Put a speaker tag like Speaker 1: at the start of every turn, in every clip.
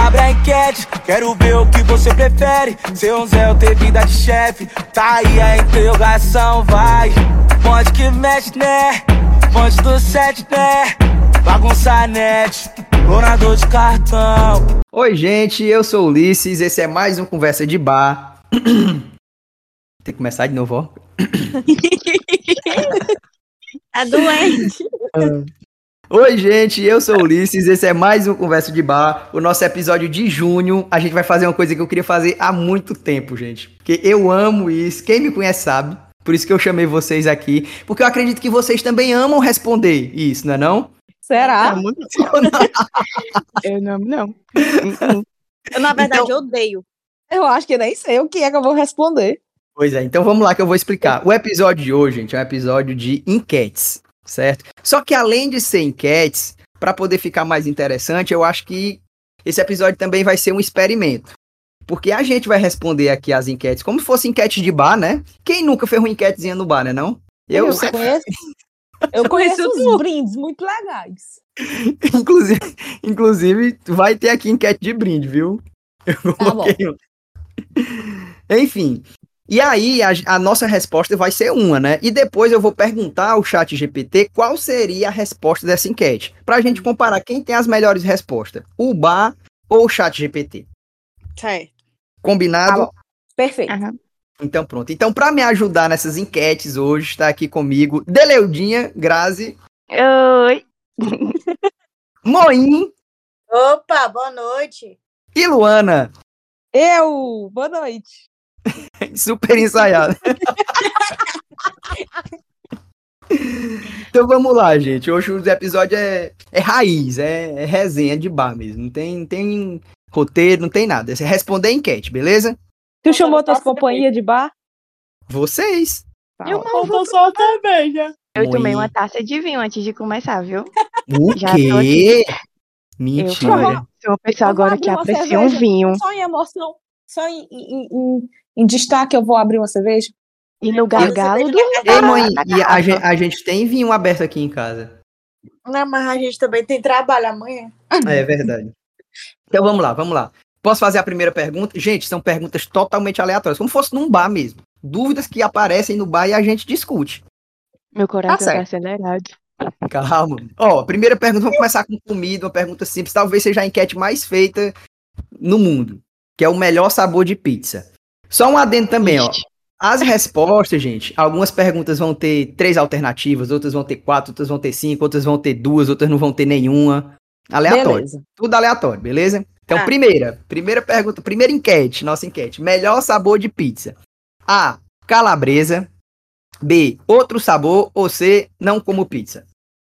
Speaker 1: abre a enquete. Quero ver o que você prefere. Ser um Zé ou ter vida de chefe. Tá aí a interrogação, vai. Ponte que mexe, né? Ponte do set, né? Bagunçanete, clonador de cartão.
Speaker 2: Oi, gente, eu sou o Ulisses, esse é mais um Conversa de Bar. Tem que começar de novo, ó.
Speaker 3: É
Speaker 4: Tá doente.
Speaker 2: Oi, gente, eu sou o Ulisses, esse é mais um Conversa de Bar, o nosso episódio de junho. A gente vai fazer uma coisa que eu queria fazer há muito tempo, gente. Porque eu amo isso, quem me conhece sabe. Por isso que eu chamei vocês aqui, porque eu acredito que vocês também amam responder isso, não é não?
Speaker 5: Será?
Speaker 3: Amo não. Eu não amo, não.
Speaker 4: Eu, na verdade, odeio.
Speaker 5: Eu acho que nem sei o que é que eu vou responder.
Speaker 2: Pois é, então vamos lá que eu vou explicar. O episódio de hoje, gente, é um episódio de enquetes, certo? Só que além de ser enquetes, para poder ficar mais interessante, eu acho que esse episódio também vai ser um experimento. Porque a gente vai responder aqui as enquetes como se fosse enquete de bar, né? Quem nunca fez uma enquetezinha no bar, né não? Eu,
Speaker 5: eu é conheço. Eu
Speaker 4: Conheço
Speaker 5: conheço
Speaker 4: tudo.
Speaker 5: uns brindes muito legais.
Speaker 2: inclusive, inclusive, vai ter aqui enquete de brinde, viu? Eu
Speaker 5: Tá bom.
Speaker 2: coloquei. um. Enfim. E aí, a, a nossa resposta vai ser uma, né? E depois eu vou perguntar ao chat GPT qual seria a resposta dessa enquete. Pra gente
Speaker 5: Uhum.
Speaker 2: comparar quem tem as melhores respostas, o bar ou o chat GPT.
Speaker 4: Certo.
Speaker 2: Combinado?
Speaker 5: Tá Perfeito.
Speaker 3: Aham.
Speaker 2: então pronto. Então, pra me ajudar nessas enquetes hoje, está aqui comigo Deleudinha, Grazi,
Speaker 3: Oi.
Speaker 2: Moim
Speaker 4: Opa, boa noite.
Speaker 2: e Luana.
Speaker 5: Eu, boa noite.
Speaker 2: Super ensaiado. então vamos lá, gente. Hoje o episódio é, é raiz, é, é resenha de bar mesmo. Não tem, não tem roteiro, não tem nada. É responder a enquete, beleza?
Speaker 5: Tu chamou tuas companhias de bar?
Speaker 2: Vocês.
Speaker 5: Tá
Speaker 3: Eu
Speaker 5: ó.
Speaker 3: não
Speaker 4: só cerveja.
Speaker 3: Eu tomei
Speaker 2: Oi.
Speaker 3: uma taça de vinho antes de começar, viu?
Speaker 2: O
Speaker 3: Já tô
Speaker 2: quê?
Speaker 3: Eu
Speaker 2: Mentira.
Speaker 3: sou uma pessoa
Speaker 5: Vamos
Speaker 3: agora
Speaker 5: abrir
Speaker 3: que
Speaker 5: uma
Speaker 3: aprecia um
Speaker 5: cerveja.
Speaker 3: vinho.
Speaker 5: Só em emoção, só em, em- em- em destaque eu vou abrir uma cerveja.
Speaker 3: E no gargalo do Tá
Speaker 2: Ei, mãe, e a, gen- a gente tem vinho aberto aqui em casa.
Speaker 4: Não, Né, mas a gente também tem trabalho amanhã.
Speaker 2: É verdade. Então vamos lá, vamos lá. Posso fazer a primeira pergunta? Gente, são perguntas totalmente aleatórias, como se fosse num bar mesmo. Dúvidas que aparecem no bar e a gente discute.
Speaker 3: meu coração tá,
Speaker 2: certo.
Speaker 3: acelerado.
Speaker 2: Calma. Ó, primeira pergunta, vamos começar com comida, uma pergunta simples, talvez seja a enquete mais feita no mundo, que é o melhor sabor de pizza. Só um adendo também, ó.
Speaker 3: Ixi.
Speaker 2: As respostas, gente, algumas perguntas vão ter três alternativas, outras vão ter quatro, outras vão ter cinco, outras vão ter duas, outras não vão ter nenhuma. Aleatório.
Speaker 5: Beleza.
Speaker 2: Tudo aleatório, beleza? Então,
Speaker 4: Tá.
Speaker 2: primeira, primeira pergunta, primeira enquete, nossa enquete. Melhor sabor de pizza? A, calabresa. B, outro sabor. Ou C, não como pizza.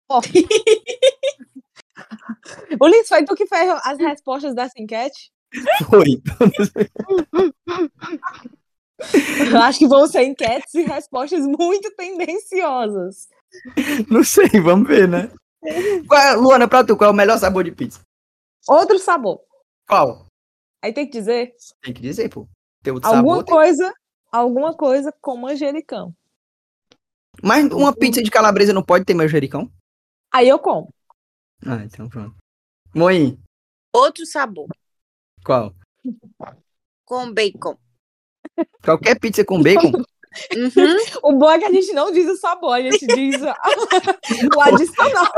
Speaker 5: Ulisses, foi tu que fez as respostas dessa enquete?
Speaker 2: Foi.
Speaker 5: Eu acho que vão ser enquetes e respostas muito tendenciosas.
Speaker 2: Não sei, vamos ver, né? Qual é- Luana, pra tu, qual é o melhor sabor de pizza?
Speaker 5: Outro sabor.
Speaker 2: Qual?
Speaker 5: Aí tem que dizer
Speaker 2: Tem que dizer, pô. Tem outro
Speaker 5: alguma
Speaker 2: sabor. tem-
Speaker 5: coisa, alguma coisa com manjericão.
Speaker 2: Mas uma pizza de calabresa não pode ter manjericão?
Speaker 5: Aí eu como.
Speaker 2: Ah, então pronto. Moim,
Speaker 4: Outro sabor,
Speaker 2: qual?
Speaker 4: com bacon.
Speaker 2: Qualquer pizza com bacon?
Speaker 4: Uhum.
Speaker 5: O bom é que a gente não diz o sabor, a gente diz a- o adicional.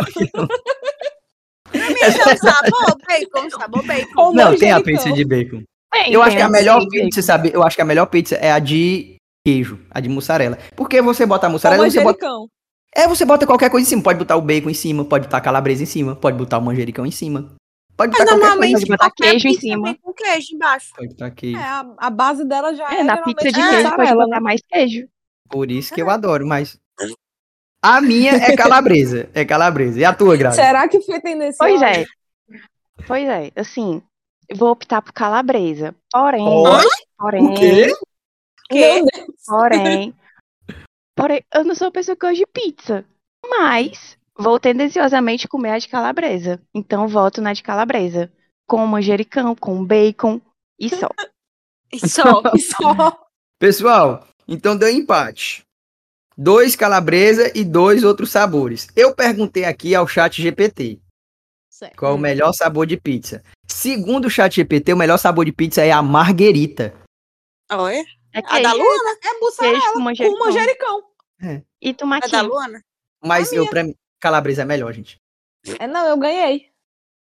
Speaker 4: Então, sabor bacon, sabor bacon.
Speaker 5: com
Speaker 2: não, tem a
Speaker 5: manjericão.
Speaker 2: pizza de bacon.
Speaker 3: Tem,
Speaker 2: Eu acho
Speaker 3: tem
Speaker 2: que é a
Speaker 3: um
Speaker 2: melhor
Speaker 3: bacon.
Speaker 2: pizza, sabe? Eu acho que a melhor pizza é a de queijo, a de mussarela. Porque você bota a
Speaker 5: Com
Speaker 2: mussarela, você bota...
Speaker 5: manjericão.
Speaker 2: É, você bota qualquer coisa em cima. Pode botar o bacon em cima, pode botar a calabresa em cima, pode botar o manjericão em cima. Pode botar
Speaker 4: Mas
Speaker 2: qualquer coisa.
Speaker 4: normalmente
Speaker 3: pode botar
Speaker 4: qualquer
Speaker 3: queijo em
Speaker 4: pizza
Speaker 3: cima.
Speaker 4: vem Com queijo embaixo.
Speaker 2: Pode botar queijo.
Speaker 5: É, a, a base dela já é,
Speaker 3: É, na pizza de
Speaker 5: geralmente,
Speaker 3: queijo pode
Speaker 5: mussarela, né?
Speaker 3: botar mais queijo.
Speaker 2: Por isso que eu adoro, mas. A minha é calabresa. É calabresa. E a tua, Grazi?
Speaker 5: Será que foi tendencioso?
Speaker 3: Pois é. Pois é, assim, eu vou optar por calabresa. Porém,
Speaker 2: Oi?
Speaker 3: porém, é,
Speaker 5: Meu Deus,
Speaker 3: porém, porém, eu não sou uma pessoa que gosta de pizza, mas vou tendenciosamente comer a de calabresa. Então, voto na de calabresa, com manjericão, com bacon e só.
Speaker 4: Só.
Speaker 5: só.
Speaker 2: Pessoal, então deu empate. Dois calabresa e dois outros sabores. Eu perguntei aqui ao chat GPT qual o melhor sabor de pizza. Segundo o ChatGPT, o melhor sabor de pizza é a marguerita.
Speaker 4: Olha,
Speaker 3: É
Speaker 4: a da
Speaker 3: queijo,
Speaker 4: Luana?
Speaker 5: É
Speaker 3: queijo
Speaker 5: mussarela
Speaker 3: com
Speaker 5: com
Speaker 3: manjericão
Speaker 5: manjericão.
Speaker 3: e
Speaker 4: É da
Speaker 3: tomatinho.
Speaker 4: Luana?
Speaker 2: Mas
Speaker 5: A
Speaker 2: eu,
Speaker 5: minha.
Speaker 2: pra mim, calabresa é melhor, gente.
Speaker 5: É, não, eu ganhei.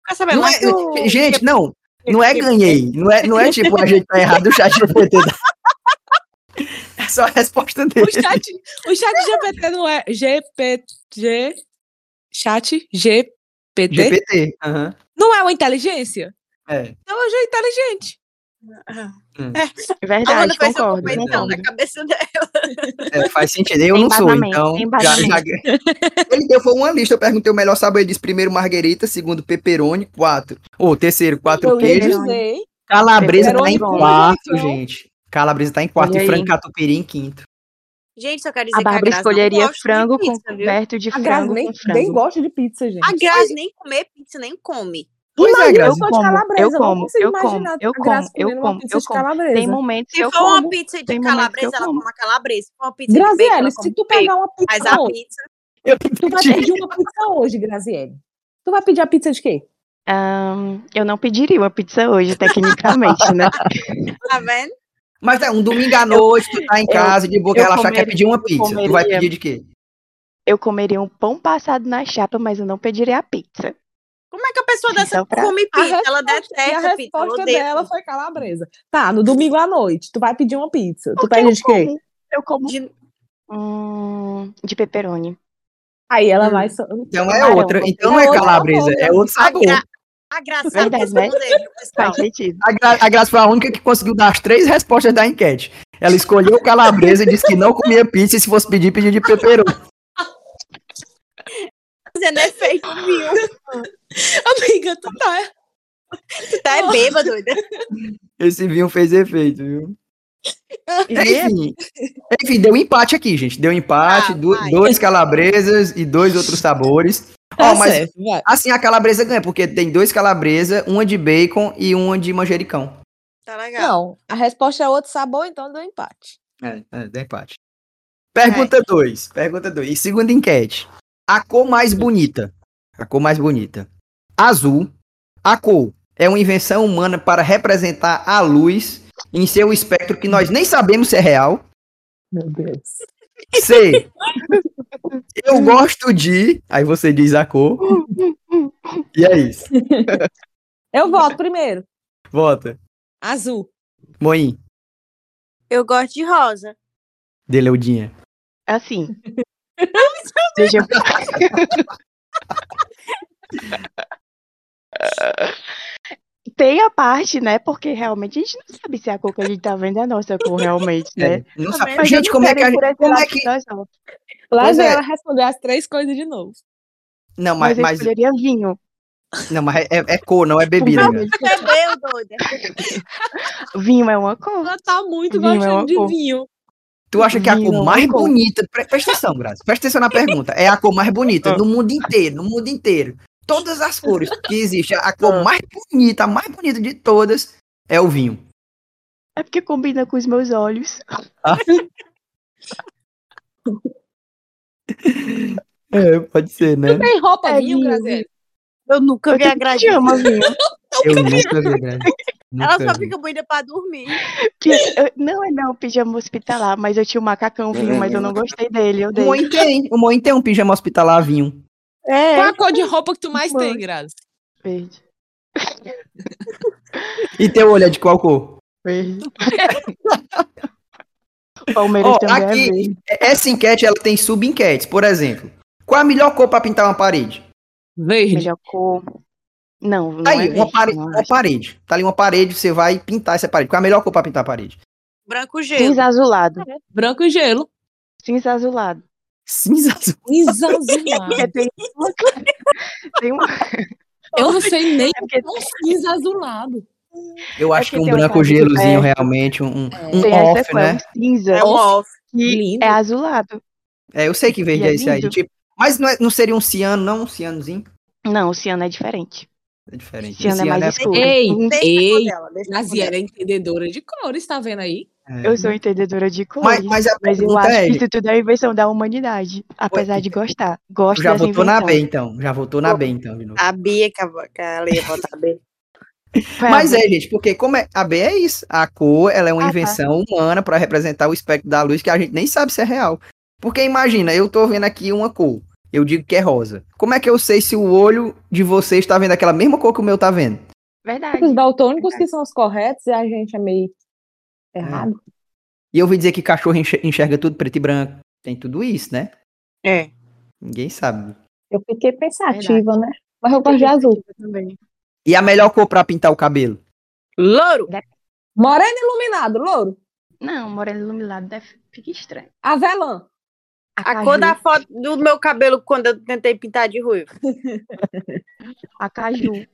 Speaker 4: Quer saber
Speaker 2: Não
Speaker 4: mais
Speaker 2: é-
Speaker 4: do-
Speaker 2: gente, não. Não é ganhei. Não é, não é tipo a gente tá errado, o ChatGPT. tá- É só a resposta dele.
Speaker 5: O chat, o chat GPT não é GPT. Chat GPT.
Speaker 2: GPT. aham.
Speaker 5: Não é uma inteligência?
Speaker 2: É.
Speaker 5: Então eu já é inteligente.
Speaker 4: A Luana
Speaker 3: É Verdade,
Speaker 4: fez essa
Speaker 3: concordo.
Speaker 4: competição
Speaker 3: concordo.
Speaker 4: na cabeça dela.
Speaker 2: É, faz sentido. Eu
Speaker 3: Tem
Speaker 2: não sou,
Speaker 3: embasamento,
Speaker 2: então.
Speaker 3: tem
Speaker 2: Já,
Speaker 3: embasamento.
Speaker 2: já- Ele deu foi uma lista. Eu perguntei o melhor sabor. Ele disse primeiro marguerita, segundo peperoni, quatro. Ou terceiro, quatro
Speaker 5: Eu lhe
Speaker 2: queijos.
Speaker 5: usei.
Speaker 2: Calabresa tá em
Speaker 5: Pepperoni com
Speaker 2: quarto,
Speaker 5: manjericão.
Speaker 2: gente. Calabresa tá em quarto.
Speaker 3: Olha
Speaker 2: E
Speaker 3: aí.
Speaker 2: frango catupiry em quinto.
Speaker 4: Gente, só quero dizer
Speaker 3: A
Speaker 4: que a
Speaker 3: Bárbara
Speaker 4: Grazi não
Speaker 3: escolheria
Speaker 4: gosta de
Speaker 3: frango
Speaker 4: pizza,
Speaker 3: com
Speaker 4: viu?
Speaker 3: coberto de
Speaker 5: A Grazi
Speaker 3: frango
Speaker 5: nem,
Speaker 3: com
Speaker 5: nem
Speaker 3: frango.
Speaker 5: gosta de pizza, gente.
Speaker 4: A Grazi nem comer pizza, nem come.
Speaker 2: Pois é,
Speaker 5: eu
Speaker 2: Grazi.
Speaker 5: gosto de
Speaker 3: como,
Speaker 5: calabresa.
Speaker 3: eu
Speaker 5: não
Speaker 3: como,
Speaker 5: consigo
Speaker 3: eu
Speaker 5: imaginar
Speaker 3: como, eu
Speaker 5: a Grazi
Speaker 3: como, eu
Speaker 5: comendo uma
Speaker 3: como,
Speaker 5: pizza
Speaker 3: eu
Speaker 5: de
Speaker 3: como.
Speaker 5: calabresa.
Speaker 3: Tem momentos
Speaker 4: Se
Speaker 3: que eu
Speaker 4: for
Speaker 3: como.
Speaker 4: uma pizza de
Speaker 3: tem momentos que
Speaker 4: calabresa,
Speaker 3: eu
Speaker 4: ela
Speaker 3: como.
Speaker 4: come a calabresa. Se for uma pizza de bacon,
Speaker 5: Graziele,
Speaker 4: ela
Speaker 5: se
Speaker 4: come
Speaker 5: tu
Speaker 4: bacon.
Speaker 5: pegar uma
Speaker 4: Mas
Speaker 5: pizza
Speaker 4: a
Speaker 5: hoje,
Speaker 4: pizza...
Speaker 2: Eu
Speaker 5: tu vai
Speaker 2: pedi.
Speaker 5: pedir uma pizza hoje, Graziele. Tu vai pedir a pizza de quê?
Speaker 3: Ahn, eu não pediria uma pizza hoje, tecnicamente, né?
Speaker 4: Tá vendo?
Speaker 2: Mas tá, um domingo à noite, tu tá em casa, de boa,
Speaker 3: eu
Speaker 2: ela achar que quer
Speaker 3: comeria-
Speaker 2: pedir uma
Speaker 3: eu
Speaker 2: pizza. Tu vai
Speaker 3: comeria-
Speaker 2: pedir de quê?
Speaker 3: Eu comeria um pão passado na chapa, mas eu não pediria a pizza.
Speaker 4: Como é que a pessoa
Speaker 3: Sim,
Speaker 4: dessa
Speaker 3: só pra-
Speaker 4: come
Speaker 5: A
Speaker 4: pizza? ela
Speaker 5: resposta-
Speaker 4: detesta
Speaker 5: e a
Speaker 4: pizza. Ela
Speaker 5: resposta
Speaker 4: odeia
Speaker 5: dela
Speaker 4: pizza.
Speaker 5: foi calabresa. Tá, no domingo à noite, tu vai pedir uma pizza. Tu
Speaker 3: Porque
Speaker 5: pede
Speaker 3: eu
Speaker 5: de quê?
Speaker 3: como- Eu como
Speaker 4: De-
Speaker 3: hum, de pepperoni.
Speaker 5: Aí ela
Speaker 4: Hum.
Speaker 5: vai... só-
Speaker 2: Então é
Speaker 3: Camarão,
Speaker 2: outra.
Speaker 3: porque
Speaker 2: Então
Speaker 5: é
Speaker 2: não é
Speaker 5: outra
Speaker 2: calabresa,
Speaker 5: outra.
Speaker 2: é outro
Speaker 4: A,
Speaker 2: sabor.
Speaker 4: gra... a Grazi sabe
Speaker 3: Verdade, né?
Speaker 4: responder, viu,
Speaker 2: Tá.
Speaker 4: pessoal?
Speaker 3: Faz sentido.
Speaker 2: A, Gra- a Graça foi a única que conseguiu dar as três respostas da enquete. Ela escolheu o calabresa e disse que não comia pizza e se fosse pedir, pedir de peperoni.
Speaker 4: Fazendo efeito nenhum.
Speaker 5: Amiga, tu tá...
Speaker 4: Tu tá é bêbado, doida.
Speaker 2: Esse vinho fez efeito, viu?
Speaker 3: E nem é
Speaker 2: Enfim, enfim, deu empate aqui, gente. Deu empate,
Speaker 4: Ah,
Speaker 2: du-
Speaker 4: vai.
Speaker 2: dois calabresas e dois outros sabores. Ó,
Speaker 5: Tá
Speaker 2: mas
Speaker 5: certo, vai.
Speaker 2: assim a calabresa ganha, porque tem dois calabresa, uma de bacon e uma de manjericão.
Speaker 4: Tá legal.
Speaker 5: Não, a resposta é outro sabor, então deu empate.
Speaker 2: É, é, deu empate. Pergunta 2. Pergunta 2. E segunda enquete. A cor mais bonita. A cor mais bonita. Azul. A cor é uma invenção humana para representar a luz em seu espectro que nós nem sabemos se é real.
Speaker 5: Meu Deus.
Speaker 2: C. Eu gosto de. Aí você diz a cor. E é isso.
Speaker 5: Eu voto primeiro.
Speaker 2: Volta.
Speaker 5: Azul.
Speaker 2: Moim.
Speaker 4: Eu gosto de rosa.
Speaker 2: Deleudinha.
Speaker 3: assim. Seja... Tem a parte, né? Porque realmente a gente não sabe se a cor que a gente tá vendo é a nossa cor, realmente, né?
Speaker 2: Não
Speaker 4: Tá
Speaker 2: sabe.
Speaker 4: vendo?
Speaker 2: É. Gente, como é que a gente. Como é que...
Speaker 5: Lá
Speaker 2: Pois
Speaker 5: vem
Speaker 2: é.
Speaker 5: ela responder as três coisas de novo.
Speaker 2: Não, mas,
Speaker 3: Mas, eu
Speaker 2: mas,
Speaker 3: escolheria vinho.
Speaker 2: não, mas é, é cor, não é bebida. cara.
Speaker 4: Bebeu, doida.
Speaker 3: Vinho é uma cor.
Speaker 5: Ela tá muito
Speaker 3: Vinho é
Speaker 5: gostando
Speaker 3: uma
Speaker 5: de
Speaker 3: cor.
Speaker 5: vinho.
Speaker 2: Tu acha que é a
Speaker 3: Menina,
Speaker 2: cor
Speaker 3: uma
Speaker 2: mais
Speaker 3: é cor.
Speaker 2: bonita. pre- Presta atenção, Grazi. Presta atenção na pergunta. É a cor mais bonita
Speaker 3: Ah.
Speaker 2: do mundo inteiro, no mundo inteiro. Todas as cores que existem, a cor mais bonita, a mais bonita de todas é o vinho.
Speaker 3: É porque combina com os meus olhos.
Speaker 2: É, pode ser, né?
Speaker 5: Tem roupa
Speaker 3: É
Speaker 5: vinho,
Speaker 3: vinho,
Speaker 5: Graziele?
Speaker 4: Eu nunca
Speaker 3: um
Speaker 4: vi a Grazi.
Speaker 3: Gracinha. Chama vinho.
Speaker 2: Eu nunca vi, Grazi.
Speaker 4: Ela
Speaker 2: Nunca
Speaker 4: só
Speaker 2: vi.
Speaker 4: fica bonita pra dormir.
Speaker 3: Pi- eu- Não é não, pijama hospitalar, mas eu tinha um macacão vinho, mas eu não gostei dele, eu
Speaker 2: O
Speaker 3: dei.
Speaker 2: Moin tem, o Moin tem um pijama hospitalar vinho.
Speaker 5: Qual
Speaker 3: É,
Speaker 5: a cor de roupa que tu mais tem, Grazi?
Speaker 3: verde,
Speaker 2: E teu olho é de qual cor?
Speaker 3: verde. Palmeiras
Speaker 2: Ó,
Speaker 3: também
Speaker 2: aqui-
Speaker 3: é verde.
Speaker 2: Essa enquete, ela tem sub-enquetes. Por exemplo, qual a melhor cor pra pintar uma parede?
Speaker 5: Verde.
Speaker 3: é Melhor cor. Não, não é
Speaker 2: Aí, uma,
Speaker 3: verde,
Speaker 2: pare...
Speaker 3: não, eu
Speaker 2: uma
Speaker 3: acho.
Speaker 2: parede. Tá ali uma parede, você vai pintar essa parede. Qual a melhor cor pra pintar a parede?
Speaker 4: Branco gelo.
Speaker 3: Cinza azulado.
Speaker 5: Branco e gelo.
Speaker 3: Cinza azulado.
Speaker 2: Cinza azul.
Speaker 5: Cinza azulado.
Speaker 3: Porque tem uma... tem uma-
Speaker 5: Eu não sei nem
Speaker 3: é porque
Speaker 5: um cinza azulado.
Speaker 2: Eu acho
Speaker 3: porque
Speaker 2: que um
Speaker 3: tem uma
Speaker 2: branco
Speaker 3: parte É que
Speaker 2: gelozinho,
Speaker 3: perde.
Speaker 2: realmente, um, um- um
Speaker 3: tem essa
Speaker 2: off,
Speaker 3: cor, é
Speaker 2: né?
Speaker 3: um cinza.
Speaker 4: É um off.
Speaker 3: que
Speaker 5: Lindo.
Speaker 3: é azulado.
Speaker 2: É, eu sei que verde
Speaker 3: E
Speaker 2: é
Speaker 3: é
Speaker 2: esse aí.
Speaker 3: lindo.
Speaker 2: Tipo, mas não, é- não seria um ciano, não? Um cianozinho?
Speaker 3: Não, o ciano é diferente.
Speaker 2: É diferente.
Speaker 3: Ciano, é mais escuro.
Speaker 5: Ei,
Speaker 3: Hum,
Speaker 4: Deixa a cor dela.
Speaker 5: ei.
Speaker 4: Deixa a cor dela.
Speaker 5: Graziele é entendedora de cores, tá vendo aí?
Speaker 2: é.
Speaker 3: Eu sou entendedora de
Speaker 2: Mas,
Speaker 3: cores.
Speaker 2: mas a
Speaker 3: Mas eu
Speaker 2: pergunta
Speaker 3: acho
Speaker 2: é,
Speaker 3: que isso tudo é invenção da humanidade. Apesar de gostar. Gosto
Speaker 2: já
Speaker 3: dessa
Speaker 2: votou na
Speaker 3: invenção. ah,
Speaker 2: B, então. Já votou na B, então, de novo.
Speaker 4: Sabia que a, que ela ia votar bem.
Speaker 3: Foi
Speaker 2: Mas
Speaker 3: a
Speaker 2: é, gente, porque como é, a B é isso. A cor, ela é uma
Speaker 3: Ah, tá.
Speaker 2: invenção humana para representar o espectro da luz que a gente nem sabe se é real. Porque imagina, eu tô vendo aqui uma cor. Eu digo que é rosa. Como é que eu sei se o olho de vocês tá vendo aquela mesma cor que o meu tá vendo?
Speaker 3: É verdade.
Speaker 5: Os daltônicos que são os corretos e a gente é meio errado.
Speaker 2: E eu ouvi dizer que cachorro enxe- enxerga tudo preto e branco. Tem tudo isso, né?
Speaker 4: É.
Speaker 2: Ninguém sabe.
Speaker 5: Eu fiquei pensativa, né? Mas eu gosto de azul.
Speaker 3: também.
Speaker 2: E a melhor cor pra pintar o cabelo?
Speaker 4: Louro.
Speaker 5: Moreno iluminado, louro.
Speaker 3: Não, moreno iluminado deve... fica estranho.
Speaker 5: Avelã.
Speaker 4: A cor da foto do meu cabelo quando eu tentei pintar de ruivo.
Speaker 3: A caju.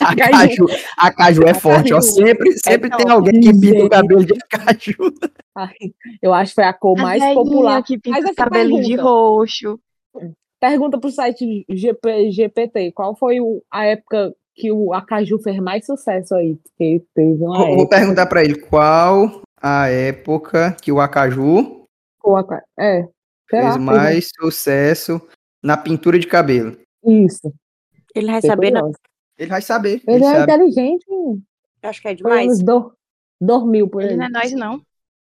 Speaker 2: A
Speaker 5: Caju.
Speaker 2: caju, a caju é forte, ó.
Speaker 5: caju.
Speaker 2: Sempre, sempre
Speaker 5: É
Speaker 2: tem
Speaker 5: top.
Speaker 2: alguém que pinta o
Speaker 5: Gente.
Speaker 2: cabelo de caju.
Speaker 5: Ai, Eu acho que foi a cor
Speaker 3: A
Speaker 5: mais
Speaker 3: velhinha
Speaker 5: popular.
Speaker 3: que pinta
Speaker 5: Mas
Speaker 3: o
Speaker 5: essa
Speaker 3: cabelinho de
Speaker 5: pergunta.
Speaker 3: roxo.
Speaker 5: Pergunta pro site GP, GPT, qual foi o- a época que o Acaju fez mais sucesso aí? Porque teve uma
Speaker 2: Vou, vou
Speaker 5: época
Speaker 2: perguntar pra ele qual a época que o acaju
Speaker 5: que o Aca- É, sei lá,
Speaker 2: fez
Speaker 5: fez
Speaker 2: mais sucesso na pintura de cabelo.
Speaker 5: Isso.
Speaker 4: Ele vai
Speaker 5: fiquei
Speaker 4: saber, não.
Speaker 5: curiosa.
Speaker 2: Ele vai saber. Ele
Speaker 5: Ele é
Speaker 2: sabe.
Speaker 5: inteligente, menino.
Speaker 4: Acho que é
Speaker 5: Pelo
Speaker 4: demais.
Speaker 5: menos dor- dormiu por
Speaker 3: Ele
Speaker 5: ele.
Speaker 3: não é nós, não.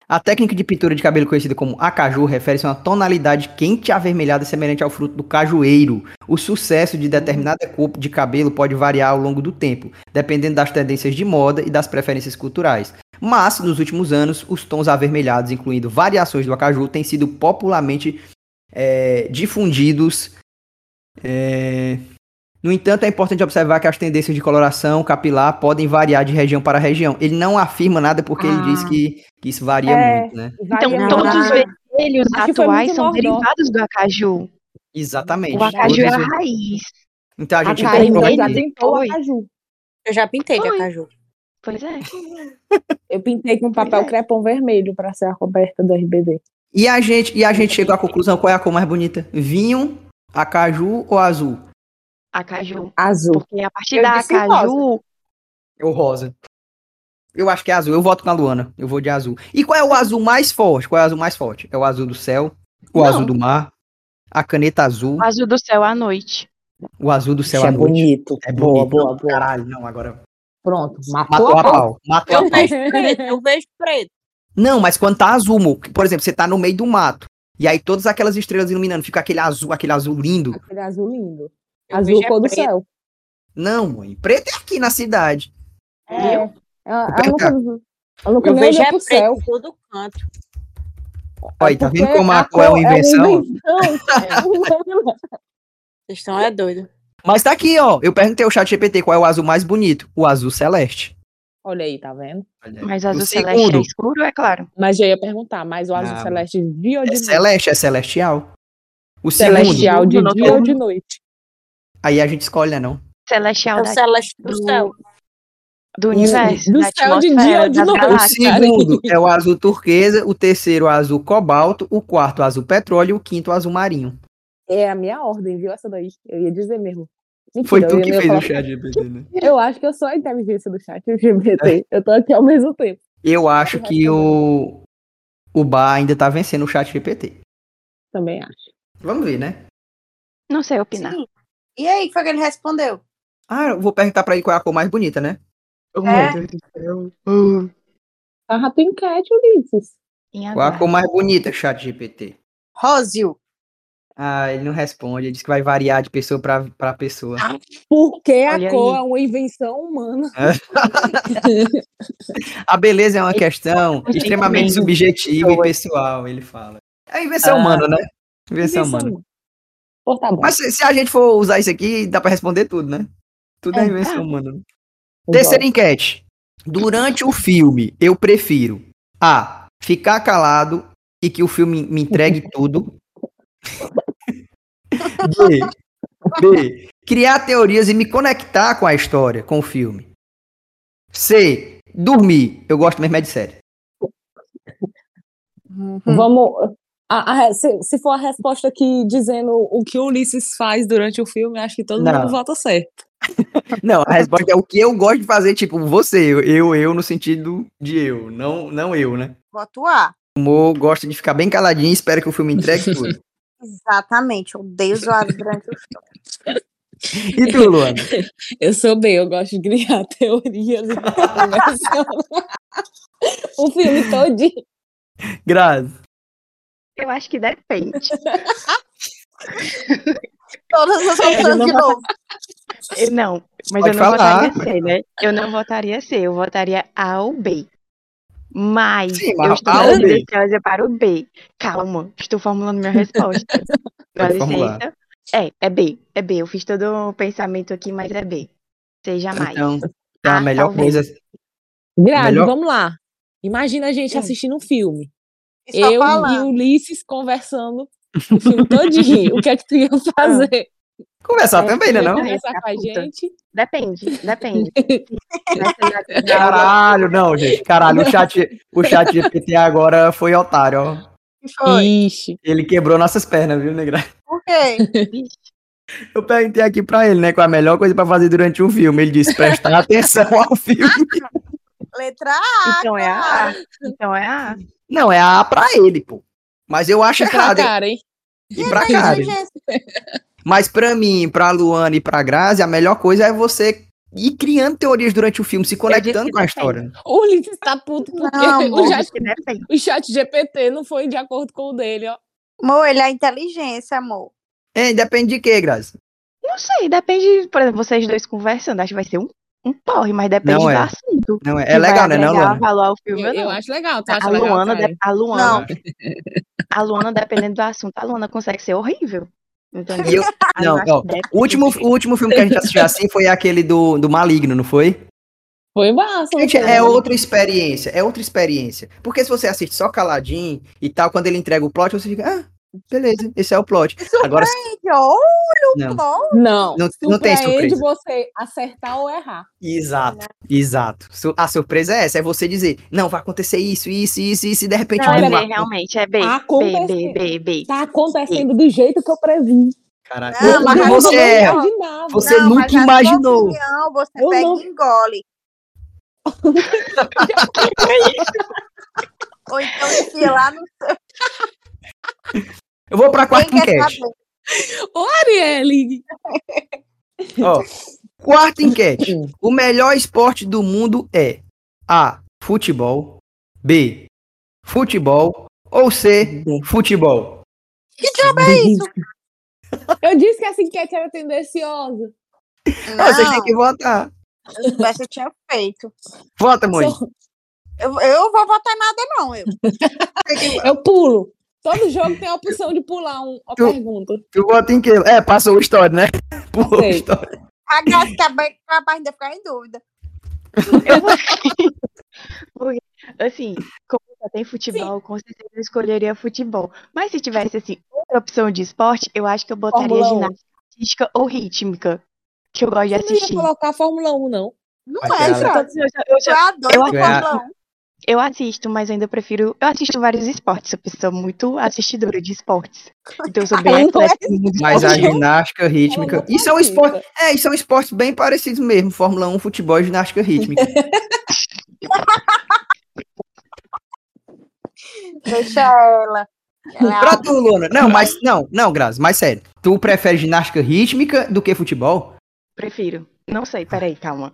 Speaker 2: A técnica de pintura de cabelo conhecida como acaju refere-se a uma tonalidade quente e avermelhada semelhante ao fruto do cajueiro. O sucesso de determinada cor de cabelo pode variar ao longo do tempo, dependendo das tendências de moda e das preferências culturais. Mas, nos últimos anos, os tons avermelhados, incluindo variações do acaju, têm sido popularmente eh, difundidos. eh, No entanto, é importante observar que as tendências de coloração capilar podem variar de região para região. Ele não afirma nada porque
Speaker 3: Ah.
Speaker 2: ele diz que, que isso varia
Speaker 5: É.
Speaker 2: muito, né?
Speaker 3: Então,
Speaker 5: Variar.
Speaker 3: todos os
Speaker 4: Ah.
Speaker 3: vermelhos
Speaker 5: Acho que foi
Speaker 3: atuais
Speaker 5: muito
Speaker 3: são
Speaker 5: Mordor.
Speaker 3: derivados do acaju.
Speaker 2: Exatamente.
Speaker 3: O acaju é a
Speaker 2: Todos os-
Speaker 3: raiz.
Speaker 2: Então a
Speaker 5: A
Speaker 2: gente
Speaker 5: Karen
Speaker 3: comprou
Speaker 2: comprova
Speaker 3: Vermelho.
Speaker 5: já
Speaker 3: ele.
Speaker 2: que
Speaker 5: pintou o
Speaker 3: Foi.
Speaker 5: Acaju.
Speaker 4: Eu já pintei é de
Speaker 3: Oi.
Speaker 4: acaju.
Speaker 3: Pois é.
Speaker 5: Eu pintei com
Speaker 3: Pois
Speaker 5: papel
Speaker 3: é.
Speaker 5: crepom vermelho para ser a coberta do RBD.
Speaker 2: E a gente e a gente chegou à conclusão qual é a cor mais bonita? Vinho, acaju ou azul?
Speaker 3: Acaju.
Speaker 5: Azul.
Speaker 3: Porque a partir
Speaker 5: Eu
Speaker 3: da
Speaker 5: disse rosa.
Speaker 3: acaju,
Speaker 2: Ou rosa? Eu acho que é azul. Eu voto na Luana. Eu vou de azul. E qual é o azul mais forte? Qual é o azul mais forte? É o azul do céu, o
Speaker 3: Não.
Speaker 2: azul do mar, a caneta azul,
Speaker 3: o azul do céu à noite.
Speaker 2: o azul do céu
Speaker 5: Isso
Speaker 2: à
Speaker 5: é
Speaker 2: noite.
Speaker 5: bonito.
Speaker 2: É
Speaker 5: boa,
Speaker 2: bonito.
Speaker 5: boa,
Speaker 2: Não,
Speaker 5: boa.
Speaker 2: Caralho, não, agora
Speaker 5: Pronto. Matou,
Speaker 2: matou a
Speaker 5: pau.
Speaker 2: pau. Matou a
Speaker 4: Eu
Speaker 2: pau.
Speaker 4: vejo preto, eu vejo preto.
Speaker 2: Não, mas quando tá azul, mo- por exemplo, você tá no meio do mato. E aí todas aquelas estrelas iluminando, fica aquele azul, aquele azul lindo.
Speaker 5: Aquele é azul lindo.
Speaker 4: Eu
Speaker 5: azul
Speaker 4: vejo é
Speaker 5: cor do
Speaker 4: preto.
Speaker 5: céu.
Speaker 2: Não, mãe. Preto é aqui na cidade.
Speaker 5: É. Eu, eu nunca,
Speaker 2: Perca.
Speaker 5: eu nunca
Speaker 4: Eu
Speaker 5: nem
Speaker 4: vejo
Speaker 5: olhei
Speaker 4: é
Speaker 5: pro
Speaker 4: preto
Speaker 5: céu.
Speaker 4: em todo canto.
Speaker 2: Olha, tá
Speaker 5: Porque
Speaker 2: vendo como a
Speaker 5: a
Speaker 2: cor é
Speaker 5: cor um
Speaker 2: uma invenção?
Speaker 5: invenção.
Speaker 4: Vocês estão é doido.
Speaker 2: Mas tá aqui, ó. Eu perguntei ao chat GPT qual é o azul mais bonito. O azul celeste.
Speaker 5: Olha aí, tá vendo?
Speaker 3: Mas
Speaker 2: O
Speaker 3: azul celeste é
Speaker 2: segundo.
Speaker 3: escuro, é claro.
Speaker 5: Mas eu ia perguntar, mas o azul
Speaker 2: Não.
Speaker 5: celeste de dia ou
Speaker 2: É
Speaker 5: de noite?
Speaker 2: celeste, é celestial. O segundo,
Speaker 5: Celestial de
Speaker 3: Noturno,
Speaker 5: dia ou de
Speaker 3: noturno.
Speaker 5: noite?
Speaker 2: aí a gente escolhe, né, não? É
Speaker 3: Celestial
Speaker 4: É O
Speaker 3: da,
Speaker 4: celeste do
Speaker 3: do-
Speaker 4: céu.
Speaker 3: do
Speaker 2: O-
Speaker 3: universo,
Speaker 5: do
Speaker 3: da
Speaker 5: céu de dia
Speaker 3: atmosfera,
Speaker 5: ou de
Speaker 3: das
Speaker 5: noite.
Speaker 2: O
Speaker 3: galáxias.
Speaker 5: cara.
Speaker 2: segundo é o azul turquesa, o terceiro é o azul cobalto, o quarto é o azul petróleo, o quinto o azul marinho.
Speaker 5: É a minha ordem, viu? Essa daí. Eu ia dizer mesmo. Mentira,
Speaker 2: Foi
Speaker 5: eu
Speaker 2: tu
Speaker 5: ia-
Speaker 2: que
Speaker 5: eu ia
Speaker 2: fez o
Speaker 5: falar-
Speaker 2: chat GPT, né?
Speaker 5: Eu acho que eu sou a inteligência do chat GPT. Eu tô aqui ao mesmo tempo.
Speaker 2: Eu acho que o, o Bar ainda tá vencendo o chat GPT.
Speaker 5: Também acho.
Speaker 2: Vamos ver, né?
Speaker 3: Não sei opinar.
Speaker 4: Sim. E aí, que foi que ele respondeu?
Speaker 2: Ah, eu vou perguntar pra ele qual é a cor mais bonita, né?
Speaker 3: Oh,
Speaker 4: É.
Speaker 3: Deus do céu. Oh.
Speaker 2: Hum.
Speaker 5: Tava tu enquete, Ah, Ulisses.
Speaker 3: Em
Speaker 2: Qual é a
Speaker 3: aguardo.
Speaker 2: cor mais bonita, chat GPT?
Speaker 4: Rósio.
Speaker 2: Ah, ele não responde. Ele disse que vai variar de pessoa pra, pra pessoa.
Speaker 5: Porque a
Speaker 3: Olha
Speaker 5: cor
Speaker 3: aí.
Speaker 5: é uma invenção humana.
Speaker 2: A beleza é uma questão
Speaker 3: Ele-
Speaker 2: extremamente
Speaker 3: Ele-
Speaker 2: subjetiva e
Speaker 3: Ele-
Speaker 2: pessoal, ele fala. É invenção
Speaker 5: Ah.
Speaker 2: humana, né? Invenção humana.
Speaker 5: humana. Pô, tá bom.
Speaker 2: Mas se, se a gente for usar isso aqui, dá pra responder tudo, né? Tudo é,
Speaker 3: É.
Speaker 2: invenção humana.
Speaker 5: Então,
Speaker 2: Terceira enquete. Durante o filme, eu prefiro A. Ficar calado e que o filme me entregue tudo. B. B. Criar teorias e me conectar com a história, com o filme. C. Dormir. Eu gosto mesmo é de série. Hum.
Speaker 5: Vamos. a- a- se, se for a resposta aqui dizendo o que o Ulisses faz durante o filme, acho que todo
Speaker 2: Não.
Speaker 5: mundo vota certo.
Speaker 2: Não, a resposta é o que eu gosto de fazer, tipo, você, eu, eu, eu no sentido de eu, não, não eu, né?
Speaker 4: Voto A.
Speaker 2: Humor, gosto de ficar bem caladinho, espero que o filme entregue tudo.
Speaker 4: Exatamente. Eu deso durante o
Speaker 2: E tu, Luana?
Speaker 5: Eu sou bem, eu gosto de criar teorias. e conversar. o filme todinho.
Speaker 2: Grazi.
Speaker 3: Eu acho que depende.
Speaker 4: Todas as opções
Speaker 3: não
Speaker 4: de
Speaker 3: vou-
Speaker 4: novo.
Speaker 3: Eu- Não, mas
Speaker 2: Pode
Speaker 3: eu não
Speaker 2: falar.
Speaker 3: votaria C, né? Eu não votaria C, eu votaria A ou B. Mas
Speaker 2: Sim,
Speaker 3: eu
Speaker 2: mas
Speaker 3: estou
Speaker 2: A ou B?
Speaker 3: tendenciosa para o B. Calma, estou formulando minha resposta. Dá
Speaker 2: Pode formular.
Speaker 3: licença. É, é B, é B. Eu fiz todo o pensamento aqui, mas é B. Seja mais.
Speaker 2: Então, tá, a
Speaker 3: Ah,
Speaker 2: melhor
Speaker 3: talvez.
Speaker 2: coisa.
Speaker 5: Grave,
Speaker 2: Melhor-
Speaker 5: vamos lá. Imagina a gente
Speaker 3: Hum.
Speaker 5: assistindo um filme.
Speaker 4: E só
Speaker 5: Eu e
Speaker 4: tá falando.
Speaker 5: Ulisses conversando o filme todinho. o que é que tu ia fazer?
Speaker 3: É
Speaker 2: Conversar também, né?
Speaker 5: Ia
Speaker 2: Ah, Não?
Speaker 5: Conversar com a
Speaker 3: Puta.
Speaker 5: gente.
Speaker 3: Depende, depende. Nessa-
Speaker 2: Caralho, não, gente. Caralho, o chat, o chat GPT agora foi otário, ó.
Speaker 4: Foi.
Speaker 5: Ixi.
Speaker 2: Ele quebrou nossas pernas, viu, Negra?
Speaker 4: Por quê?
Speaker 2: Eu perguntei aqui pra ele, né? Qual a melhor coisa pra fazer durante um filme? Ele disse: prestar atenção ao filme.
Speaker 4: Letra A.
Speaker 3: Então é a A. Então é a A.
Speaker 2: Não, é a pra ele, pô. Mas eu acho
Speaker 5: E pra
Speaker 2: errado. hein?
Speaker 5: cara, hein?
Speaker 2: E pra
Speaker 4: Tem
Speaker 2: Karen.
Speaker 4: inteligência.
Speaker 2: Mas pra mim, pra Luana e pra Grazi, a melhor coisa é você ir criando teorias durante o filme, se conectando
Speaker 3: que
Speaker 2: com a
Speaker 3: depende.
Speaker 2: história.
Speaker 5: O Ulisses tá puto porque
Speaker 4: Não,
Speaker 5: o,
Speaker 4: amor.
Speaker 3: Eu
Speaker 5: chat,
Speaker 3: acho que depende.
Speaker 5: o chat GPT não foi de acordo com o dele, ó.
Speaker 4: Amor, ele é inteligência, amor.
Speaker 2: É, depende de quê, Grazi?
Speaker 3: Não sei, depende, por exemplo, vocês dois conversando, acho que vai ser um, um porre, mas depende
Speaker 2: Não
Speaker 3: do
Speaker 2: é.
Speaker 3: assunto.
Speaker 2: Não, é,
Speaker 3: que
Speaker 2: é legal, né,
Speaker 3: vai
Speaker 2: não,
Speaker 3: agregar
Speaker 2: Luana?
Speaker 3: valor ao filme,
Speaker 5: Eu,
Speaker 3: ou
Speaker 5: eu
Speaker 3: não.
Speaker 5: acho legal, tu
Speaker 3: A
Speaker 5: acha legal,
Speaker 3: Luana,
Speaker 5: Karen?
Speaker 3: de- a Luana,
Speaker 4: Não.
Speaker 3: a Luana, dependendo do assunto, a Luana consegue ser horrível.
Speaker 2: E eu-
Speaker 3: Entendeu? Aí
Speaker 2: não,
Speaker 3: Ah, eu acho
Speaker 2: ó,
Speaker 3: que depende.
Speaker 2: O último, o último filme que a gente assistiu assim foi aquele do, do Maligno, não foi?
Speaker 5: Foi massa. não
Speaker 2: Gente,
Speaker 5: foi?
Speaker 2: é outra experiência, é outra experiência. Porque se você assiste só caladinho e tal, quando ele entrega o plot, você fica, ah, beleza, esse é o plot. Agora,
Speaker 4: Gente, olha
Speaker 2: não,
Speaker 4: o bom.
Speaker 5: Não,
Speaker 2: não- não tem surpresa.
Speaker 5: surpreende você acertar ou errar.
Speaker 2: Exato, exato. Su- A surpresa é essa, é você dizer, não, vai acontecer isso, isso, isso, isso, e de repente...
Speaker 3: Não, é
Speaker 5: Olha,
Speaker 3: B,
Speaker 2: bum,
Speaker 3: realmente, é B.
Speaker 5: Aconteceu.
Speaker 3: B, B, B, B.
Speaker 5: Tá acontecendo do jeito que eu previ.
Speaker 2: caralho.
Speaker 4: Não,
Speaker 5: Eu
Speaker 2: Quando
Speaker 4: mas
Speaker 2: Ah, você é.
Speaker 5: não
Speaker 2: erra,
Speaker 5: imaginava.
Speaker 2: você
Speaker 4: Não,
Speaker 2: nunca
Speaker 4: mas a sua
Speaker 2: imaginou.
Speaker 4: opinião você
Speaker 5: Eu
Speaker 4: pega
Speaker 5: não.
Speaker 4: e engole. Ou então enfia lá no
Speaker 2: Eu vou pra quarta
Speaker 4: quem quer
Speaker 2: enquete.
Speaker 4: saber.
Speaker 5: Ô, Arielle!
Speaker 2: Ó, quarta enquete. O melhor esporte do mundo é A. Futebol. B. Futebol. Ou C. Futebol.
Speaker 4: Que diabo é isso?
Speaker 5: Eu disse que essa enquete era tendenciosa.
Speaker 4: Ah.
Speaker 2: Não, vocês têm que votar.
Speaker 4: Não, essa eu tinha feito.
Speaker 2: Vota, mãe.
Speaker 5: Só-
Speaker 4: Eu, eu vou votar em nada, não. Eu.
Speaker 5: Eu pulo. Todo jogo tem a opção de pular um, uma
Speaker 2: Tu-
Speaker 5: pergunta.
Speaker 2: Tu vota em quê? É, passou o história, né? Pulou o
Speaker 5: Sei.
Speaker 2: história.
Speaker 4: A tá Graça acaba- capaz ainda ficar em dúvida.
Speaker 3: Eu vou- Porque, assim, como só tem futebol, com certeza eu escolheria futebol. Mas se tivesse, assim, outra opção de esporte, eu acho que eu botaria
Speaker 5: Fórmula um.
Speaker 3: ginástica artística ou rítmica, que eu gosto de
Speaker 5: Você não ia
Speaker 3: assistir.
Speaker 5: colocar a Fórmula 1, não.
Speaker 4: Não
Speaker 2: Mas,
Speaker 4: é,
Speaker 2: cara,
Speaker 3: Então,
Speaker 4: Graça.
Speaker 3: assim, eu já- eu
Speaker 4: Tu
Speaker 3: já-
Speaker 4: é a doida do
Speaker 3: eu acho-
Speaker 4: Fórmula 1.
Speaker 3: eu assisto, mas ainda prefiro. Eu assisto vários esportes, eu sou muito assistidora de esportes. Então eu sou bem
Speaker 5: Não é
Speaker 3: atlética no mundo
Speaker 2: Mas a
Speaker 3: esportivo.
Speaker 2: ginástica rítmica.
Speaker 5: botou
Speaker 2: E são
Speaker 5: a
Speaker 2: esportes.
Speaker 5: dica.
Speaker 2: É, e são esportes bem parecidos mesmo. Fórmula 1, futebol e ginástica rítmica.
Speaker 4: Deixa ela. Ela é
Speaker 2: é pra tu, Luna. Não, mas. Não, não, Grazi, mas sério. Tu prefere ginástica rítmica do que futebol?
Speaker 3: Prefiro. Não sei, peraí, calma.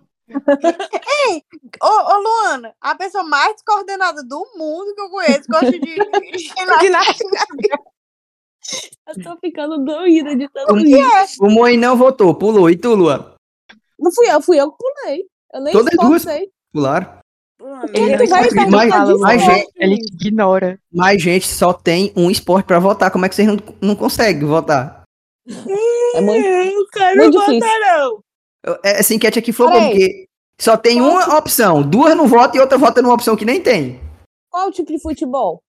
Speaker 4: Ô, ô, Luana, a pessoa mais descoordenada do mundo que eu conheço gosta de ginástica.
Speaker 5: Eu tô ficando doída de tanto
Speaker 2: Como
Speaker 5: isso.
Speaker 2: O Moin não votou, pulou. E tu, Luana?
Speaker 5: Não fui eu, fui eu que pulei. Eu nem
Speaker 2: Todas duas.
Speaker 5: esforcei.
Speaker 2: Pularam.
Speaker 5: Ele
Speaker 3: não
Speaker 5: tu vai
Speaker 3: escuta o que
Speaker 5: perguntar
Speaker 3: eu falo,
Speaker 5: disso,
Speaker 3: mas
Speaker 2: né?
Speaker 3: ele- ele te ignora.
Speaker 2: Mas, gente, só tem um esporte pra votar. Como é que vocês não, não conseguem votar?
Speaker 5: É muito,
Speaker 4: Eu quero
Speaker 5: muito difícil.
Speaker 4: não.
Speaker 2: Eu- é- Essa enquete aqui flopou,
Speaker 5: Peraí.
Speaker 2: porque só tem
Speaker 5: Qual
Speaker 2: uma opção. Duas não votam e outra vota numa opção que nem tem.
Speaker 5: Qual o tipo de futebol?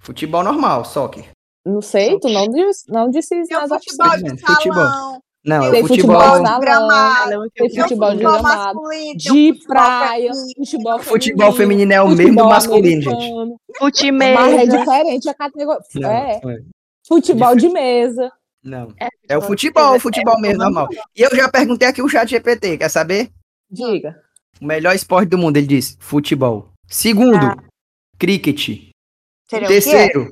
Speaker 2: Futebol normal, soccer.
Speaker 5: Não sei, tu não disse, não disse assim. isso
Speaker 4: Tem o
Speaker 5: nas
Speaker 4: futebol
Speaker 5: opções.
Speaker 2: opções,
Speaker 4: de
Speaker 2: né? Futebol.
Speaker 4: salão,
Speaker 2: Não, é
Speaker 4: Tem
Speaker 2: o futebol.
Speaker 5: futebol,
Speaker 2: Futebol,
Speaker 5: salão,
Speaker 4: gramado,
Speaker 3: Falando
Speaker 5: tem
Speaker 3: que eu
Speaker 4: tem o
Speaker 3: quero
Speaker 5: futebol de
Speaker 3: futebol.
Speaker 4: futebol
Speaker 5: gramado,
Speaker 4: masculino, tem o
Speaker 5: De
Speaker 4: futebol
Speaker 5: praia,
Speaker 4: feminino.
Speaker 5: futebol feminino.
Speaker 2: feminino é o mesmo do
Speaker 5: futebol
Speaker 2: masculino, gente.
Speaker 5: americano.
Speaker 3: Fute
Speaker 5: Mas é
Speaker 3: mesa.
Speaker 5: diferente a categoria.
Speaker 2: Não,
Speaker 5: É,
Speaker 2: não é.
Speaker 5: futebol de mesa.
Speaker 2: Não. É o futebol, o futebol mesmo, normal. E eu já perguntei aqui o chat GPT, quer saber?
Speaker 5: Diga.
Speaker 2: O melhor esporte do mundo, ele disse, futebol. Segundo,
Speaker 4: Ah.
Speaker 2: cricket.
Speaker 4: Seria o quê?
Speaker 2: Terceiro,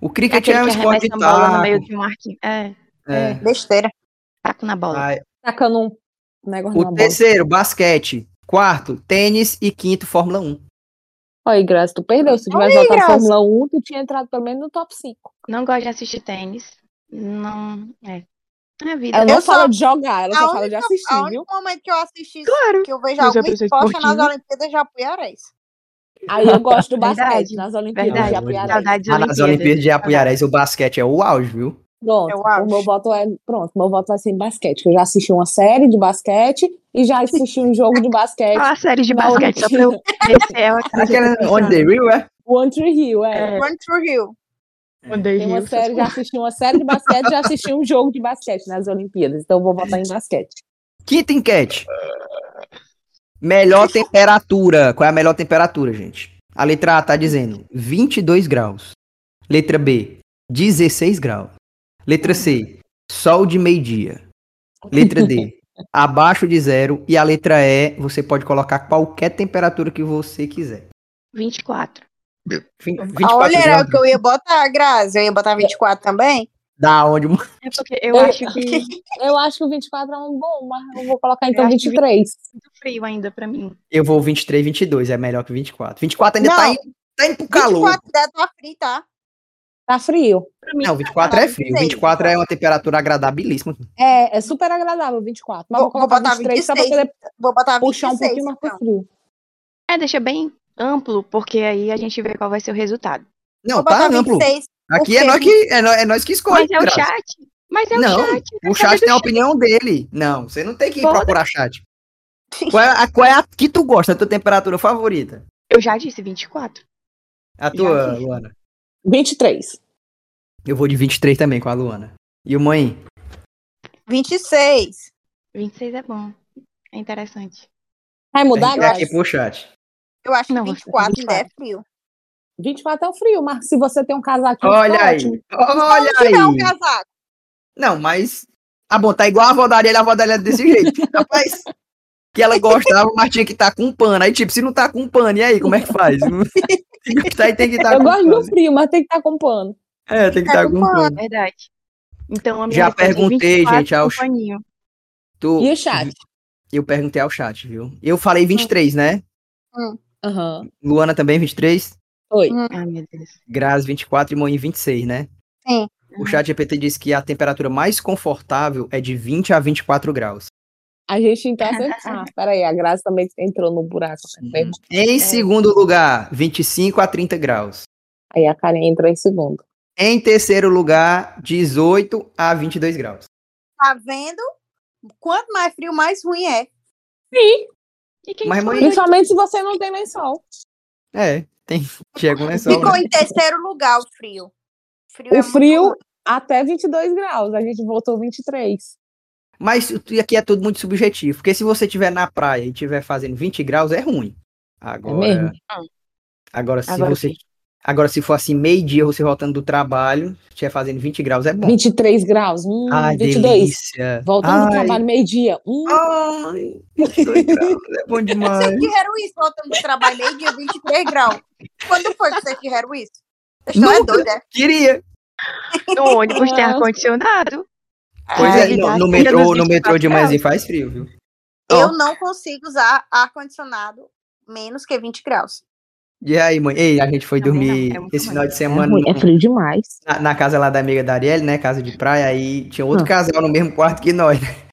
Speaker 2: o cricket
Speaker 3: Aquele
Speaker 2: é um
Speaker 3: que
Speaker 2: esporte
Speaker 3: arremessa
Speaker 2: de
Speaker 3: a bola no meio
Speaker 2: taco.
Speaker 3: de um arquinho. É,
Speaker 2: É.
Speaker 4: Besteira.
Speaker 3: taco na bola.
Speaker 2: Aí,
Speaker 5: Tacando um negócio na
Speaker 2: O
Speaker 5: bola.
Speaker 2: terceiro, basquete. Quarto, tênis. E quinto, Fórmula 1.
Speaker 5: Olha, aí, Graça, tu perdeu. Se tu
Speaker 4: Olha
Speaker 5: tivesse
Speaker 4: aí,
Speaker 5: voltado à
Speaker 4: Graça.
Speaker 5: Fórmula 1, tu tinha entrado pelo menos no top 5.
Speaker 3: Não gosto de assistir tênis. Não. É. A vida.
Speaker 5: Ela não
Speaker 4: Eu só-
Speaker 5: fala de jogar, ela
Speaker 4: A
Speaker 5: só fala de
Speaker 4: única-
Speaker 5: assistir,
Speaker 4: a
Speaker 5: viu?
Speaker 4: único momento que eu assisti,
Speaker 3: Claro.
Speaker 4: que eu vejo
Speaker 3: Mas é
Speaker 4: algum
Speaker 3: preciso
Speaker 4: esporte é nas
Speaker 3: esportivo.
Speaker 4: Olimpíadas Japuiarense.
Speaker 5: Aí eu gosto do basquete,
Speaker 3: Verdade,
Speaker 5: nas Olimpíadas
Speaker 3: verdade.
Speaker 5: de Apiaré.
Speaker 3: Saudades de
Speaker 2: Ah, nas Olimpíadas de Apuiarés, o basquete é o auge, viu?
Speaker 5: Pronto,
Speaker 4: Eu acho.
Speaker 5: o meu voto é, pronto, meu voto vai ser em basquete, que eu já assisti uma série de basquete e já assisti um jogo de basquete.
Speaker 3: Fala a série de
Speaker 5: na
Speaker 3: basquete, só pra eu é
Speaker 5: Olimpíada.
Speaker 3: descer ela.
Speaker 2: Aquela On The Real, é?
Speaker 5: One Tree Hill, é.
Speaker 3: É,
Speaker 4: Run through Hill.
Speaker 5: Tem uma série, já assisti uma série de basquete, já assisti um jogo de basquete nas Olimpíadas, então eu vou votar em basquete.
Speaker 2: Quinta enquete. Melhor temperatura. Qual é a melhor temperatura, gente? A letra A tá dizendo 22 graus. Letra B, 16 graus. Letra C, sol de meio-dia. Letra D, abaixo de zero. E a letra E, você pode colocar qualquer temperatura que você quiser.
Speaker 3: 24.
Speaker 2: Vin-
Speaker 4: Ah,
Speaker 2: 24
Speaker 4: Olha, era o
Speaker 2: graus
Speaker 4: que eu ia botar, Grazi. Eu ia botar 24 também.
Speaker 2: da onde? mano?
Speaker 3: É porque eu
Speaker 5: Eu-
Speaker 3: acho que é muito
Speaker 5: Eu acho que o 24 é um bom, mas eu vou colocar então
Speaker 3: Eu acho que
Speaker 5: 23.
Speaker 3: é frio ainda pra mim.
Speaker 2: Eu vou 23, 22, é melhor que 24. 24 ainda
Speaker 4: Não.
Speaker 2: tá indo, tá indo pro calor.
Speaker 4: 24 deve tá frio, tá?
Speaker 5: Tá frio.
Speaker 3: Pra mim,
Speaker 2: Não, 24 é frio.
Speaker 4: 26,
Speaker 2: 24 é uma temperatura agradabilíssima.
Speaker 5: É, é super agradável 24, mas
Speaker 4: Vou-
Speaker 5: vou, colocar
Speaker 4: vou botar
Speaker 5: 23 só pra
Speaker 4: 26,
Speaker 5: poder
Speaker 4: Vou botar 26,
Speaker 5: puxar um pouquinho mais pro
Speaker 4: então.
Speaker 5: frio.
Speaker 3: É, deixa bem amplo, porque aí a gente vê qual vai ser o resultado.
Speaker 2: Não,
Speaker 4: Vou
Speaker 2: tá
Speaker 4: botar
Speaker 2: amplo.
Speaker 4: 26.
Speaker 2: Aqui é
Speaker 4: quê?
Speaker 2: nós, que, é, nós, é nós que escolhe.
Speaker 3: Mas é o
Speaker 2: Grazi.
Speaker 3: chat. Mas é o
Speaker 2: Não,
Speaker 3: chat.
Speaker 2: O
Speaker 3: vai
Speaker 2: chat
Speaker 3: saber
Speaker 2: tem a
Speaker 3: do
Speaker 2: opinião dele. Não, você não tem que
Speaker 3: Foda-se.
Speaker 2: procurar chat. Qual é, a, qual é a que tu gosta, a tua temperatura favorita?
Speaker 3: Eu já disse 24.
Speaker 2: A tua,
Speaker 3: disse.
Speaker 2: Luana.
Speaker 5: 23.
Speaker 2: Eu vou de 23 também com a Luana. E o mãe?
Speaker 4: 26.
Speaker 3: 26 é bom. É interessante.
Speaker 5: Vai mudar,
Speaker 2: é,
Speaker 5: Grazi?
Speaker 2: aqui pro chat.
Speaker 4: Eu acho que
Speaker 3: Não,
Speaker 4: 24 ainda
Speaker 3: 24.
Speaker 4: é frio.
Speaker 5: 24 é o frio, mas se você tem um casaquinho,
Speaker 2: Olha
Speaker 5: tá
Speaker 2: aí.
Speaker 5: ótimo.
Speaker 2: Olha
Speaker 4: Vamos tirar um
Speaker 2: aí.
Speaker 4: casaco.
Speaker 2: Não, mas. Ah, bom, tá igual a avó da Ariel, a avó da Ariel é desse jeito. Rapaz, que ela gostava, mas tinha que estar com pano. Aí, tipo, se não tá com pano, e aí, como é que faz? Se gostar, aí tem que estar tá
Speaker 5: Eu
Speaker 2: com
Speaker 5: gosto
Speaker 2: pano.
Speaker 5: do Tá frio, mas tem que estar com pano.
Speaker 2: É, tem que estar com pano.
Speaker 3: Verdade. Então, a minha
Speaker 2: Já
Speaker 3: resposta é
Speaker 2: perguntei,
Speaker 3: 24
Speaker 2: gente, ao
Speaker 3: com paninho.
Speaker 2: Tu-
Speaker 5: E o chat?
Speaker 2: Eu perguntei ao chat, viu? Eu falei 23, né?
Speaker 5: Aham.
Speaker 2: Luana também 23,
Speaker 5: Oi.
Speaker 3: Ai, meu Deus.
Speaker 2: Grazi 24 e Moinho 26, né?
Speaker 4: Sim.
Speaker 2: O chat GPT disse que a temperatura mais confortável é de 20 a 24 graus.
Speaker 5: A gente então acertou. Ah, peraí, a Graça também entrou no buraco. né? Foi-
Speaker 2: Em segundo lugar, 25 a 30 graus.
Speaker 5: Aí a Karen entrou em segundo.
Speaker 2: Em terceiro lugar, 18 a 22 graus.
Speaker 4: Tá vendo? Quanto mais frio, mais ruim é.
Speaker 3: E quem
Speaker 2: Mas,
Speaker 3: escolhe?
Speaker 2: mãe-
Speaker 5: Principalmente se você não tem lençol.
Speaker 2: É, tem chega um lençol.
Speaker 4: Ficou
Speaker 2: Né?
Speaker 4: em terceiro lugar o frio. frio é
Speaker 5: O
Speaker 4: muito
Speaker 5: frio
Speaker 4: ruim.
Speaker 5: até 22 graus. A gente voltou 23.
Speaker 2: Mas tu- aqui é tudo muito subjetivo, porque se você estiver na praia e estiver fazendo 20 graus, é ruim. Agora,
Speaker 5: É mesmo?
Speaker 2: agora se
Speaker 3: Agora
Speaker 2: você
Speaker 3: sim.
Speaker 2: Agora, se for assim, meio-dia, você voltando do trabalho, estiver fazendo 20 graus, é bom.
Speaker 5: 23 graus. Hum,
Speaker 2: Ai,
Speaker 5: 22.
Speaker 2: delícia.
Speaker 5: Voltando do
Speaker 2: Ai,
Speaker 5: trabalho meio-dia. Hum,
Speaker 2: Ai, 22 graus, é bom demais.
Speaker 4: Vocês tiveram isso voltando do trabalho meio-dia, 23 graus. Quando foi que vocês tiveram isso? Vocês estão é
Speaker 2: Nunca.
Speaker 4: doidos, é?
Speaker 2: Queria.
Speaker 3: No ônibus tem
Speaker 5: Nossa.
Speaker 3: ar-condicionado.
Speaker 2: Pois
Speaker 3: Ai,
Speaker 2: é, no, no
Speaker 3: graças a
Speaker 2: metrô,
Speaker 3: Deus,
Speaker 2: no
Speaker 3: 24
Speaker 2: metrô de
Speaker 3: graus.
Speaker 2: manhãzinho faz frio, viu?
Speaker 4: Eu não consigo usar ar-condicionado menos que 20 graus.
Speaker 2: E aí, mãe? Ei, a gente foi
Speaker 3: Também não,
Speaker 2: dormir
Speaker 3: é muito
Speaker 2: esse final de
Speaker 5: é,
Speaker 2: semana
Speaker 5: ruim, é
Speaker 2: no-
Speaker 5: frio demais.
Speaker 2: na, na casa lá da amiga da Arielle, né? Casa de praia, aí tinha outro
Speaker 5: Ah.
Speaker 2: casal no mesmo quarto que nós, né?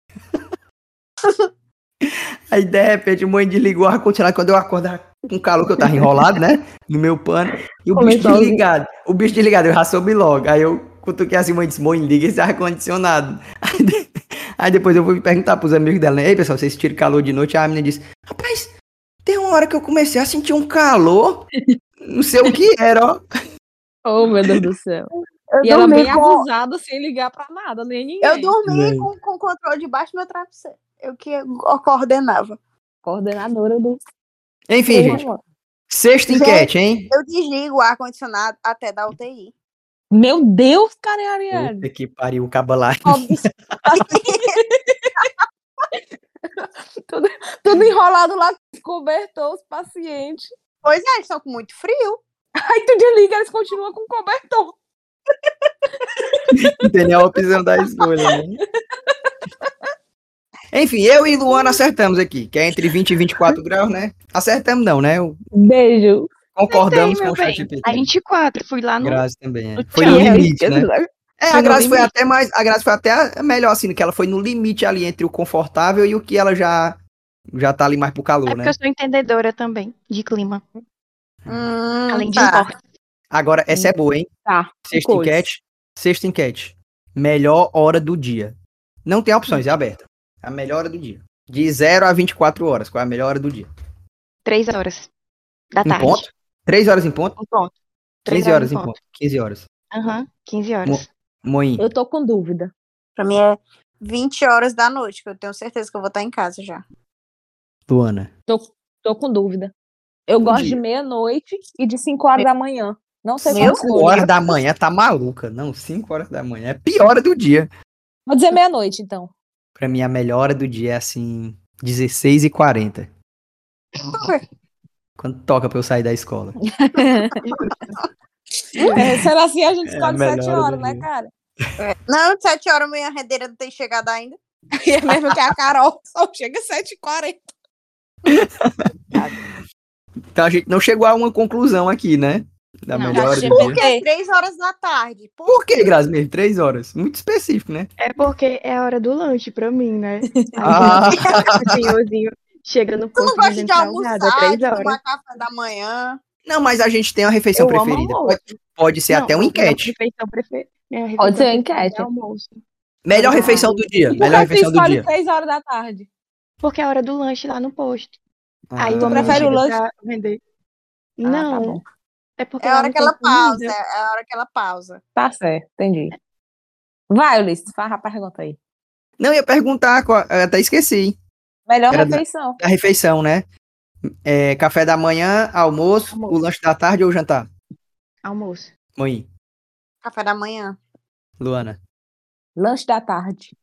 Speaker 2: Aí, de repente, a mãe desligou o ar-condicionado. Quando eu acordar com calor, que eu tava enrolado, né? No meu pano. E o bicho
Speaker 5: Começou a-
Speaker 2: desligado. O bicho desligado, eu já soube logo. Aí eu cutuquei assim, mãe disse, mãe, liga esse ar-condicionado. Aí, de- aí depois eu fui perguntar pros amigos dela, né? Ei, pessoal, vocês tiram calor de noite? Aí a menina disse, rapaz, tem uma hora que eu comecei a sentir um calor. Não sei o que era, ó.
Speaker 5: Oh, meu Deus do céu.
Speaker 4: Eu
Speaker 5: E ela
Speaker 4: dormi
Speaker 5: bem
Speaker 4: com-
Speaker 5: abusada sem ligar pra nada, nem ninguém.
Speaker 4: Eu dormi
Speaker 2: Gente.
Speaker 4: com, com o controle debaixo do meu travesseiro. Eu que o coordenava.
Speaker 5: Coordenadora do.
Speaker 2: Enfim, gente. Sexta
Speaker 4: Gente.
Speaker 2: enquete, hein?
Speaker 4: Eu desligo o ar-condicionado até da UTI.
Speaker 5: Meu Deus, Karen Ariane.
Speaker 2: Puta que pariu, cabalá.
Speaker 5: Tudo enrolado lá, cobertor, os pacientes.
Speaker 4: Pois é, eles estão com muito frio.
Speaker 5: Aí tu desliga, eles continuam com cobertor.
Speaker 2: Não tem nem a opção da escolha, né? Enfim, eu e Luana acertamos aqui, que é entre 20 e 24 graus, né? Acertamos não, né? Eu-
Speaker 5: Beijo.
Speaker 2: Concordamos
Speaker 3: Acertei,
Speaker 2: com
Speaker 3: meu
Speaker 2: o
Speaker 3: bem.
Speaker 2: chat
Speaker 3: A gente quatro, fui lá no.
Speaker 2: Grazi também, é.
Speaker 3: no
Speaker 2: Foi
Speaker 3: tchau.
Speaker 2: no
Speaker 3: É,
Speaker 2: limite, né? É,
Speaker 5: Foi
Speaker 2: a
Speaker 5: no
Speaker 2: Grazi foi
Speaker 5: limite.
Speaker 2: até mais, a Grazi foi até a- melhor, assim, que ela foi no limite ali entre o confortável e o que ela já já tá ali mais pro
Speaker 3: É
Speaker 2: calor,
Speaker 3: porque
Speaker 2: né?
Speaker 3: eu sou entendedora também de clima.
Speaker 4: Hum,
Speaker 3: Além de
Speaker 4: tá.
Speaker 3: esporte.
Speaker 2: Agora, essa é boa, hein?
Speaker 5: Tá.
Speaker 2: Sexta
Speaker 5: coisa.
Speaker 2: enquete. Sexta enquete. Melhor hora do dia. Não tem opções, é aberta. A melhor hora do dia. De 0 a 24 horas, qual é a melhor hora do dia?
Speaker 3: Três horas da
Speaker 2: Em
Speaker 3: tarde.
Speaker 2: Um ponto? 3 horas em ponto?
Speaker 3: Um ponto. Três
Speaker 2: 13 horas em
Speaker 3: ponto.
Speaker 2: ponto. 15 horas.
Speaker 3: Aham, 15 horas.
Speaker 2: Moinho.
Speaker 5: Eu tô com dúvida.
Speaker 4: Pra mim é 20 horas da noite, que eu tenho certeza que eu vou estar em casa já.
Speaker 2: Luana.
Speaker 5: Tô com dúvida. Eu
Speaker 2: Entendi.
Speaker 5: gosto de meia-noite e de 5 horas da manhã. Não sei
Speaker 4: Meu
Speaker 5: qual
Speaker 4: Deus.
Speaker 2: 5 horas da manhã, tá maluca? Não, 5 horas da manhã. É a pior hora do dia.
Speaker 5: Vou dizer meia-noite, então.
Speaker 2: Pra mim, a melhor hora do dia é assim, 16 e 40 Quando toca pra eu sair da escola.
Speaker 5: É, será assim a gente
Speaker 2: É,
Speaker 5: escolhe
Speaker 2: melhor
Speaker 5: 7
Speaker 2: hora do
Speaker 5: horas, né,
Speaker 2: dia.
Speaker 5: cara?
Speaker 4: Não, 7 horas minha rendeira não tem chegado ainda.
Speaker 5: E é mesmo que a Carol só chega às 7h40.
Speaker 2: Então a gente não chegou a uma conclusão aqui, né? Da
Speaker 3: Não.
Speaker 2: melhor hora do
Speaker 5: Por
Speaker 2: dia.
Speaker 4: Porque
Speaker 5: quê?
Speaker 4: é 3 horas da tarde. Por
Speaker 2: Por que, Grazi mesmo? Três horas. Muito específico, né?
Speaker 3: É porque é a hora do lanche pra mim, né?
Speaker 2: Ah.
Speaker 3: Aí o senhorzinho chega no
Speaker 4: Tu
Speaker 3: ponto
Speaker 4: não gosta de
Speaker 3: dizendo, "Salgado, é
Speaker 4: almoçar,
Speaker 3: três
Speaker 4: de
Speaker 3: horas.
Speaker 4: tomar café da manhã.
Speaker 2: Não, mas a gente tem uma refeição
Speaker 3: Eu amo
Speaker 2: preferida.
Speaker 3: almoço.
Speaker 2: Pode, pode ser
Speaker 3: Não,
Speaker 2: é até uma
Speaker 3: minha
Speaker 2: enquete.
Speaker 3: refeição prefe- minha refeição
Speaker 5: Pode ser uma
Speaker 3: preferida é
Speaker 5: enquete.
Speaker 3: almoço.
Speaker 2: Melhor
Speaker 3: Ah.
Speaker 2: refeição do dia.
Speaker 5: E por
Speaker 2: Melhor
Speaker 5: que tu
Speaker 2: refeição do
Speaker 5: escolhe
Speaker 2: dia.
Speaker 5: 3 horas da tarde?
Speaker 3: Porque é a hora do lanche lá no posto. Aí
Speaker 2: Ah,
Speaker 3: o homem
Speaker 5: prefere
Speaker 3: chega
Speaker 5: o lanche?
Speaker 3: pra vender.
Speaker 5: tá
Speaker 3: Não,
Speaker 5: bom.
Speaker 3: é porque
Speaker 4: Ah, É a
Speaker 3: lá
Speaker 4: hora
Speaker 3: não
Speaker 4: que ela
Speaker 3: tem comida.
Speaker 4: pausa. É a hora que ela pausa.
Speaker 5: Tá certo, entendi. Vai, Ulisses, faz a pergunta aí.
Speaker 2: Não, eu ia perguntar, qual- eu até esqueci.
Speaker 5: Melhor
Speaker 2: Era da-
Speaker 5: refeição.
Speaker 2: A refeição, né? É, café da manhã, almoço,
Speaker 3: Almoço.
Speaker 2: o lanche da tarde ou jantar?
Speaker 3: Almoço.
Speaker 2: Mãe,
Speaker 4: Café da manhã.
Speaker 2: Luana.
Speaker 5: Lanche da tarde.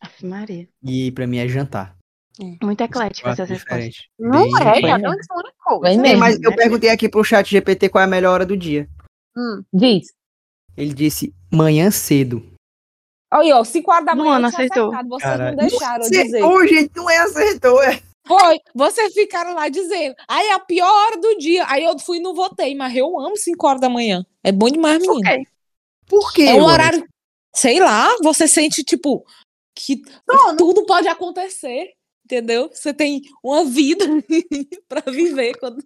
Speaker 3: Aff, Maria.
Speaker 2: E pra mim é jantar.
Speaker 3: Muito eclético
Speaker 2: Quatro
Speaker 3: essas respostas.
Speaker 2: diferentes.
Speaker 4: Não
Speaker 2: Bem
Speaker 4: é,
Speaker 2: diferente.
Speaker 4: cada um diz uma coisa.
Speaker 5: Bem
Speaker 2: Bem,
Speaker 5: mesmo,
Speaker 2: mas eu
Speaker 3: né?
Speaker 2: perguntei aqui pro chat GPT qual é a melhor hora do dia.
Speaker 4: Hum.
Speaker 5: Diz.
Speaker 2: Ele disse manhã cedo.
Speaker 5: Aí, ó, 5 horas da
Speaker 3: Não,
Speaker 5: manhã eu
Speaker 3: não
Speaker 5: tinha
Speaker 3: aceitou.
Speaker 5: acertado, vocês
Speaker 2: Caralho.
Speaker 5: não deixaram eu dizer.
Speaker 2: Acertou, gente, não é acertou. É.
Speaker 5: Foi, vocês ficaram lá dizendo. Aí é a pior hora do dia. Aí eu fui e não votei, mas eu amo 5 horas da manhã. É bom demais, menino.
Speaker 3: Ok.
Speaker 2: Por quê?
Speaker 5: É um
Speaker 2: Luana?
Speaker 5: horário, sei lá, você sente, tipo, que
Speaker 4: Sono.
Speaker 5: tudo pode acontecer, entendeu? Você tem uma vida pra viver quando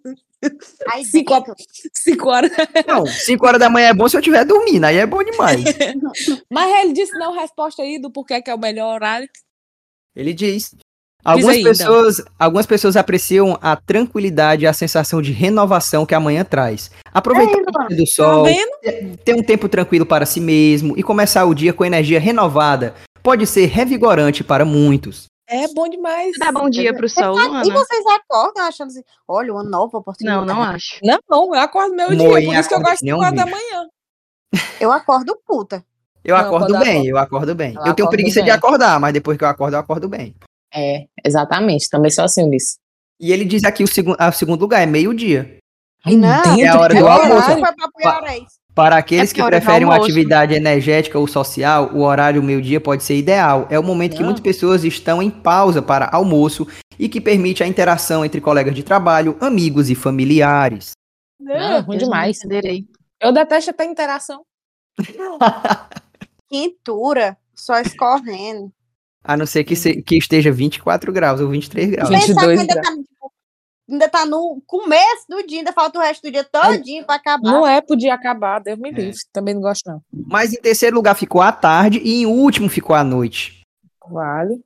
Speaker 4: Aí
Speaker 5: Cinco
Speaker 4: dentro.
Speaker 5: cinco horas.
Speaker 2: Não, 5 horas da manhã é bom se eu estiver dormindo, aí é bom demais.
Speaker 5: Mas ele disse não resposta aí do porquê que é o melhor horário.
Speaker 2: Ele diz. Algumas,
Speaker 5: aí, então.
Speaker 2: pessoas, algumas pessoas apreciam a tranquilidade e a sensação de renovação que a manhã traz. Aproveitar o dia do
Speaker 5: Tá
Speaker 2: sol,
Speaker 5: vendo?
Speaker 2: ter um tempo tranquilo para si mesmo e começar o dia com energia renovada pode ser revigorante para muitos.
Speaker 5: É bom demais.
Speaker 3: Você dá bom dia pro sol,
Speaker 4: E
Speaker 3: Luana?
Speaker 4: tá vocês acordam achando assim, olha, uma nova
Speaker 3: Não,
Speaker 4: oportunidade.
Speaker 3: não acho.
Speaker 5: Não, não, eu acordo meu dia, por
Speaker 2: Moinha
Speaker 5: isso que eu
Speaker 2: acorda
Speaker 5: gosto
Speaker 2: que nem um
Speaker 5: de quatro da
Speaker 2: bicho.
Speaker 5: manhã.
Speaker 4: Eu acordo puta.
Speaker 2: Eu
Speaker 5: Não,
Speaker 2: acordo
Speaker 5: quando eu
Speaker 2: bem, eu acordo bem.
Speaker 5: Eu
Speaker 2: Eu tenho
Speaker 5: acordo
Speaker 2: preguiça de
Speaker 5: bem.
Speaker 2: acordar, mas depois que eu acordo, eu acordo bem.
Speaker 5: É, exatamente, também sou assim, Ulisses.
Speaker 2: E ele diz aqui o, segun, ah, o segundo lugar é meio-dia.
Speaker 4: E
Speaker 5: Ah,
Speaker 4: não,
Speaker 2: É
Speaker 5: então
Speaker 2: a hora
Speaker 4: É
Speaker 2: do
Speaker 4: horário
Speaker 2: almoço.
Speaker 4: pra papiarés.
Speaker 2: Para aqueles
Speaker 3: É
Speaker 2: que
Speaker 3: porque a hora do
Speaker 2: preferem uma
Speaker 3: almoço.
Speaker 2: atividade energética ou social, o horário meio-dia pode ser ideal. É o momento que
Speaker 5: Ah.
Speaker 2: muitas pessoas estão em pausa para almoço e que permite a interação entre colegas de trabalho, amigos e familiares.
Speaker 5: É
Speaker 3: Deus me
Speaker 5: ruim demais.
Speaker 3: entenderei.
Speaker 5: Eu detesto até interação.
Speaker 4: Quintura, só escorrendo.
Speaker 2: A não ser que, se- que esteja 24 graus ou 23 graus.
Speaker 5: Gente.
Speaker 4: Pensar que
Speaker 5: 22
Speaker 4: ainda tá, tipo, ainda tá no começo do dia, ainda falta o resto do dia todinho pra acabar.
Speaker 5: Não é, podia acabar, Deus me
Speaker 2: É.
Speaker 5: livre. Também não gosto, não.
Speaker 2: Mas em terceiro lugar ficou a tarde e em último ficou a noite.
Speaker 5: Vale.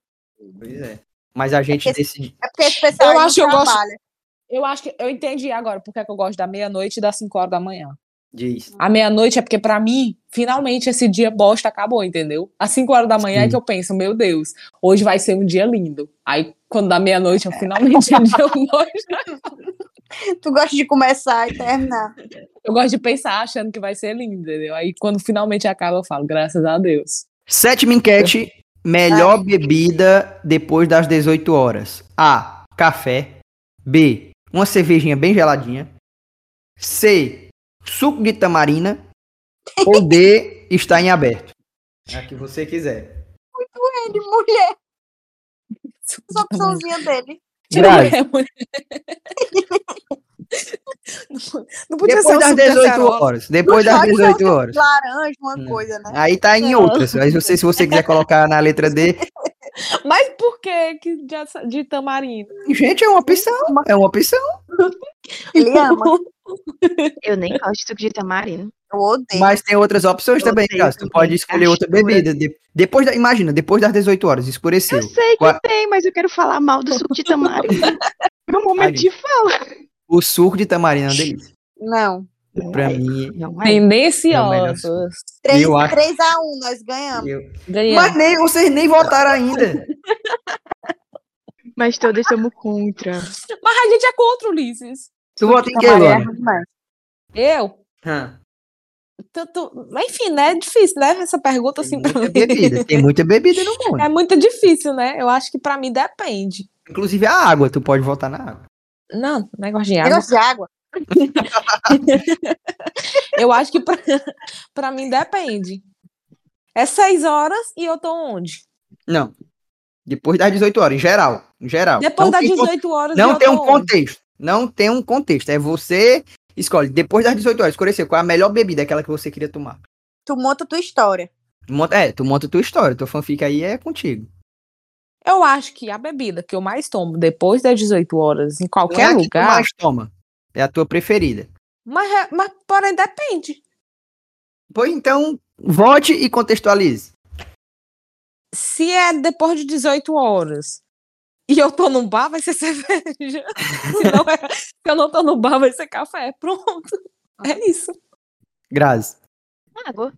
Speaker 2: Pois é. Mas a gente
Speaker 4: É que-
Speaker 2: decidiu.
Speaker 4: É porque esse pessoal
Speaker 5: Eu
Speaker 4: aí não
Speaker 5: acho que eu gosto-
Speaker 4: trabalha.
Speaker 5: Eu acho que eu entendi agora porque é que eu gosto da meia-noite e das 5 horas da manhã.
Speaker 2: Diz.
Speaker 5: A meia-noite é porque, pra mim, finalmente esse dia bosta acabou, entendeu? Às 5 horas da manhã é
Speaker 2: Sim.
Speaker 5: que eu penso, meu Deus, hoje vai ser um dia lindo. Aí, quando dá meia-noite, eu finalmente é um dia bosta.
Speaker 4: Tu gosta de começar e terminar.
Speaker 5: Eu gosto de pensar achando que vai ser lindo, entendeu? Aí, quando finalmente acaba, eu falo, graças a Deus.
Speaker 2: Sétima enquete: melhor bebida depois das 18 horas. A. Café. B. Uma cervejinha bem geladinha. C. Suco de tamarina. ou D. Está em aberto. É a que você quiser.
Speaker 4: É de mulher. Essa opçãozinha dele.
Speaker 2: Grave.
Speaker 6: Não podia
Speaker 2: Depois
Speaker 6: ser
Speaker 2: das
Speaker 6: um
Speaker 2: 18 horas. Depois
Speaker 4: Não
Speaker 2: das
Speaker 4: pode ser um
Speaker 2: 18 horas.
Speaker 4: Laranja, uma
Speaker 2: Não.
Speaker 4: coisa, né?
Speaker 2: Aí tá em
Speaker 5: Não.
Speaker 2: outras. Mas não sei se você quiser colocar na letra D.
Speaker 5: Mas por que que de, aça- de tamarindo?
Speaker 2: Gente, é uma opção. É uma opção.
Speaker 4: Ele ama.
Speaker 3: Eu nem gosto de suco de tamarindo.
Speaker 4: Eu odeio.
Speaker 2: Mas tem outras opções
Speaker 3: Eu
Speaker 2: também,
Speaker 3: odeio
Speaker 2: Cássio. Tu
Speaker 3: também
Speaker 2: pode escolher outra
Speaker 3: textura.
Speaker 2: bebida. De- Depois da... Imagina, depois das 18 horas, escureceu.
Speaker 3: Eu sei que
Speaker 2: Qua-
Speaker 3: tem, mas eu quero falar mal do suco de tamarindo. Meu É um momento de fala.
Speaker 2: O suco de tamarindo é uma delícia.
Speaker 4: Não.
Speaker 2: Pra mim,
Speaker 3: Não é.
Speaker 5: Tendenciosos.
Speaker 4: 3,
Speaker 2: Eu acho-
Speaker 4: a 1 nós ganhamos.
Speaker 2: eu-
Speaker 5: Ganhamos.
Speaker 2: Mas nem, vocês nem votaram ainda.
Speaker 3: Mas todas estamos contra.
Speaker 5: Mas a gente é contra, Ulisses.
Speaker 2: Tu vota em quem,
Speaker 4: Tamarindo é
Speaker 2: Luana?
Speaker 4: ruim demais.
Speaker 5: Eu?
Speaker 2: Hã,
Speaker 5: Tanto... Enfim, né? É difícil, né? Essa pergunta
Speaker 2: Tem
Speaker 5: assim
Speaker 2: É muita
Speaker 5: pra mim.
Speaker 2: bebida, tem muita bebida no mundo.
Speaker 5: É muito difícil, né? Eu acho que pra mim depende.
Speaker 2: Inclusive a água, tu pode votar na água.
Speaker 5: Não, negócio de água.
Speaker 4: Negócio de água.
Speaker 5: Eu acho que pra, pra mim depende. É seis horas e eu tô onde?
Speaker 2: Não. Depois das 18 horas, em geral. Em geral.
Speaker 5: Depois
Speaker 2: Não
Speaker 5: das
Speaker 2: tem con-
Speaker 5: 18 horas e
Speaker 2: Não
Speaker 5: eu
Speaker 2: tem
Speaker 5: tô
Speaker 2: um
Speaker 5: onde?
Speaker 2: contexto. Não tem um contexto. É você escolhe. Depois das 18 horas, escureceu qual é a melhor bebida, aquela que você queria tomar.
Speaker 4: Tu monta a tua história.
Speaker 2: Monta- É, tu monta tua história. Tua fanfic aí é contigo.
Speaker 5: Eu acho que a bebida que eu mais tomo depois das 18 horas, em
Speaker 2: Não é
Speaker 5: qualquer
Speaker 2: a que tu
Speaker 5: lugar,
Speaker 2: mais toma. É a tua preferida.
Speaker 5: mas, é- mas porém depende.
Speaker 2: Pois então, vote e contextualize.
Speaker 5: Se é depois de 18 horas e eu tô num bar, vai ser cerveja. se, não é- se eu não tô no bar, vai ser café. Pronto. É isso.
Speaker 2: Grazi.
Speaker 3: Água.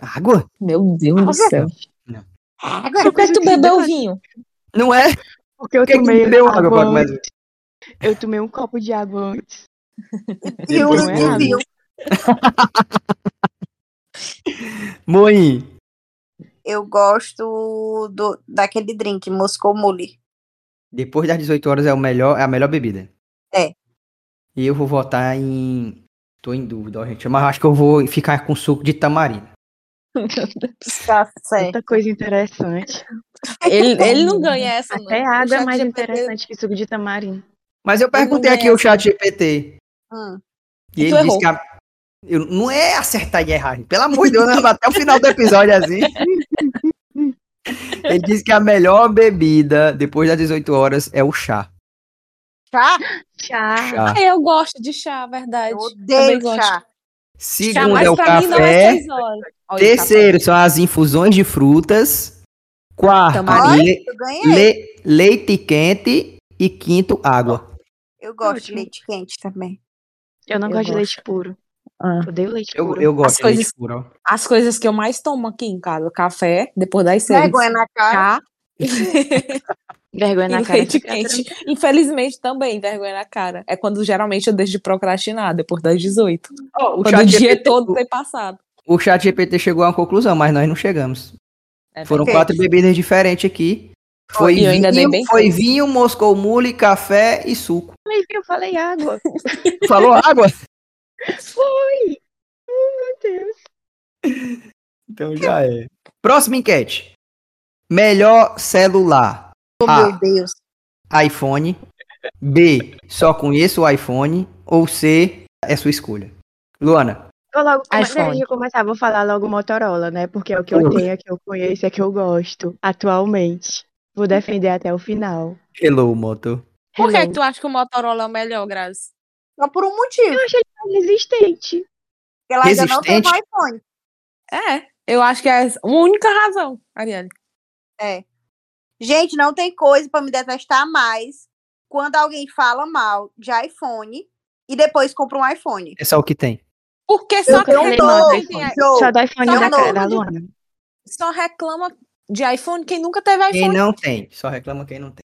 Speaker 2: Água?
Speaker 5: Meu Deus do céu.
Speaker 3: É,
Speaker 4: Água.
Speaker 5: Por que tu bebeu vinho?
Speaker 2: Não é?
Speaker 3: Porque eu
Speaker 2: Por que que
Speaker 5: né?
Speaker 3: tomei
Speaker 2: bebeu água,
Speaker 3: água.
Speaker 2: Bob Marley?
Speaker 3: antes. Eu tomei um copo de água antes.
Speaker 4: E o
Speaker 3: Depois não é água.
Speaker 4: Luke viu.
Speaker 2: Moinho.
Speaker 4: Eu gosto do, daquele drink, Moscou Mule.
Speaker 2: Depois das 18 horas é, o melhor, é a melhor bebida.
Speaker 4: É.
Speaker 2: E eu vou votar em. Tô em dúvida, ó, gente. Mas acho que eu vou ficar com suco de tamarindo.
Speaker 4: Tá certo.
Speaker 3: Outra coisa interessante.
Speaker 5: Ele, ele não ganha essa, né? não.
Speaker 3: Então, Até
Speaker 5: O
Speaker 3: água é mais
Speaker 5: ChatGPT
Speaker 3: interessante que suco de tamarindo.
Speaker 2: Mas eu perguntei
Speaker 5: ganha
Speaker 2: aqui ao chat GPT.
Speaker 4: Hum.
Speaker 2: E
Speaker 5: E
Speaker 2: ele
Speaker 5: tu
Speaker 2: disse
Speaker 5: errou.
Speaker 2: que a- eu, não é acertar e errar. gente. Pelo amor de Deus, nós vamos até o final do episódio assim. Ele disse que a melhor bebida depois das 18 horas é o chá.
Speaker 4: Chá?
Speaker 3: Chá.
Speaker 2: Chá.
Speaker 5: Ah, Eu gosto de chá, verdade.
Speaker 4: Eu
Speaker 5: Também
Speaker 4: odeio
Speaker 5: gosto.
Speaker 4: chá.
Speaker 5: Chá,
Speaker 2: Segundo
Speaker 5: mas
Speaker 2: é o
Speaker 5: pra mim não é
Speaker 2: café.
Speaker 5: seis horas. Olha, tá
Speaker 2: Terceiro são as infusões de frutas. Quarto,
Speaker 5: Tamarindo.
Speaker 2: le-
Speaker 4: Eu ganhei.
Speaker 2: le- leite quente. E quinto, água.
Speaker 4: Eu gosto de
Speaker 3: Ótimo.
Speaker 4: leite quente também.
Speaker 3: Eu não
Speaker 5: Eu
Speaker 3: gosto de
Speaker 5: gosto.
Speaker 3: leite puro.
Speaker 5: Ah.
Speaker 3: Odeio leite
Speaker 2: Eu,
Speaker 3: puro.
Speaker 2: eu gosto de leite
Speaker 5: coisas-
Speaker 2: puro, ó.
Speaker 5: café. As coisas que eu mais tomo aqui em casa, café, depois das seis,
Speaker 4: Vergonha na cara.
Speaker 5: chá
Speaker 3: Vergonha
Speaker 5: e
Speaker 3: na cara.
Speaker 5: leite
Speaker 3: essa piada
Speaker 5: quente. Infelizmente também, vergonha na cara. É quando geralmente eu deixo de procrastinar, depois das 18.
Speaker 2: Ó, o
Speaker 5: quando o
Speaker 2: chat
Speaker 5: dia
Speaker 2: GPT
Speaker 5: todo tem passado.
Speaker 2: O chat GPT chegou a uma conclusão, mas nós não chegamos.
Speaker 5: É
Speaker 2: Foram
Speaker 4: verdade.
Speaker 2: quatro bebidas diferentes aqui. Foi,
Speaker 5: E eu ainda dei
Speaker 2: vinho,
Speaker 5: bem
Speaker 2: foi
Speaker 5: pouco.
Speaker 2: vinho, Moscou Mule, café e suco.
Speaker 3: Eu falei, É eu falei água.
Speaker 2: Tu Falou água?
Speaker 3: Foi! Oh, meu Deus.
Speaker 2: Então já é. Próxima enquete. Melhor celular.
Speaker 4: Oh,
Speaker 2: A.
Speaker 4: meu Deus.
Speaker 2: iPhone. B. Só conheço o iPhone. Ou C. É sua escolha. Luana.
Speaker 3: Vou logo começar.
Speaker 5: iPhone.
Speaker 3: Deixa eu começar, vou falar logo Motorola, né? Porque é o que eu
Speaker 2: Ui.
Speaker 3: tenho, é que eu conheço, é que eu gosto atualmente. Vou defender até o final.
Speaker 2: Hello, Moto.
Speaker 5: Por que,
Speaker 3: Hello.
Speaker 5: que tu acha que o Motorola é o melhor, Grazi?
Speaker 4: Só por um motivo.
Speaker 3: Eu achei ele mais resistente.
Speaker 4: Porque ela ainda não tem um
Speaker 2: Resistente?
Speaker 4: iPhone.
Speaker 5: É, eu acho que é a única razão, Ariane.
Speaker 4: É. Gente, não tem coisa pra me detestar mais quando alguém fala mal de iPhone e depois compra um iPhone.
Speaker 2: É só o que tem.
Speaker 5: Porque só,
Speaker 4: tenho
Speaker 5: reclama
Speaker 4: dois
Speaker 5: quem
Speaker 3: É,
Speaker 5: tem-
Speaker 4: Joe,
Speaker 3: Só do iPhone
Speaker 4: Oh, Só
Speaker 3: da
Speaker 4: não.
Speaker 3: cara da Luana.
Speaker 5: só reclama de iPhone quem nunca teve
Speaker 3: É
Speaker 5: iPhone.
Speaker 2: Quem não tem. Só reclama quem não tem.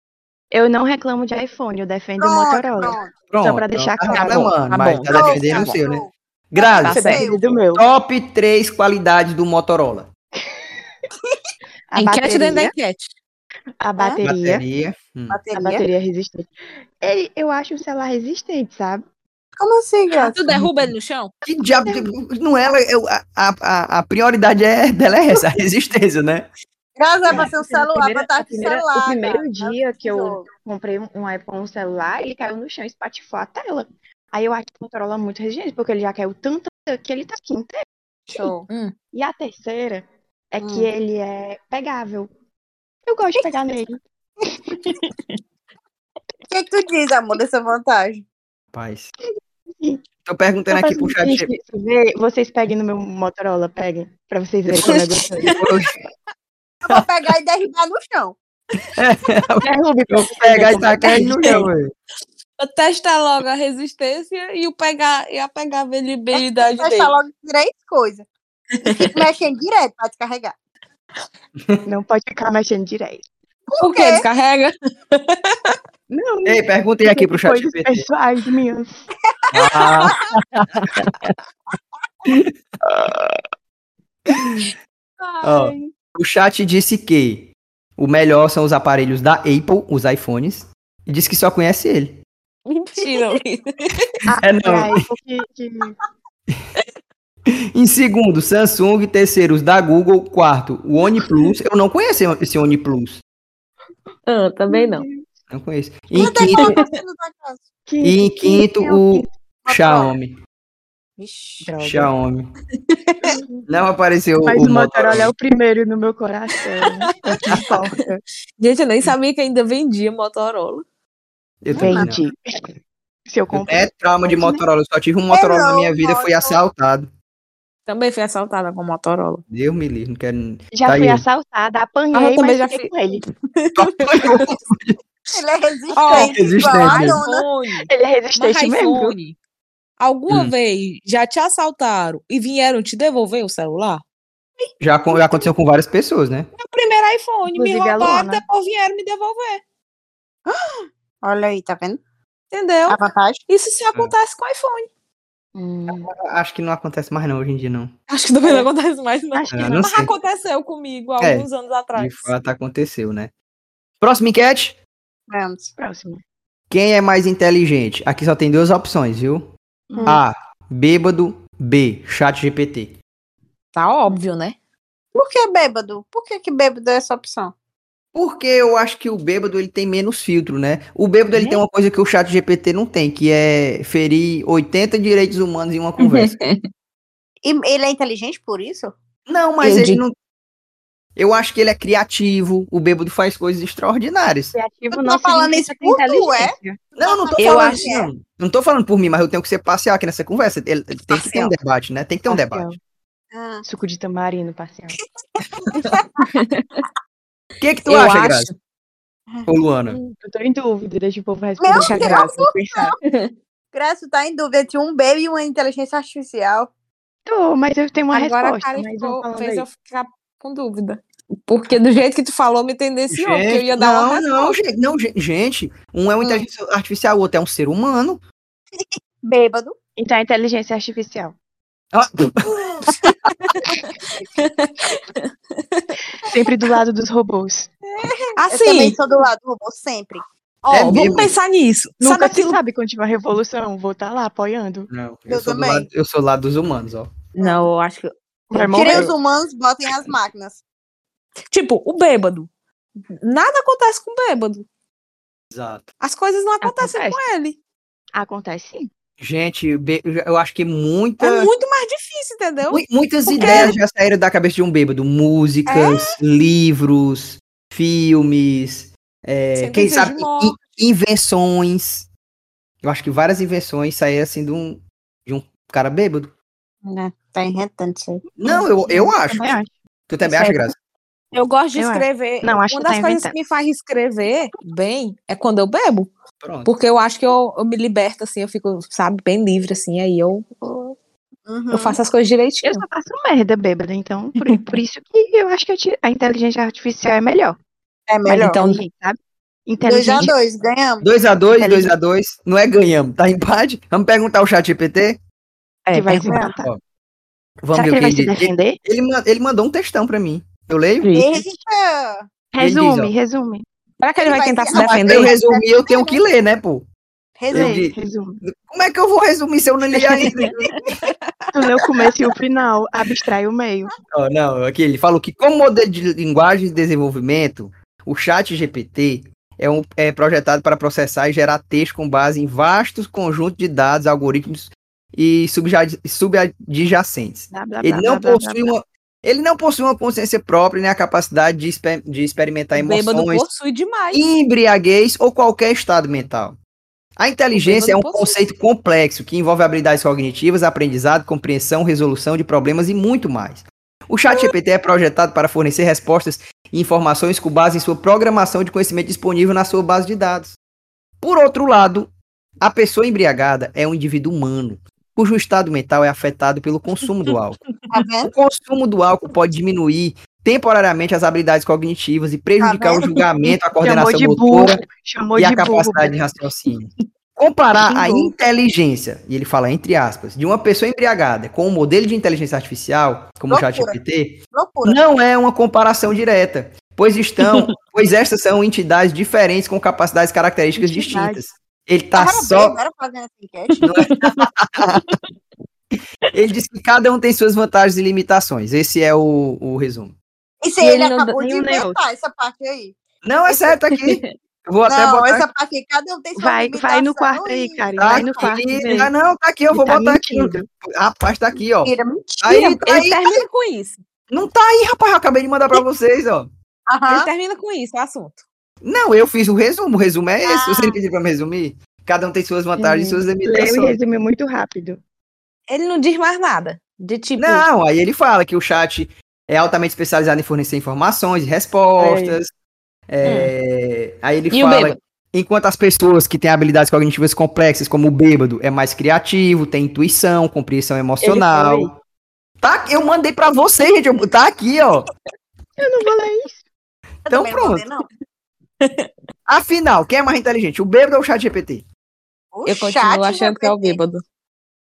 Speaker 3: Eu não reclamo de iPhone, eu defendo o
Speaker 4: pronto,
Speaker 3: Motorola.
Speaker 4: pronto,
Speaker 2: Pronto.
Speaker 3: pra deixar
Speaker 2: então
Speaker 3: claro.
Speaker 2: Tá reclamando,
Speaker 5: Tá
Speaker 2: mas
Speaker 5: bom.
Speaker 2: tá
Speaker 4: Não,
Speaker 2: defendendo o
Speaker 4: tá
Speaker 2: seu, né?
Speaker 4: bom.
Speaker 2: Grazi.
Speaker 3: Tá
Speaker 4: Você
Speaker 3: defendendo do meu.
Speaker 2: Top 3 qualidades do Motorola.
Speaker 3: A
Speaker 5: enquete dentro da
Speaker 3: bateria,
Speaker 5: enquete.
Speaker 3: a bateria,
Speaker 2: Bateria. Hum.
Speaker 3: a
Speaker 4: Bateria?
Speaker 3: bateria resistente. Ele, eu acho um celular resistente, sabe?
Speaker 4: Como assim, Graça?
Speaker 5: Ah, Tu derruba ele no chão?
Speaker 2: Que diabo de- Não é, eu- a, a, a prioridade é, dela é essa, a resistência, né?
Speaker 4: Graças a Deus, o celular,
Speaker 3: assim, primeira-
Speaker 4: botar
Speaker 3: a
Speaker 4: aqui
Speaker 3: primeira-
Speaker 4: celular.
Speaker 3: o primeiro
Speaker 4: cara.
Speaker 3: dia que eu
Speaker 4: jogo.
Speaker 3: comprei um- um iPhone, um celular, ele caiu no chão e espatifou a tela. Aí eu acho que o Motorola é muito resiliente, porque ele já caiu tanto que ele tá aqui inteiro.
Speaker 4: Show.
Speaker 5: Hum.
Speaker 3: E a terceira é que
Speaker 4: Hum.
Speaker 3: ele é pegável. Eu gosto de pegar nele.
Speaker 4: O que, que tu diz, amor, dessa vantagem?
Speaker 2: Rapaz. Tô perguntando aqui pro chat.
Speaker 3: Gente, se vê, vocês peguem no meu Motorola, peguem, pra vocês verem como é eu gostei.
Speaker 4: Eu vou pegar e derribar no chão.
Speaker 3: É, Derrube,
Speaker 2: Eu vou pegar e tacar ele no chão, velho.
Speaker 5: Testa logo a resistência e, o pegar, e a pegabilidade
Speaker 4: Vai
Speaker 5: dele.
Speaker 4: logo três coisas. Fico mexendo direto pra descarregar.
Speaker 3: não pode ficar mexendo direito.
Speaker 5: Por quê?
Speaker 4: quê?
Speaker 5: Descarrega?
Speaker 3: Não,
Speaker 2: Ei, perguntem aqui pro chat.
Speaker 3: coisas pessoais minhas.
Speaker 2: Ah, Ó.
Speaker 5: Ai.
Speaker 2: o chat disse que o melhor são os aparelhos da Apple, os iPhones. E disse que só conhece ele.
Speaker 5: Mentira, Luísa.
Speaker 2: É não.
Speaker 3: Ai, porque que-
Speaker 2: Em segundo, Samsung. Terceiro, os da Google. Quarto, o OnePlus. Eu não conheço esse OnePlus.
Speaker 5: Ah, também não.
Speaker 2: Não conheço. E
Speaker 4: E
Speaker 2: em
Speaker 4: não tem
Speaker 2: quinto,
Speaker 4: como você não tá casa.
Speaker 3: que- é
Speaker 2: e em quinto o Xiaomi.
Speaker 4: Vixe.
Speaker 3: Droga.
Speaker 2: Xiaomi. Não apareceu o,
Speaker 3: Mas o Motorola é
Speaker 2: Motorola.
Speaker 3: o primeiro no meu coração. É o que
Speaker 2: Tá
Speaker 3: importa.
Speaker 5: Gente, eu nem sabia que ainda vendia Motorola.
Speaker 2: Eu também não.
Speaker 3: Vende. Se eu
Speaker 2: Eu
Speaker 3: comprar.
Speaker 2: é trauma de Motorola. Eu só tive um Motorola na
Speaker 4: não,
Speaker 2: minha vida e fui
Speaker 4: Motorola.
Speaker 2: assaltado.
Speaker 5: Também fui assaltada com Motorola.
Speaker 2: Deus me livre, não quero.
Speaker 3: Já
Speaker 2: tá
Speaker 3: fui
Speaker 2: aí.
Speaker 3: assaltada,
Speaker 5: Ah,
Speaker 3: apanhei,
Speaker 5: eu também
Speaker 3: mas
Speaker 5: já fui.
Speaker 3: fiquei com ele.
Speaker 2: um.
Speaker 4: Ele é resistente.
Speaker 5: Ó,
Speaker 2: resistente,
Speaker 4: igual a
Speaker 2: né?
Speaker 4: Arona.
Speaker 5: iPhone.
Speaker 3: Ele é
Speaker 5: Mas
Speaker 3: resistente mesmo.
Speaker 5: iPhone. Alguma
Speaker 2: Hum.
Speaker 5: vez já te assaltaram e vieram te devolver o celular?
Speaker 2: Já, acon- já aconteceu com várias pessoas, né?
Speaker 5: Meu primeiro iPhone, me
Speaker 3: Inclusive a
Speaker 5: roubaram,
Speaker 3: Luana.
Speaker 5: depois vieram me devolver.
Speaker 4: Olha aí, tá vendo?
Speaker 5: Entendeu?
Speaker 4: A vantagem.
Speaker 5: Isso só acontece com iPhone.
Speaker 3: Hum,
Speaker 2: Acho que não acontece mais, não, hoje em dia, não.
Speaker 5: Acho que também não acontece mais, não.
Speaker 3: acho que
Speaker 2: Ah,
Speaker 3: não.
Speaker 2: não
Speaker 5: Mas
Speaker 2: sei.
Speaker 5: aconteceu comigo há
Speaker 2: É,
Speaker 5: alguns anos atrás.
Speaker 2: De fato, aconteceu, né? Próxima enquete.
Speaker 4: Vamos.
Speaker 3: Próximo.
Speaker 2: Quem é mais inteligente? Aqui só tem duas opções, viu?
Speaker 3: Hum.
Speaker 2: A. Bêbado. B. Chat GPT.
Speaker 5: Tá óbvio, né?
Speaker 4: Por que bêbado? Por que, que bêbado é essa opção?
Speaker 2: Porque eu acho que o bêbado ele tem menos filtro, né? O bêbado ele tem uma coisa que o chat GPT não tem, que é ferir 80 direitos humanos em uma conversa.
Speaker 4: E ele é inteligente por isso?
Speaker 2: não, mas
Speaker 5: Eu
Speaker 2: ele
Speaker 5: digo-
Speaker 2: não. Eu acho que ele é criativo, o bêbado faz coisas extraordinárias.
Speaker 3: Criativo
Speaker 4: Tu
Speaker 3: não
Speaker 4: tá falando
Speaker 3: significa
Speaker 4: isso por tu, é?
Speaker 3: inteligência.
Speaker 2: Não, não tô
Speaker 4: Eu
Speaker 2: falando
Speaker 4: acho-
Speaker 5: é.
Speaker 2: não. Não tô falando por mim, mas eu tenho que ser parcial aqui nessa conversa. Ele, ele tem que ter um
Speaker 4: Parcial.
Speaker 2: debate, né? Tem que ter um
Speaker 3: Parcial.
Speaker 2: debate.
Speaker 4: Ah,
Speaker 3: Suco de tamarindo, parcial.
Speaker 2: O que que tu
Speaker 5: Eu
Speaker 2: acha,
Speaker 5: acho.
Speaker 2: Grazi? Ô, Luana.
Speaker 3: Hum, Eu tô em dúvida, deixa o povo responder. Deixa a
Speaker 4: Deus,
Speaker 3: graça pensar.
Speaker 4: Graça, tá em dúvida entre um bebê e uma inteligência artificial.
Speaker 3: Tô, mas eu tenho uma
Speaker 5: Agora a
Speaker 3: resposta.
Speaker 5: cara
Speaker 3: mas
Speaker 5: ficou-
Speaker 3: vamos falando
Speaker 5: fez
Speaker 3: aí.
Speaker 5: eu ficar com dúvida. Porque do jeito que tu falou, me tendenciou, porque eu ia dar
Speaker 2: não,
Speaker 5: uma
Speaker 2: não,
Speaker 5: resposta. Hum.
Speaker 2: gente, não, gen- gente. Um é uma inteligência artificial, o outro é um ser humano.
Speaker 4: Bêbado.
Speaker 3: Então, a inteligência artificial.
Speaker 2: Ah,
Speaker 3: Sempre do lado dos robôs.
Speaker 4: Eu
Speaker 5: Assim,
Speaker 4: também sou do lado do robô, sempre.
Speaker 5: ó,
Speaker 2: É
Speaker 5: vamos
Speaker 2: mesmo.
Speaker 5: pensar nisso. Sabe
Speaker 3: Nunca se
Speaker 5: aquilo?
Speaker 3: sabe quando tiver revolução. Vou estar lá apoiando.
Speaker 2: Não, eu,
Speaker 4: Eu
Speaker 2: sou do
Speaker 4: também.
Speaker 2: lado, eu sou do lado dos humanos, ó.
Speaker 5: Não, eu acho que.
Speaker 4: Tirei
Speaker 3: Vai morrer.
Speaker 4: os humanos, botem as máquinas.
Speaker 5: Tipo, o bêbado. Nada acontece com o bêbado.
Speaker 2: Exato.
Speaker 5: As coisas não acontecem com ele. É
Speaker 3: Acontece sim.
Speaker 2: Gente, be- eu acho que muita,
Speaker 5: É muito mais difícil,
Speaker 3: Então,
Speaker 5: entendeu?
Speaker 2: mui- muitas
Speaker 5: Porque-
Speaker 2: ideias já saíram da cabeça de um bêbado. Músicas,
Speaker 3: É.
Speaker 2: livros, filmes, é,
Speaker 5: Sentenças
Speaker 2: quem
Speaker 5: de
Speaker 2: sabe in-
Speaker 5: morte.
Speaker 2: invenções. Eu acho que várias invenções saíram assim de um, de um cara bêbado.
Speaker 4: Né? Tá enretando isso aí.
Speaker 2: Não, eu, eu acho.
Speaker 3: Também acho.
Speaker 2: Tu também
Speaker 3: Isso
Speaker 2: acha,
Speaker 3: é-
Speaker 2: Graça?
Speaker 5: Eu gosto de
Speaker 3: Eu acho.
Speaker 5: escrever.
Speaker 3: Não, acho
Speaker 5: Uma
Speaker 3: que
Speaker 5: das
Speaker 3: tá
Speaker 5: coisas que
Speaker 3: inventando.
Speaker 5: me faz escrever bem é quando eu bebo.
Speaker 2: Pronto.
Speaker 5: Porque eu acho que eu, eu me liberto, assim, eu fico, sabe, bem livre, assim, aí eu, eu,
Speaker 4: Uhum.
Speaker 5: eu faço as coisas direitinho.
Speaker 3: Eu só faço merda bêbada, então. Por, por isso que eu acho que a ti- a inteligência artificial é melhor.
Speaker 4: É
Speaker 3: Mas
Speaker 4: melhor.
Speaker 3: então, ninguém sabe?
Speaker 4: 2 a
Speaker 3: Inteligência.
Speaker 4: 2 ganhamos.
Speaker 2: 2x2,
Speaker 3: Inteligente.
Speaker 2: 2x2. Não é ganhamos, tá empate? Vamos perguntar ao chat GPT?
Speaker 3: que vai
Speaker 5: pergunta.
Speaker 3: desmontar.
Speaker 2: Vamos ver o
Speaker 3: Será que
Speaker 2: É,
Speaker 3: ele
Speaker 2: que
Speaker 3: vai
Speaker 2: ele
Speaker 3: se
Speaker 2: diz. Ele,
Speaker 3: defender?
Speaker 2: ele ma- ele mandou um textão pra mim. Eu leio?
Speaker 4: Eita!
Speaker 2: diz, ó.
Speaker 3: Resume, resume.
Speaker 5: Será que ele
Speaker 4: Ele
Speaker 5: vai
Speaker 4: vai
Speaker 5: tentar
Speaker 4: se
Speaker 5: se
Speaker 2: Não, mas pra eu
Speaker 5: defender?
Speaker 2: resumir, eu tenho que ler, né, pô?
Speaker 4: Resumo.
Speaker 3: Resume,
Speaker 2: diz.
Speaker 3: resume.
Speaker 2: Como é que eu vou resumir se eu não li ainda?
Speaker 3: lê o começo e o final, abstrai o meio.
Speaker 2: Não, não, aqui ele falou que como modelo de linguagem de desenvolvimento, o chat GPT é, um, é projetado para processar e gerar texto com base em vastos conjuntos de dados, algoritmos e subjad- subadjacentes.
Speaker 3: Blá, blá,
Speaker 2: Ele
Speaker 3: blá,
Speaker 2: não
Speaker 3: blá, blá,
Speaker 2: possui
Speaker 3: blá, blá.
Speaker 2: uma ele não possui uma consciência própria nem a capacidade de, exper- de experimentar
Speaker 5: Bêbado
Speaker 2: Tá
Speaker 5: um
Speaker 2: emoções,
Speaker 5: possui demais.
Speaker 2: embriaguez ou qualquer estado mental. A inteligência é um
Speaker 5: bêbado possui.
Speaker 2: conceito complexo que envolve habilidades cognitivas, aprendizado, compreensão, resolução de problemas e muito mais. O
Speaker 5: Hum.
Speaker 2: ChatGPT é projetado para fornecer respostas e informações com base em sua programação de conhecimento disponível na sua base de dados. Por outro lado, a pessoa embriagada é um indivíduo humano, cujo estado mental é afetado pelo consumo do álcool.
Speaker 4: Tá vendo?
Speaker 2: O consumo do álcool pode diminuir temporariamente as habilidades cognitivas e prejudicar
Speaker 4: Tá
Speaker 2: o julgamento, a
Speaker 3: Chamou
Speaker 2: coordenação
Speaker 3: é de
Speaker 2: motora
Speaker 3: burro. Chamou
Speaker 2: e
Speaker 3: de
Speaker 2: a capacidade
Speaker 3: burro.
Speaker 2: de raciocínio. Comparar a
Speaker 3: Xingou.
Speaker 2: inteligência, e ele fala entre aspas, de uma pessoa embriagada com um modelo de inteligência artificial, como
Speaker 4: Loucura.
Speaker 2: o ChatGPT,
Speaker 4: Loucura.
Speaker 2: não é uma comparação direta, pois estão, pois estas são entidades diferentes com capacidades e características
Speaker 3: Entidades.
Speaker 2: distintas. Ele tá
Speaker 4: Era
Speaker 2: só
Speaker 4: bem, era fazendo essa enquete.
Speaker 2: Ele diz que cada um tem suas vantagens e limitações. Esse é o, o resumo.
Speaker 4: Isso
Speaker 5: E
Speaker 4: aí ele
Speaker 5: ele não dá
Speaker 4: acabou de
Speaker 3: nenhum nem
Speaker 4: inventar essa parte aí.
Speaker 2: Não, é certo aqui. Eu vou até
Speaker 4: Não,
Speaker 2: botar
Speaker 4: essa parte aí, cada um tem sua
Speaker 3: Vai, vai no
Speaker 4: limitação
Speaker 3: quarto aí,
Speaker 4: e-
Speaker 3: Karen.
Speaker 2: Tá
Speaker 3: Vai no
Speaker 2: aqui.
Speaker 3: quarto. vem.
Speaker 2: Ah, não, tá aqui, eu
Speaker 3: Ele
Speaker 2: vou
Speaker 3: tá
Speaker 2: botar aqui.
Speaker 3: mentindo.
Speaker 2: Rapaz, tá aqui, ó.
Speaker 5: Mentira, mentira.
Speaker 2: Aí, tá
Speaker 5: ele
Speaker 2: aí.
Speaker 5: termina com isso.
Speaker 2: Não tá aí, rapaz. Eu acabei de mandar pra vocês, ó.
Speaker 5: Ele tá
Speaker 4: Aham.
Speaker 5: termina com isso, o assunto.
Speaker 2: Não, eu fiz o resumo. O resumo é esse.
Speaker 4: Ah.
Speaker 2: Você pediu pra me resumir? Cada um tem suas vantagens e suas
Speaker 3: Leu e
Speaker 2: limitações.
Speaker 3: resumiu um muito rápido.
Speaker 5: Ele não diz mais nada. De tipo,
Speaker 2: Não, aí ele fala que o chat é altamente especializado em fornecer informações e respostas. É, Aí ele
Speaker 5: E o
Speaker 2: fala
Speaker 5: bêbado?
Speaker 2: Enquanto as pessoas que têm habilidades cognitivas complexas, como o bêbado, é mais criativo, tem intuição, compreensão
Speaker 3: Ele
Speaker 2: emocional. Tá, eu mandei pra você, gente. eu- Tá aqui, ó.
Speaker 3: Eu não vou ler isso.
Speaker 4: Eu
Speaker 2: Então
Speaker 4: também não vou
Speaker 2: pronto.
Speaker 4: ver, não.
Speaker 2: Afinal, quem é mais inteligente, o bêbado ou o chat GPT?
Speaker 4: O
Speaker 5: eu
Speaker 4: chat
Speaker 5: continuo
Speaker 4: já
Speaker 5: achando que é o
Speaker 4: fez.
Speaker 5: bêbado.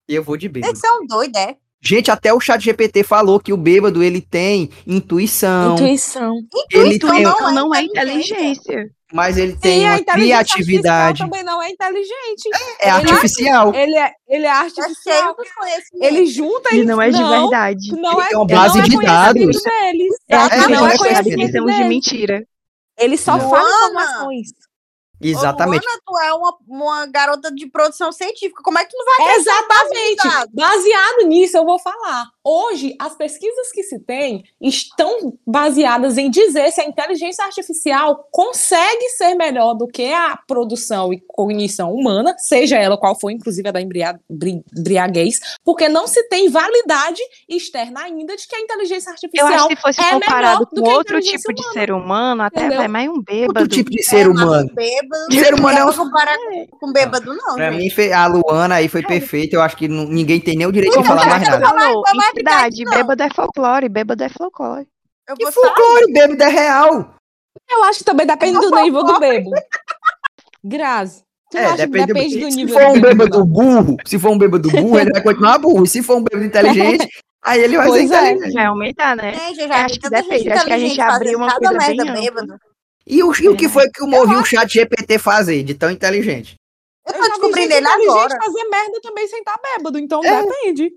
Speaker 2: Eu vou de bêbado.
Speaker 4: Eles são doidos, é.
Speaker 2: Gente, até o chat GPT falou que o bêbado, ele tem intuição,
Speaker 5: Intuição.
Speaker 2: ele
Speaker 4: Intuição
Speaker 2: tem, um
Speaker 4: não.
Speaker 3: Então não é
Speaker 4: inteligência.
Speaker 3: inteligência.
Speaker 2: mas ele
Speaker 5: Sim,
Speaker 2: tem
Speaker 5: a
Speaker 2: uma
Speaker 5: inteligência
Speaker 2: criatividade.
Speaker 5: artificial também não é inteligente.
Speaker 2: É
Speaker 5: Ele-
Speaker 2: artificial.
Speaker 5: Ele é, ele é
Speaker 4: Já cheio
Speaker 5: artificial.
Speaker 4: dos conhecimentos.
Speaker 5: Ele junta
Speaker 3: E não é de
Speaker 5: não,
Speaker 3: verdade.
Speaker 5: Não
Speaker 2: Ele
Speaker 5: é,
Speaker 2: tem uma base
Speaker 5: não é
Speaker 2: de
Speaker 5: conhecimento
Speaker 2: dados.
Speaker 5: deles.
Speaker 3: É a
Speaker 5: não é conhecimento
Speaker 3: definição de
Speaker 5: deles.
Speaker 3: mentira.
Speaker 5: Ele só
Speaker 2: Não.
Speaker 5: fala
Speaker 4: Luana!
Speaker 5: informações.
Speaker 2: Exatamente.
Speaker 4: Ô, Luana, tu é uma, uma garota de produção científica. Como é que tu não vai
Speaker 5: Exatamente.
Speaker 4: Exato.
Speaker 5: Baseado nisso, eu vou falar. Hoje, as pesquisas que se tem estão baseadas em dizer se a inteligência artificial consegue ser melhor do que a produção e cognição humana, seja ela qual for, inclusive a da embria- bri- embriaguez, porque não se tem validade externa ainda de que a inteligência
Speaker 3: Eu
Speaker 5: artificial
Speaker 3: acho que se fosse
Speaker 5: é melhor
Speaker 3: comparado
Speaker 5: do
Speaker 3: com
Speaker 5: que a
Speaker 3: outro
Speaker 5: inteligência
Speaker 3: tipo de
Speaker 5: humana.
Speaker 3: ser humano, até
Speaker 5: Entendeu?
Speaker 3: vai mais um
Speaker 2: Outro
Speaker 3: bêbado.
Speaker 2: tipo de
Speaker 5: É,
Speaker 2: ser humano.
Speaker 4: É, um bêbado?
Speaker 2: Ser humano é um-
Speaker 4: Não comparar com bêbado, não.
Speaker 2: Pra
Speaker 4: gente.
Speaker 2: mim, fe- a Luana aí
Speaker 5: É.
Speaker 2: foi perfeita. Eu acho que não- ninguém tem nem o direito
Speaker 3: Como
Speaker 5: Então,
Speaker 2: de falar
Speaker 3: o
Speaker 2: mais
Speaker 3: Jackson
Speaker 2: nada.
Speaker 4: Vai,
Speaker 3: falou,
Speaker 4: vai, vai,
Speaker 3: entidade,
Speaker 4: vai, vai,
Speaker 3: bêbado é folclore, bêbado é folclore.
Speaker 4: Eu
Speaker 2: Que
Speaker 4: vou sair.
Speaker 2: folclore, bêbado é real.
Speaker 5: Eu acho que também depende do nível do bêbado. Grazi. Tu não acha que É, depende, do
Speaker 2: É, se
Speaker 5: nível
Speaker 2: for um
Speaker 5: do bêbado,
Speaker 2: bêbado
Speaker 5: não?
Speaker 2: burro, se for um bêbado burro, ele vai continuar burro. E se for um bêbado inteligente, aí ele vai ser
Speaker 5: Pois é.
Speaker 2: inteligente.
Speaker 3: Vai aumentar, né?
Speaker 4: Né, gente, já
Speaker 3: Acho que
Speaker 4: tanta
Speaker 3: depende,
Speaker 4: gente
Speaker 3: acho que a gente
Speaker 4: inteligente fazendo
Speaker 3: abriu uma
Speaker 4: cada
Speaker 3: coisa
Speaker 4: merda
Speaker 3: bem ampla.
Speaker 4: bêbado.
Speaker 2: E o, e o
Speaker 5: É.
Speaker 2: que foi que eu ouvi
Speaker 4: Eu
Speaker 2: o chat GPT fazer de tão inteligente?
Speaker 4: Eu
Speaker 5: já
Speaker 4: tô
Speaker 5: vi
Speaker 4: descobrindo
Speaker 5: gente
Speaker 4: ele agora.
Speaker 5: inteligente fazer merda também sem estar bêbado, então
Speaker 2: É.
Speaker 5: depende.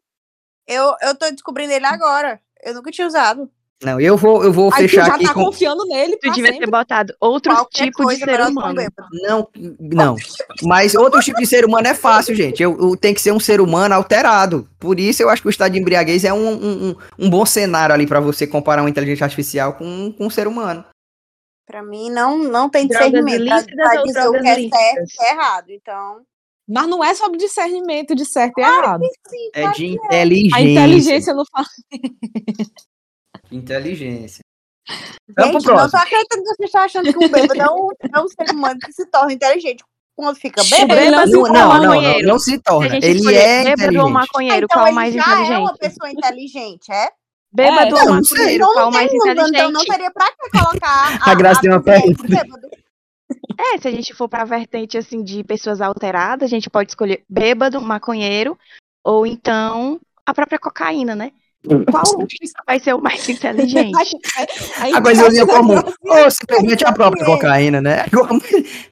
Speaker 4: Eu, eu tô descobrindo ele agora. Eu nunca tinha usado.
Speaker 2: Não, eu vou, eu vou
Speaker 5: Aí tu
Speaker 2: fechar
Speaker 5: já
Speaker 2: aqui
Speaker 5: tá
Speaker 2: com.
Speaker 5: confiando nele
Speaker 3: Tu
Speaker 5: pra
Speaker 3: devia
Speaker 5: sempre.
Speaker 3: ter botado outro
Speaker 4: Qualquer
Speaker 3: tipo de
Speaker 4: coisa
Speaker 3: ser
Speaker 4: melhor do que um
Speaker 3: humano.
Speaker 4: bêbado.
Speaker 2: Não, não. Mas outro tipo de ser humano é fácil, gente. Eu, eu- tem que ser um ser humano alterado. Por isso eu acho que o estado de embriaguez é um, um, um- um bom cenário ali pra você comparar uma inteligência artificial com, com um ser humano.
Speaker 4: Pra mim, não, não tem
Speaker 3: Drogas
Speaker 4: discernimento. Pra,
Speaker 3: ilícitas
Speaker 4: pra
Speaker 3: ou
Speaker 4: dizer o que é
Speaker 3: drogas
Speaker 4: certo
Speaker 3: lícitas?
Speaker 4: e é errado. Então,
Speaker 5: Mas não é sobre discernimento de certo e errado.
Speaker 4: sim,
Speaker 2: É
Speaker 4: claro
Speaker 2: de
Speaker 5: A
Speaker 2: inteligência.
Speaker 5: inteligência não fala.
Speaker 2: Inteligência. Vamos pro
Speaker 4: Gente, não tô
Speaker 2: próximo.
Speaker 4: acreditando que vocês estão achando que um bêbado é um, é um ser humano que se torna inteligente quando fica bêbado.
Speaker 5: Ele
Speaker 3: Bêbado
Speaker 2: Não,
Speaker 3: ou
Speaker 2: não, não, não,
Speaker 3: maconheiro?
Speaker 2: não se
Speaker 3: Se a
Speaker 2: torna.
Speaker 3: gente
Speaker 2: Ele
Speaker 3: escolher
Speaker 2: é
Speaker 3: bêbado ou
Speaker 2: inteligente.
Speaker 4: Ah,
Speaker 3: maconheiro,
Speaker 4: então
Speaker 3: qual
Speaker 4: ele
Speaker 3: mais
Speaker 4: já é uma
Speaker 3: inteligente?
Speaker 4: pessoa inteligente, é?
Speaker 3: Bêbado
Speaker 2: É.
Speaker 3: ou
Speaker 2: Não, não sei.
Speaker 3: maconheiro,
Speaker 4: Então
Speaker 3: qual
Speaker 4: não,
Speaker 3: mais
Speaker 4: tem- não, não,
Speaker 3: inteligente?
Speaker 4: não teria pra que colocar
Speaker 2: A Graça tem uma
Speaker 4: consciência do
Speaker 2: pergunta.
Speaker 4: bêbado.
Speaker 3: É, se a gente for pra vertente assim de pessoas alteradas, a gente pode escolher bêbado, maconheiro ou então a própria cocaína, né? Qual vai ser o mais inteligente?
Speaker 5: Aí
Speaker 2: A coisinha comum. Ou simplesmente a própria cocaína, né?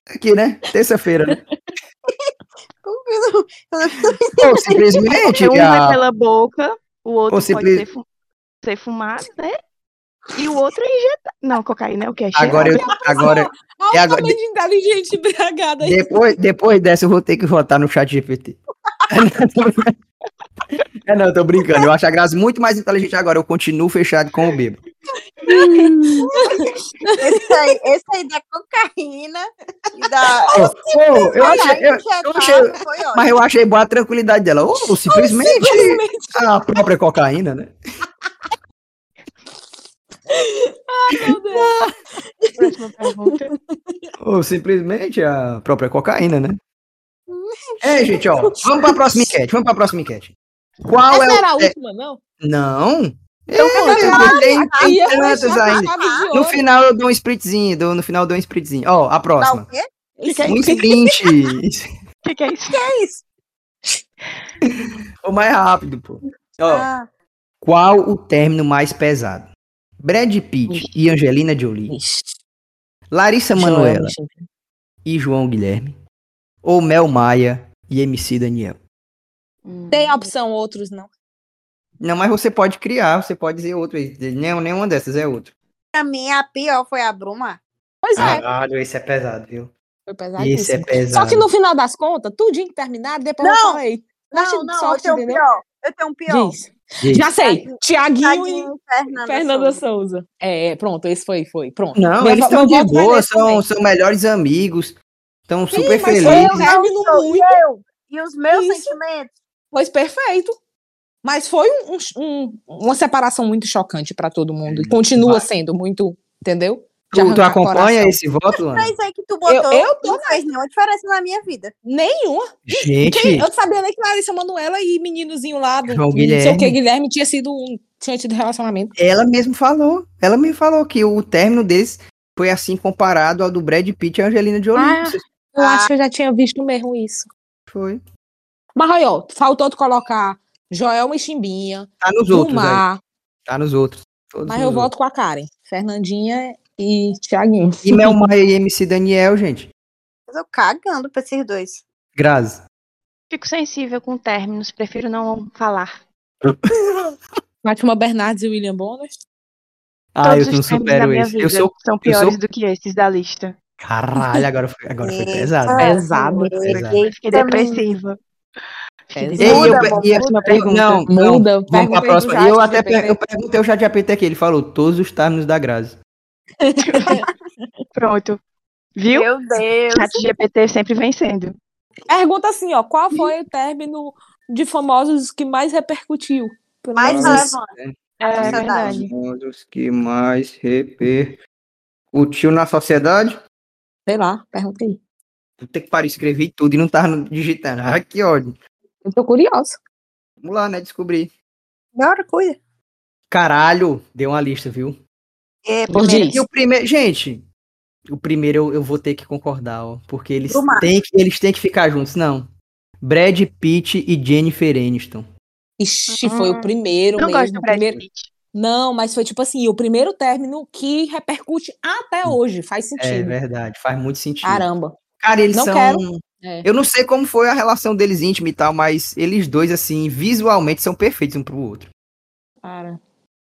Speaker 2: Aqui, né? Terça-feira, né? Ou simplesmente ah,
Speaker 3: Porque um
Speaker 2: a-
Speaker 3: é pela boca, o outro
Speaker 2: Ou se
Speaker 3: pode
Speaker 2: pre-
Speaker 3: ser, fu- ser fumado, né? E o outro é injetado. Não, cocaína é o que é
Speaker 2: Agora, eu,
Speaker 3: cheirado.
Speaker 2: agora
Speaker 5: Altamente
Speaker 2: É agora-
Speaker 5: inteligente, embriagada. aí.
Speaker 2: depois, depois dessa eu vou ter que votar no chat GPT. É não, tô brincando. Eu acho a Grazi muito mais inteligente agora. Eu continuo fechado com o bebo.
Speaker 4: Esse aí, esse aí da cocaína e da.
Speaker 2: Pô, pô, eu achei, eu-
Speaker 4: eu
Speaker 2: achei-
Speaker 4: Foi ótimo.
Speaker 2: mas eu achei boa a tranquilidade dela. Ou simplesmente a própria cocaína, né? é
Speaker 5: Meu Deus.
Speaker 3: Próxima pergunta.
Speaker 2: Ou simplesmente a própria cocaína, né? É, gente, ó. Vamos pra próxima enquete. Vamos pra próxima enquete. Qual
Speaker 5: Essa
Speaker 2: é o.
Speaker 5: era a
Speaker 2: é-
Speaker 5: última, não?
Speaker 2: Não. Eu não tem
Speaker 5: Aí eu
Speaker 2: tantas
Speaker 5: fechava a
Speaker 2: ainda.
Speaker 5: chave de
Speaker 2: No
Speaker 5: ouro.
Speaker 2: final eu dou um splitzinho. dou- no final eu dou um splitzinho. Ó, a
Speaker 4: Dá o
Speaker 2: próxima.
Speaker 4: quê?
Speaker 5: Isso aí.
Speaker 2: Um sprint.
Speaker 3: O que, que é isso?
Speaker 2: o mais rápido, pô. Ó,
Speaker 4: Ah,
Speaker 2: qual o término mais pesado? Brad Pitt e Angelina Jolie, Larissa Manoela e João Guilherme, ou Mel Maia e MC Daniel?
Speaker 3: Hum.
Speaker 5: Tem a opção outros, não.
Speaker 2: Não, mas você pode criar, você pode dizer outro aí. Nenhum, nenhuma dessas é outro.
Speaker 4: pra mim, a pior foi a Bruma.
Speaker 5: Pois é,
Speaker 2: Caralho, esse é pesado, viu?
Speaker 5: foi
Speaker 2: Esse é
Speaker 5: pesadíssimo.
Speaker 2: pesado.
Speaker 5: Só que no final das contas, tudinho que terminado, depois
Speaker 4: Não,
Speaker 5: eu falei. Mas
Speaker 4: Não, não,
Speaker 5: sorte,
Speaker 4: eu tenho um
Speaker 5: entendeu?
Speaker 4: pior. Eu tenho um pior.
Speaker 5: Diz.
Speaker 2: Diz.
Speaker 5: Já sei. Tiaguinho
Speaker 4: Tadinho,
Speaker 5: e
Speaker 4: Fernanda.
Speaker 5: Fernanda
Speaker 4: Souza.
Speaker 5: Souza. É, pronto, esse foi, foi. Pronto.
Speaker 2: Não,
Speaker 5: Meu
Speaker 2: eles
Speaker 5: vo-
Speaker 2: estão
Speaker 5: meu
Speaker 2: de
Speaker 5: voto vai
Speaker 2: boa,
Speaker 5: nesse
Speaker 2: são,
Speaker 5: também.
Speaker 2: são melhores amigos, estão super
Speaker 5: mas
Speaker 2: felizes.
Speaker 5: foi um
Speaker 4: Não,
Speaker 5: término
Speaker 4: sou
Speaker 5: muito.
Speaker 4: eu. E os meus
Speaker 5: Isso.
Speaker 4: sentimentos.
Speaker 5: Pois perfeito. Mas foi um- um- um- uma separação muito chocante pra todo mundo. E continua sendo muito, entendeu? De
Speaker 2: Hum, Tu, tu
Speaker 5: arrancar
Speaker 2: acompanha
Speaker 5: coração.
Speaker 2: esse voto, Lana?
Speaker 4: Mas aí que tu botou.
Speaker 5: eu tô
Speaker 4: não fez nenhuma diferença na minha vida.
Speaker 5: Nenhuma.
Speaker 2: Gente,
Speaker 5: Quem- eu sabia nem que Larissa Manuela e meninozinho lá do
Speaker 2: João
Speaker 5: não sei o que,
Speaker 2: Guilherme.
Speaker 5: Guilherme tinha sido um. Tinha tido relacionamento.
Speaker 2: ela mesmo falou. Ela me falou que o término desse foi assim comparado ao do Brad Pitt e a Angelina Jolie.
Speaker 5: Ah.
Speaker 2: Isso
Speaker 5: Eu
Speaker 4: Ah.
Speaker 5: acho que eu já tinha visto mesmo isso.
Speaker 2: Foi.
Speaker 5: Mas aí, ó, faltou tu colocar Joel e Chimbinha,
Speaker 2: Tá nos outros aí.
Speaker 5: Gilmar,
Speaker 2: Tá nos outros. Todos
Speaker 5: mas
Speaker 2: nos
Speaker 5: eu
Speaker 2: outros.
Speaker 5: volto com a Karen. Fernandinha e Tiaguinho.
Speaker 2: E Mel Maia e MC Daniel, gente.
Speaker 4: Eu tô cagando pra esses dois.
Speaker 2: Grazi.
Speaker 3: Fico sensível com términos, prefiro não falar.
Speaker 5: Fátima Bernardes e William Bonner.
Speaker 2: Ah,
Speaker 3: Todos
Speaker 2: eu não
Speaker 3: os términos da
Speaker 2: supero
Speaker 3: minha
Speaker 2: esse.
Speaker 3: vida
Speaker 2: Eu sou.
Speaker 3: são
Speaker 2: eu sou-
Speaker 3: piores do que esses da lista.
Speaker 2: Caralho, agora foi, agora
Speaker 3: É.
Speaker 2: foi pesado.
Speaker 4: Eita,
Speaker 5: Pesado.
Speaker 2: Pesado.
Speaker 4: eita,
Speaker 3: Fiquei
Speaker 4: menina.
Speaker 3: depressiva. Fiquei
Speaker 5: Pesado.
Speaker 2: Ei, eu-
Speaker 3: depressiva.
Speaker 4: Muda,
Speaker 2: e
Speaker 4: amor,
Speaker 2: a-
Speaker 3: muda a
Speaker 2: eu-
Speaker 3: pergunta.
Speaker 2: não, não.
Speaker 5: Muda.
Speaker 2: Vamos pra
Speaker 5: pergunta aí
Speaker 2: próxima.
Speaker 5: pro
Speaker 2: E eu
Speaker 5: chat,
Speaker 2: até per-
Speaker 5: GPT.
Speaker 2: eu perguntei ao ChatGPT aqui, ele falou todos os términos da Grazi.
Speaker 3: Pronto. Viu?
Speaker 4: Meu Deus.
Speaker 3: Chat GPT sempre vencendo.
Speaker 5: Pergunta assim, ó, qual foi o término de famosos que mais repercutiu? Pelo
Speaker 4: Mais
Speaker 5: menos isso.
Speaker 4: relevante.
Speaker 3: É
Speaker 4: Sociedade.
Speaker 3: verdade.
Speaker 2: Os que mais repercutiu na sociedade?
Speaker 5: Sei lá, perguntei.
Speaker 2: Puta que pariu, escrevi tudo e não tava no- digitando. Ah, que ódio.
Speaker 5: Eu tô curiosa.
Speaker 2: Vamos lá, né, descobrir.
Speaker 4: Na hora, cuida.
Speaker 2: Caralho, deu uma lista, viu?
Speaker 4: É,
Speaker 5: Por
Speaker 4: primeiro,
Speaker 5: diz.
Speaker 2: E o primeiro, gente, o primeiro eu, eu vou ter que concordar, ó, porque eles
Speaker 4: Brumar.
Speaker 2: têm, que, eles têm que ficar juntos, não. Brad Pitt e Jennifer Aniston.
Speaker 5: Ixi, foi
Speaker 2: Ah.
Speaker 5: o primeiro
Speaker 3: Não
Speaker 5: mesmo.
Speaker 3: gosto do
Speaker 5: o
Speaker 3: Brad
Speaker 5: primeiro-
Speaker 3: Pitt.
Speaker 5: Não, mas foi tipo assim, o primeiro término que repercute até hoje. Faz
Speaker 2: É
Speaker 5: sentido.
Speaker 2: verdade, faz muito sentido.
Speaker 5: Caramba.
Speaker 2: Cara, eles
Speaker 5: Não
Speaker 2: são.
Speaker 5: quero. É.
Speaker 2: Eu não sei como foi a relação deles íntima e tal, mas eles dois, assim, visualmente são perfeitos um pro outro.
Speaker 5: Cara.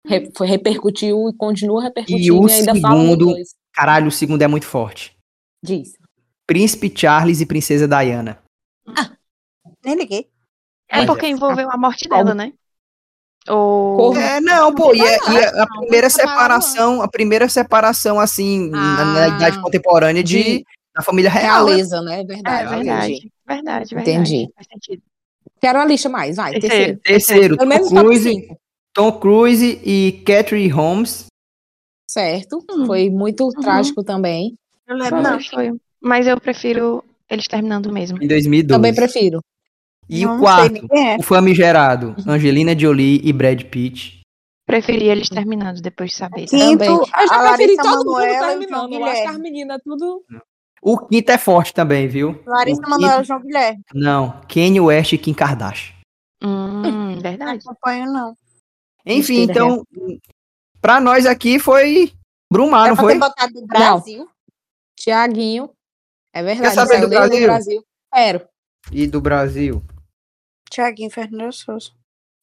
Speaker 5: Re- foi, repercutiu e continua
Speaker 2: E
Speaker 5: repercutindo
Speaker 2: o
Speaker 5: e, ainda falam dos
Speaker 2: segundo-
Speaker 5: dois.
Speaker 2: Caralho, o segundo é muito forte.
Speaker 5: Diz.
Speaker 2: Príncipe Charles e Princesa Diana.
Speaker 4: nem liguei.
Speaker 3: É
Speaker 2: Mas
Speaker 3: porque
Speaker 2: é.
Speaker 3: envolveu a morte dela, né? Ou...
Speaker 5: Corvo.
Speaker 2: É, não, pô, e, é- e é a primeira
Speaker 5: separaram
Speaker 2: separação, a primeira separação, assim, na, na
Speaker 5: Ah,
Speaker 2: idade contemporânea de,
Speaker 5: de-
Speaker 2: da família real. né?
Speaker 5: Realeza, né? É
Speaker 3: É
Speaker 5: verdade. entendi.
Speaker 3: verdade. Verdade, verdade.
Speaker 5: Entendi.
Speaker 3: Faz sentido.
Speaker 5: Quero a lista mais, vai.
Speaker 3: Terceiro.
Speaker 5: Terceiro.
Speaker 2: Terceiro,
Speaker 5: Pelo
Speaker 2: Tom
Speaker 5: menos top
Speaker 2: Cruise,
Speaker 5: 5.
Speaker 2: Tom Cruise e Catherine Holmes.
Speaker 5: Certo.
Speaker 3: Hum.
Speaker 5: Foi muito trágico também.
Speaker 4: Eu
Speaker 3: Foi,
Speaker 4: lembro, não.
Speaker 3: foi. um- Mas eu prefiro eles terminando mesmo.
Speaker 2: Em 2012.
Speaker 5: Também prefiro.
Speaker 2: E
Speaker 4: Não,
Speaker 2: o
Speaker 4: não sei
Speaker 2: quarto,
Speaker 4: ninguém é.
Speaker 2: o famigerado, Angelina Jolie e Brad Pitt.
Speaker 3: Preferi eles terminando depois de saber.
Speaker 4: Quinto,
Speaker 5: Também. Eu
Speaker 4: a
Speaker 5: já preferi
Speaker 4: Larissa
Speaker 5: todo mundo
Speaker 4: Manoela e o João
Speaker 5: terminando. Eu acho que as
Speaker 4: Guilherme.
Speaker 5: meninas tudo.
Speaker 2: O quinto é forte também, viu?
Speaker 4: Larissa
Speaker 2: O quinto-
Speaker 4: Manoela e João Guilherme.
Speaker 2: Não, Kanye West e Kim Kardashian.
Speaker 3: Hum,
Speaker 4: Não
Speaker 3: verdade.
Speaker 4: acompanho, não.
Speaker 2: Enfim,
Speaker 5: Mistura,
Speaker 2: então, pra nós aqui foi Brumar,
Speaker 4: Era
Speaker 2: Ah, não
Speaker 4: É pra
Speaker 2: foi?
Speaker 4: ter botado do Brasil.
Speaker 5: Tiaguinho. É verdade.
Speaker 2: saber
Speaker 5: saiu
Speaker 2: do
Speaker 5: nem no
Speaker 2: brasileiro?
Speaker 5: Brasil. Quero.
Speaker 2: E do Brasil?
Speaker 4: Tiaguinho Fernandes Souza.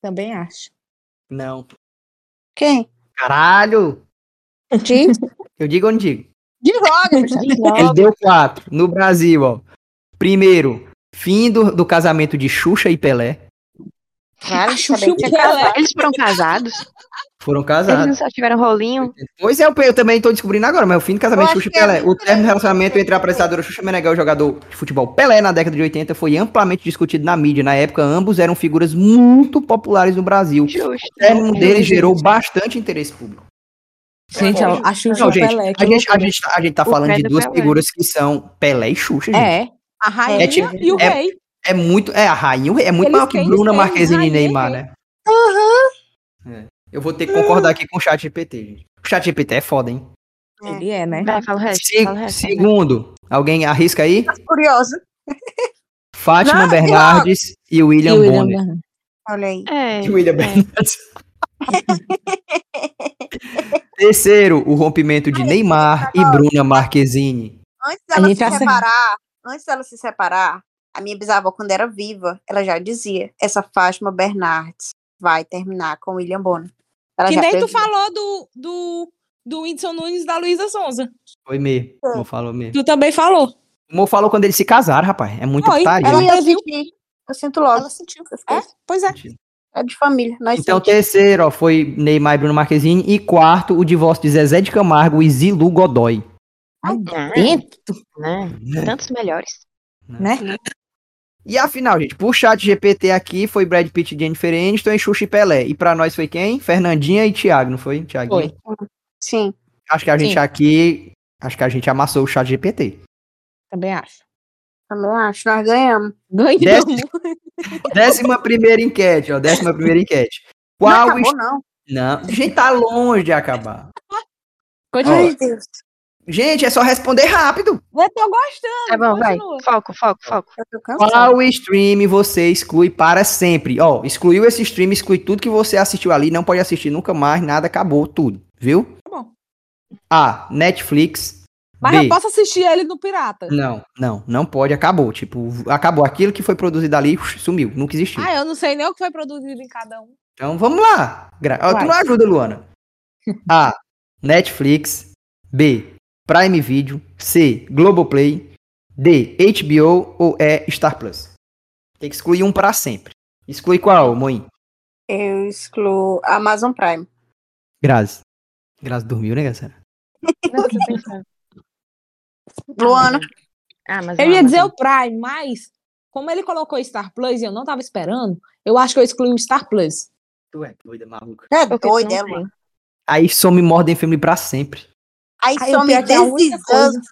Speaker 5: Também acho.
Speaker 2: Não.
Speaker 4: Quem?
Speaker 2: Caralho!
Speaker 4: De,
Speaker 2: Eu digo ou não digo?
Speaker 4: de droga, bicho.
Speaker 2: Ele deu quatro. No Brasil, ó. Primeiro, fim do, do casamento de Xuxa e Pelé.
Speaker 4: Claro,
Speaker 5: Acho
Speaker 4: também tinha
Speaker 5: que o Pelé-
Speaker 4: casado.
Speaker 3: Eles foram casados?
Speaker 2: Foram
Speaker 3: Eles não
Speaker 2: casados.
Speaker 3: só tiveram rolinho?
Speaker 2: Pois é, eu, eu também tô descobrindo agora, mas o fim do casamento de
Speaker 4: Eu
Speaker 2: Xuxa e
Speaker 4: acho que
Speaker 2: Pelé. O
Speaker 4: é
Speaker 2: término do
Speaker 4: diferente.
Speaker 2: relacionamento entre a apresentadora Xuxa Meneghel e o jogador de futebol Pelé na década de 80 foi amplamente discutido na mídia. Na época, ambos eram figuras muito populares no Brasil. O
Speaker 3: Justo.
Speaker 2: término É, um deles gerou bastante interesse público.
Speaker 5: Gente, a a Xuxa
Speaker 2: Não,
Speaker 5: e o
Speaker 2: gente,
Speaker 5: Pelé. que
Speaker 2: A gente, a,
Speaker 5: loucura.
Speaker 2: gente, tá- a gente tá
Speaker 3: O
Speaker 2: falando
Speaker 3: pé
Speaker 2: de
Speaker 3: do
Speaker 2: duas
Speaker 3: Pelé.
Speaker 2: figuras que são Pelé e Xuxa, gente. É,
Speaker 5: É. A rainha
Speaker 2: É tipo-
Speaker 5: e o
Speaker 2: é-
Speaker 5: rei.
Speaker 2: muito. É, a rainha. É muito
Speaker 5: Eles
Speaker 2: maior que
Speaker 5: têm-
Speaker 2: Bruna
Speaker 5: têm
Speaker 2: Marquezine e
Speaker 5: rainha e
Speaker 2: Neymar,
Speaker 5: rei.
Speaker 2: né? É. Eu vou ter que concordar aqui com o Chat GPT, gente. O Chat GPT é foda, hein?
Speaker 5: Ele é, né?
Speaker 3: Vai, fala o resto.
Speaker 2: Se-
Speaker 3: fala o resto.
Speaker 2: segundo, alguém arrisca aí?
Speaker 4: Curiosa.
Speaker 2: Fátima Bernardes e William,
Speaker 5: E o William
Speaker 2: Bonner.
Speaker 5: Bonner.
Speaker 4: Olha aí.
Speaker 3: É.
Speaker 2: E William Bernardes. Terceiro, o rompimento de Neymar e Bruna Marquezine.
Speaker 4: Antes
Speaker 5: A
Speaker 4: dela se
Speaker 5: gente já sabe.
Speaker 4: separar, antes dela se separar, a minha bisavó, quando era viva, ela já dizia: essa Fátima Bernardes vai terminar com William Bonner. Ela
Speaker 5: Que
Speaker 4: já
Speaker 5: nem tu
Speaker 4: previa.
Speaker 5: falou do, do, do Whindersson Nunes e da Luísa Sonza.
Speaker 2: Foi mesmo. O Mo falou mesmo.
Speaker 5: Tu também falou.
Speaker 2: O Mo falou quando eles se casaram, rapaz. É muito
Speaker 5: Foi.
Speaker 2: putaria.
Speaker 4: Ela
Speaker 5: Ela
Speaker 4: ia
Speaker 5: viu.
Speaker 4: sentir. Eu sinto logo. Ela sentiu.
Speaker 5: É? Pois é.
Speaker 4: É de família. Nós
Speaker 2: Então,
Speaker 4: sentimos.
Speaker 2: terceiro, ó, foi Neymar e Bruno Marquezine. E quarto, o divórcio de Zezé de Camargo e Zilu Godoy.
Speaker 3: Ah, Né? Tantos melhores.
Speaker 2: E afinal, gente, pro chat GPT aqui foi Brad Pitt, Jennifer Aniston e Xuxa e Pelé. E pra nós foi quem? Fernandinha e Thiago, não foi? Thiaguinho?
Speaker 5: Foi.
Speaker 4: Sim.
Speaker 2: Acho que a gente
Speaker 5: Sim.
Speaker 2: aqui, acho que a gente amassou o chat GPT.
Speaker 5: Também acho.
Speaker 4: Também acho. Nós ganhamos.
Speaker 5: Ganhamos.
Speaker 2: Décima, décima primeira enquete, ó, décima primeira enquete. Qual
Speaker 4: não acabou,
Speaker 2: est-
Speaker 4: não.
Speaker 2: não. a gente tá longe de acabar.
Speaker 5: Continua.
Speaker 4: Ai, Deus.
Speaker 2: Gente, é só responder rápido.
Speaker 5: Eu tô gostando.
Speaker 3: Tá bom, vai.
Speaker 5: continua.
Speaker 3: Foco, foco, foco.
Speaker 4: Eu tô cansada.
Speaker 2: Qual stream você exclui para sempre? Ó, excluiu esse stream, exclui tudo que você assistiu ali, não pode assistir nunca mais, nada, acabou tudo, viu?
Speaker 5: Tá bom.
Speaker 2: A, Netflix.
Speaker 5: Mas
Speaker 2: B,
Speaker 5: eu posso assistir ele no Pirata.
Speaker 2: Não, não, não pode, acabou. Tipo, acabou aquilo que foi produzido ali, sumiu, nunca existiu.
Speaker 5: Ah, eu não sei nem o que foi produzido em cada um.
Speaker 2: Então vamos lá. Gra- Ó, tu
Speaker 5: Vai.
Speaker 2: não ajuda, Luana. A. Netflix. B. Prime Video. C. Globoplay. D. HBO ou E. Star Plus. Tem que excluir um pra sempre. Exclui qual, mãe?
Speaker 4: Eu excluo Amazon Prime.
Speaker 2: Grazi. Grazi dormiu, né, Grazi?
Speaker 3: Não, deixa eu pensar.
Speaker 4: Luana.
Speaker 3: Ah, mas
Speaker 5: Eu
Speaker 3: não,
Speaker 5: ia
Speaker 3: mas
Speaker 5: dizer
Speaker 3: não.
Speaker 5: o Prime, mas como ele colocou Star Plus e eu não tava esperando, eu acho que eu excluí o Star Plus.
Speaker 2: Tu é doida, maluca.
Speaker 4: É
Speaker 3: Porque
Speaker 4: doida,
Speaker 3: não
Speaker 4: é,
Speaker 3: tem.
Speaker 4: Luana.
Speaker 2: Aí some Modern Family pra sempre.
Speaker 4: Aí
Speaker 5: Aí o
Speaker 4: some
Speaker 5: pior que é a única coisa.
Speaker 4: 10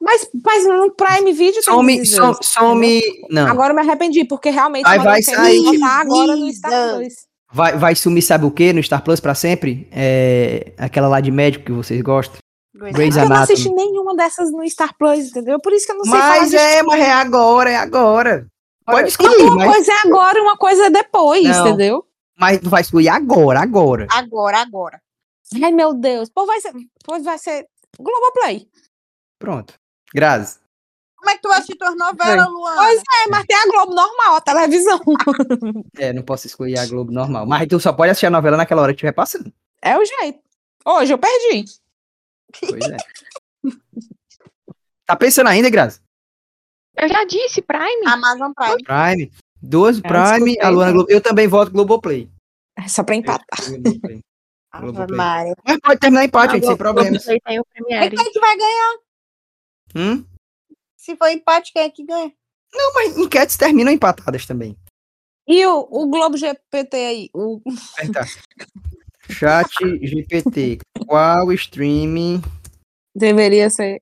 Speaker 5: Mas, mas no Prime Video tem
Speaker 2: Some,
Speaker 5: This Is
Speaker 2: some,
Speaker 5: Us,
Speaker 2: some... Não.
Speaker 5: Agora eu me arrependi, porque realmente
Speaker 2: Aí
Speaker 5: Modern
Speaker 2: vai
Speaker 5: Family
Speaker 2: sair.
Speaker 5: só tá agora no Star
Speaker 4: Lisa.
Speaker 5: Plus.
Speaker 2: Vai, vai sumir sabe o que no Star Plus pra sempre? É... Aquela lá de médico que vocês gostam. Grey's
Speaker 5: Porque eu não
Speaker 2: Anatomy.
Speaker 5: assisti nenhuma dessas no Star Plus, entendeu? Por isso que eu não sei falar
Speaker 2: Mas
Speaker 5: de
Speaker 2: é, mas é agora, é agora. Pode excluir,
Speaker 5: Uma
Speaker 2: mas,
Speaker 5: coisa é agora, uma coisa é depois,
Speaker 2: Não.
Speaker 5: entendeu?
Speaker 2: mas tu vai excluir agora, agora.
Speaker 4: Agora, agora.
Speaker 5: Ai, meu Deus. Pô, vai ser, pô, vai ser Globoplay.
Speaker 2: Pronto. Grazi.
Speaker 4: Como é que tu vai assistir tuas novelas, Luana?
Speaker 5: Pois é, mas tem a Globo normal, a televisão.
Speaker 2: É, não posso excluir a Globo normal. Mas tu só pode assistir a novela naquela hora que estiver passando.
Speaker 5: É o jeito. Hoje eu perdi.
Speaker 2: Pois é. tá pensando ainda, Grazi?
Speaker 3: Eu já disse, Prime.
Speaker 2: Ah,
Speaker 4: Amazon Prime.
Speaker 2: Prime. Duas
Speaker 5: Ah, Eu
Speaker 2: Prime,
Speaker 5: escutei,
Speaker 2: a Luana
Speaker 5: né?
Speaker 2: Globo. Eu também voto Globoplay.
Speaker 5: É Só pra empatar.
Speaker 2: Globoplay.
Speaker 4: Ave
Speaker 2: Globoplay.
Speaker 4: Maria.
Speaker 2: Mas pode terminar empate, gente, sem
Speaker 3: Agora,
Speaker 2: problemas.
Speaker 3: Globoplay Tá Tem o
Speaker 4: E
Speaker 3: Premiere.
Speaker 4: quem é que vai ganhar?
Speaker 2: Hum?
Speaker 4: Se for empate, quem é que ganha?
Speaker 2: Não, mas enquetes terminam empatadas também.
Speaker 5: E o, o Globo GPT aí? O,
Speaker 2: Aí tá. Chat GPT. Qual streaming
Speaker 5: deveria ser.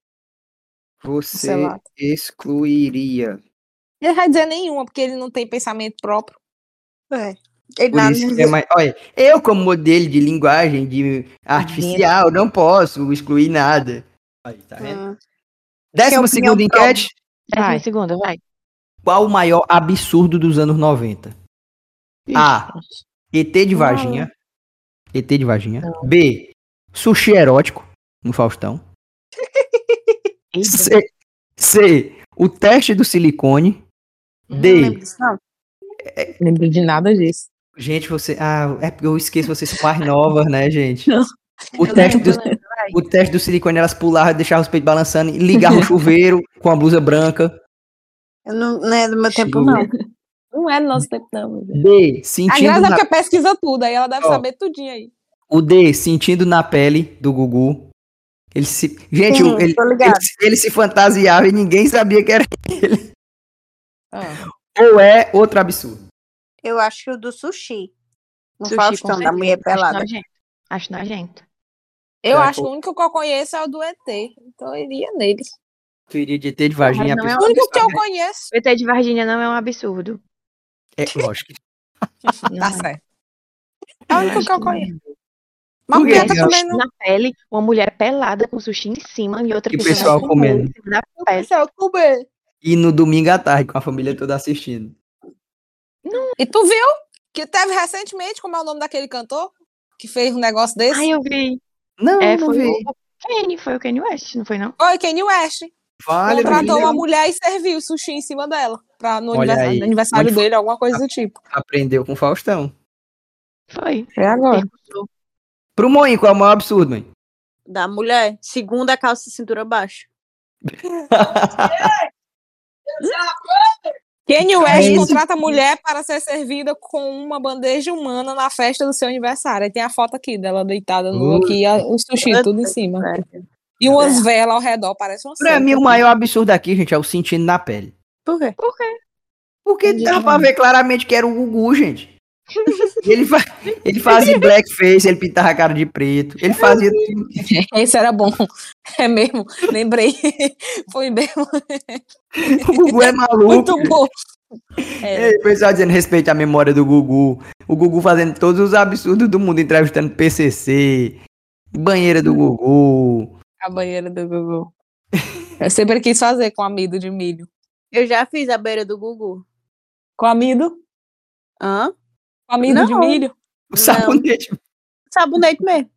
Speaker 2: você
Speaker 5: Cancelado.
Speaker 2: excluiria?
Speaker 5: Ele vai dizer nenhuma, porque ele não tem pensamento próprio.
Speaker 4: É. Ele
Speaker 2: Por
Speaker 4: não
Speaker 2: isso que é mais... Olha, eu como modelo de linguagem de artificial não posso excluir nada. Aí, tá vendo?
Speaker 4: Hum.
Speaker 2: Décima
Speaker 4: opinião
Speaker 2: segunda
Speaker 4: própria.
Speaker 2: enquete.
Speaker 3: Décima segunda, vai.
Speaker 2: Qual o maior absurdo dos anos 90? A. ET de
Speaker 5: Não.
Speaker 2: Varginha. ET de Varginha. B. Sushi erótico. No Faustão.
Speaker 3: Eita.
Speaker 2: C, C. O teste do silicone.
Speaker 4: Não
Speaker 2: D.
Speaker 4: lembro disso, não.
Speaker 5: Lembro de nada disso.
Speaker 2: Gente, você. Ah, é porque eu esqueço, vocês são mais novas, né, gente?
Speaker 5: Não.
Speaker 2: O teste, do, o teste do silicone, elas pulavam, deixavam os peitos balançando e ligavam o chuveiro com a blusa branca.
Speaker 4: Eu não, não é do meu tempo,
Speaker 2: Sim.
Speaker 4: não.
Speaker 5: Não é do nosso tempo, não. meu Deus.
Speaker 2: D.
Speaker 5: A
Speaker 2: Sentindo
Speaker 5: Grazi é
Speaker 2: na,
Speaker 5: porque pesquisa tudo, aí ela deve
Speaker 2: Ó.
Speaker 5: saber tudinho aí.
Speaker 2: o D, sentindo na pele do Gugu. Ele se. Gente,
Speaker 4: Sim,
Speaker 2: o- ele,
Speaker 4: tô
Speaker 2: ele,
Speaker 4: ligado.
Speaker 2: se- ele se fantasiava e ninguém sabia que era.
Speaker 5: Ah.
Speaker 2: Ou é outro absurdo.
Speaker 4: Eu acho que o do sushi. No
Speaker 3: Sushi,
Speaker 4: Faustão,
Speaker 3: com
Speaker 4: da mulher
Speaker 3: certeza. Acho
Speaker 4: pelada.
Speaker 3: nojento. Acho nojento.
Speaker 5: Eu
Speaker 2: Será
Speaker 5: acho que o único que eu conheço é o do ET, então eu iria nele.
Speaker 2: Tu iria de ter de vagina.
Speaker 3: Não é
Speaker 2: a
Speaker 3: um
Speaker 5: O único que eu
Speaker 3: absurdo.
Speaker 5: conheço.
Speaker 3: O ET de Varginha não é um absurdo.
Speaker 2: É, lógico.
Speaker 3: Não
Speaker 5: Tá
Speaker 3: é.
Speaker 5: certo. É o único
Speaker 3: acho
Speaker 5: que eu
Speaker 3: que
Speaker 5: conheço.
Speaker 2: Por
Speaker 5: Mas o
Speaker 2: que
Speaker 5: pior que
Speaker 2: que
Speaker 5: eu também não.
Speaker 3: Na pele, uma mulher pelada com sushi em cima e outra
Speaker 2: E o
Speaker 3: pessoa
Speaker 2: pessoal
Speaker 3: com
Speaker 2: comendo.
Speaker 3: em cima da pele.
Speaker 5: Esse é o Cuber.
Speaker 2: E no domingo à tarde, com a família toda assistindo.
Speaker 5: E tu viu que teve recentemente, como é o nome daquele cantor que fez um negócio desse?
Speaker 3: Ai, eu vi.
Speaker 2: Não,
Speaker 3: É,
Speaker 2: não
Speaker 3: foi
Speaker 2: vi.
Speaker 3: o Kanye, foi o Kanye West, não foi não?
Speaker 5: Foi Kanye West.
Speaker 2: Vale,
Speaker 5: contratou
Speaker 2: menina.
Speaker 5: uma mulher e serviu sushi em cima dela. Pra, no
Speaker 2: Olha
Speaker 5: aniversário,
Speaker 2: aí.
Speaker 5: no aniversário
Speaker 2: Onde foi?
Speaker 5: dele, alguma coisa do tipo.
Speaker 2: Aprendeu com o Faustão.
Speaker 3: Foi.
Speaker 5: É agora.
Speaker 3: Perguntou.
Speaker 2: Pro Moinho, qual é o maior absurdo, mãe?
Speaker 6: Da mulher, segunda calça cintura baixa.
Speaker 5: Kanye West
Speaker 2: Ai,
Speaker 5: contrata a mulher para ser servida com uma bandeja humana na festa do seu aniversário. Aí tem a foto aqui dela deitada nua
Speaker 2: Ui.
Speaker 5: aqui, e a- o sushi tudo em cima. E umas velas ao redor, parece uma
Speaker 2: Pra
Speaker 5: seita.
Speaker 2: mim, o maior absurdo aqui, gente, é o sentindo na pele.
Speaker 6: Por quê?
Speaker 3: Por quê?
Speaker 2: Porque
Speaker 3: Entendi
Speaker 2: dá pra
Speaker 3: também.
Speaker 2: ver claramente que era o Gugu, gente. Ele, fa... ele fazia blackface, ele pintava a cara de preto. Ele fazia. tudo.
Speaker 5: Esse era bom. É mesmo, lembrei. Foi mesmo,
Speaker 2: O Gugu é
Speaker 5: muito
Speaker 2: maluco.
Speaker 5: bom.
Speaker 2: É, O pessoal dizendo respeito à memória do Gugu. O Gugu fazendo todos os absurdos do mundo, entrevistando PCC, banheira do Gugu.
Speaker 5: A banheira do Gugu. Eu sempre quis fazer com amido de milho.
Speaker 6: Eu já fiz a beira do Gugu.
Speaker 5: Com amido?
Speaker 6: Hã?
Speaker 5: Com amido de
Speaker 6: Não.
Speaker 5: milho?
Speaker 2: O sabonete.
Speaker 6: Sabonete mesmo.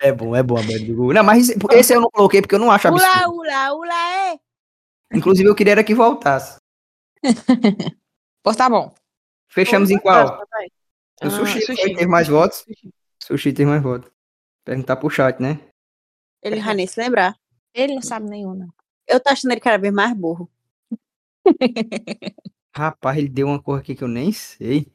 Speaker 2: É bom, é bom a banheira do Gugu. Não, mas esse- esse eu não coloquei porque eu não acho absurdo.
Speaker 6: Ula, ula, ula, é.
Speaker 2: Inclusive, eu queria era que voltasse.
Speaker 5: Pois tá bom.
Speaker 2: Fechamos em qual?
Speaker 3: Ah,
Speaker 2: No sushi, foi
Speaker 3: sushi.
Speaker 2: quem teve mais votos? Sushi teve mais votos. Perguntar pro chat, né?
Speaker 6: Ele já nem se lembrar.
Speaker 5: Ele não sabe nenhum, não.
Speaker 6: Eu tô achando ele cada vez mais burro.
Speaker 2: Rapaz, ele deu uma cor aqui que eu nem sei.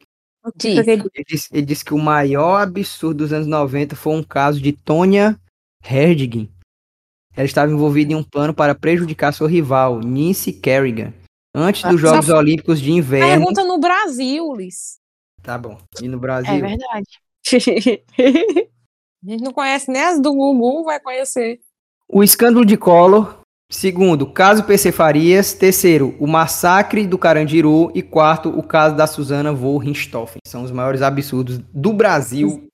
Speaker 5: Diz.
Speaker 2: Ele disse, ele disse que o maior absurdo dos anos 90 foi um caso de Tonya Herding. Ela estava envolvida em um plano para prejudicar sua rival, Nancy Kerrigan, antes dos
Speaker 5: Só
Speaker 2: Jogos
Speaker 5: foi-
Speaker 2: Olímpicos de Inverno.
Speaker 5: Pergunta no Brasil, Liz.
Speaker 2: Tá bom. E no
Speaker 3: É
Speaker 2: Brasil?
Speaker 3: verdade.
Speaker 5: A gente não conhece nem as do Gugu, vai conhecer.
Speaker 2: o escândalo de Collor. Segundo, o caso PC Farias. Terceiro, o massacre do Carandiru. E quarto, o caso da Suzana Wollrichthofen. São os maiores absurdos do Brasil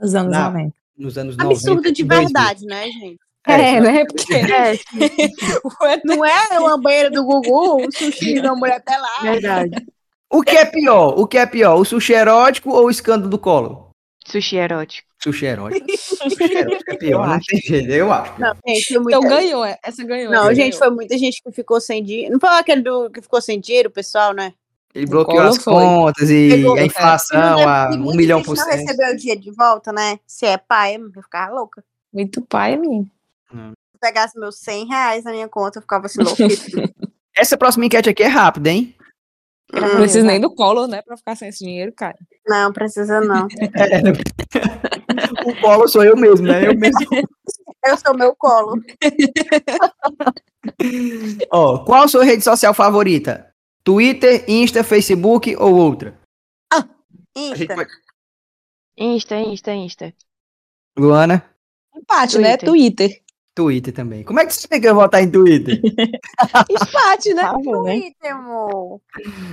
Speaker 5: Os anos
Speaker 2: Não.
Speaker 5: 90.
Speaker 2: nos anos 90.
Speaker 6: Absurdo de
Speaker 2: e 2000.
Speaker 6: verdade, né, gente?
Speaker 5: É,
Speaker 2: É,
Speaker 5: né? Porque então
Speaker 3: É, sim,
Speaker 5: o ET
Speaker 6: Não é uma banheira do Gugu, o sushi de uma mulher pelada.
Speaker 3: verdade.
Speaker 2: O que é pior? O que é pior? O sushi erótico ou o escândalo do Collor?
Speaker 3: Sushi erótico.
Speaker 2: Sushi erótico. Sushi erótico é pior, não tem jeito, eu acho.
Speaker 6: Não, gente, foi
Speaker 5: então
Speaker 6: muita...
Speaker 5: ganhou, é. essa ganhou.
Speaker 6: Não,
Speaker 5: essa
Speaker 6: gente,
Speaker 5: ganhou.
Speaker 6: foi muita gente que ficou sem dinheiro. Não foi aquele do... que ficou sem dinheiro, pessoal, né?
Speaker 2: Ele
Speaker 5: O
Speaker 2: bloqueou
Speaker 5: Collor
Speaker 2: as
Speaker 5: foi.
Speaker 2: contas e
Speaker 6: Pegou,
Speaker 2: a
Speaker 6: é.
Speaker 2: inflação a um milhão por
Speaker 6: não
Speaker 2: cento.
Speaker 6: recebeu o dinheiro de volta, né? Se é pai, eu ficava louca. Se
Speaker 5: Muito pai, menino.
Speaker 6: eu pegasse meus 100 reais na minha conta, eu ficava assim, louca.
Speaker 2: Essa próxima enquete aqui é rápida, hein?
Speaker 4: Hum.
Speaker 5: Não precisa nem do colo, né? Pra ficar sem esse dinheiro, cara.
Speaker 6: Não, precisa não.
Speaker 2: É. O Collor sou eu mesmo, né? Eu mesmo.
Speaker 6: Eu sou meu colo.
Speaker 2: Ó, qual a sua rede social favorita? Twitter, Insta, Facebook ou outra? A gente
Speaker 6: Insta.
Speaker 2: vai-
Speaker 3: Insta, Insta, Insta.
Speaker 2: Luana,
Speaker 5: Empate, né?
Speaker 3: Twitter.
Speaker 5: Twitter.
Speaker 2: Twitter também. Como é que você tem que votar em Twitter?
Speaker 5: Empate,
Speaker 2: Tá
Speaker 5: né?
Speaker 6: Twitter, amor.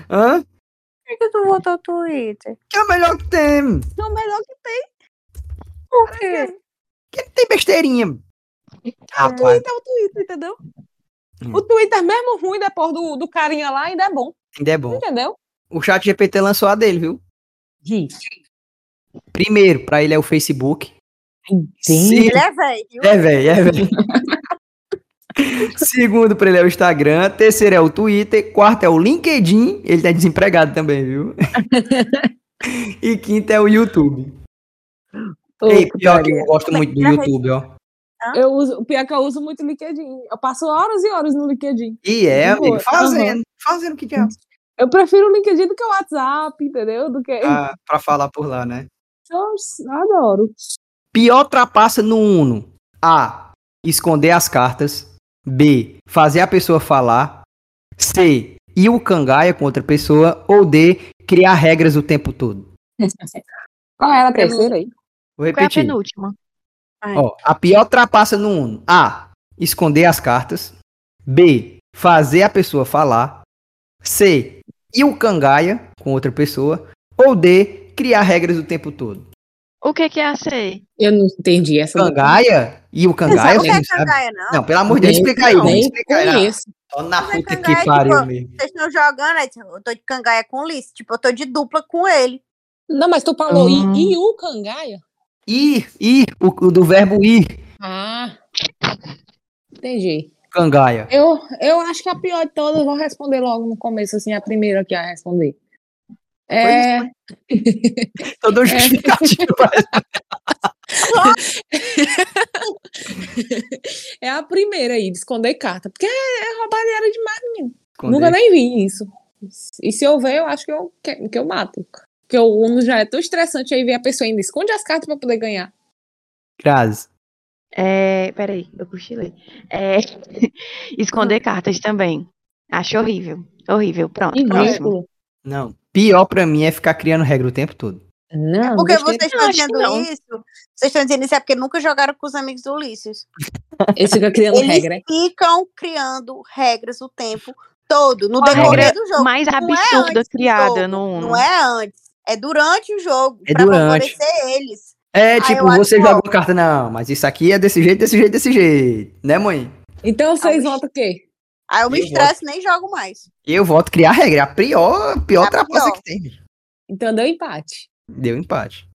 Speaker 2: Hã?
Speaker 6: Por que tu botou o Twitter?
Speaker 2: Que é o melhor que tem?
Speaker 5: É o melhor que tem. é
Speaker 2: Que não tem besteirinha. Rapaz,
Speaker 5: Twitter é o Twitter, entendeu?
Speaker 2: Hum.
Speaker 5: O Twitter, mesmo ruim depois do, do carinha lá, ainda é bom,
Speaker 2: ainda é bom.
Speaker 5: entendeu?
Speaker 2: O chat GPT lançou a dele, viu? Primeiro, pra ele é o Facebook.
Speaker 5: Sim.
Speaker 2: Se-
Speaker 6: Ele é velho.
Speaker 2: É, velho, é, velho. Segundo pra ele é o Instagram, terceiro é o Twitter, quarto é o LinkedIn, ele tá desempregado também, viu? e quinto é o YouTube. Ei, pior que eu gosto muito do YouTube, ó.
Speaker 5: eu uso, o pior é que eu uso muito o LinkedIn. Eu passo horas e horas no LinkedIn.
Speaker 2: E é,
Speaker 5: Boa.
Speaker 2: amigo, fazendo, fazendo o que que é
Speaker 5: Eu prefiro o LinkedIn do que o WhatsApp, entendeu? Do que.
Speaker 2: pra, pra falar por lá, né?
Speaker 5: Eu adoro.
Speaker 2: Pior trapaça no Uno. A. Esconder as cartas. B. Fazer a pessoa falar. C. Ir o cangaia com outra pessoa. Ou D. Criar regras o tempo todo.
Speaker 5: Qual era a
Speaker 4: Pra mim-
Speaker 5: terceira aí?
Speaker 2: Vou
Speaker 3: Qual é a
Speaker 2: repetir.
Speaker 3: penúltima?
Speaker 2: Ó, a pior trapaça no Uno. A. Esconder as cartas. B. Fazer a pessoa falar. C. Ir o cangaia com outra pessoa. Ou D. Criar regras o tempo todo.
Speaker 3: O que que é a C?
Speaker 5: Eu não entendi essa.
Speaker 2: Cangaia? E o cangaia?
Speaker 4: Sabe o
Speaker 2: você
Speaker 4: que é
Speaker 2: não sabe?
Speaker 4: cangaia, não?
Speaker 2: Não, pelo amor de Deus,
Speaker 5: Nem-
Speaker 2: explica aí.
Speaker 5: nem
Speaker 2: explica aí.
Speaker 5: conheço.
Speaker 2: Ó, na
Speaker 4: Mas é
Speaker 2: puta que
Speaker 4: cangaia,
Speaker 2: pariu,
Speaker 4: tipo-
Speaker 2: meu.
Speaker 4: Vocês estão jogando, aí
Speaker 6: né?
Speaker 4: eu tô de cangaia com o Liz. Tipo, eu tô de dupla com ele.
Speaker 5: Não, mas tu falou
Speaker 3: Ah.
Speaker 2: Hum.
Speaker 5: e, e o cangaia?
Speaker 2: Ir, ir, o, o do verbo ir,
Speaker 5: Ah. Entendi.
Speaker 2: cangaia.
Speaker 5: Eu, eu acho que a pior de todas, eu vou responder logo no começo, assim, a primeira que a responder. É,
Speaker 2: Tô dando justificativa.
Speaker 5: é a primeira aí, de esconder carta. Porque é, é roubalheira demais. Nunca
Speaker 2: Nunca
Speaker 5: nem vi isso. E se eu ver, eu acho que eu, que, que eu mato. Porque o Uno já é tão estressante aí ver a pessoa ainda esconde as cartas pra poder ganhar.
Speaker 2: Crase.
Speaker 3: É, peraí, eu cochilei. É, esconder cartas também. Acho horrível. Horrível.
Speaker 5: Ah,
Speaker 3: Pronto,
Speaker 5: tá.
Speaker 3: próximo.
Speaker 5: Ridículo.
Speaker 2: Não. Pior pra mim é ficar criando regra o tempo todo.
Speaker 5: Não,
Speaker 4: Porque
Speaker 5: deixa-
Speaker 4: vocês estão
Speaker 3: acho
Speaker 4: dizendo
Speaker 3: que não.
Speaker 4: isso. Vocês estão dizendo isso é porque nunca jogaram com os amigos do Ulisses.
Speaker 5: eles ficam criando
Speaker 4: Eles
Speaker 5: regra. hein?
Speaker 4: ficam criando regras o tempo todo, no
Speaker 3: Uma
Speaker 4: decorrer
Speaker 3: regra
Speaker 4: do jogo.
Speaker 3: Mais
Speaker 4: Não é
Speaker 3: absurda
Speaker 4: antes do
Speaker 3: criada
Speaker 4: jogo,
Speaker 3: no Uno.
Speaker 4: Não é antes, é durante o jogo.
Speaker 2: É
Speaker 4: pra
Speaker 2: durante.
Speaker 4: favorecer eles.
Speaker 2: É,
Speaker 4: Ah,
Speaker 2: tipo,
Speaker 4: eu acho
Speaker 2: você
Speaker 4: bom.
Speaker 2: joga uma carta, não, mas isso aqui é desse jeito, desse jeito, desse jeito. Né, mãe?
Speaker 5: Então vocês
Speaker 4: mas-
Speaker 5: votam o quê?
Speaker 4: Aí eu me
Speaker 2: Eu
Speaker 4: estresso e nem jogo mais.
Speaker 2: Eu volto a criar regra. É a pior, pior
Speaker 4: A
Speaker 2: trapaça
Speaker 4: pior.
Speaker 2: que tem.
Speaker 5: Então deu empate.
Speaker 2: Deu empate.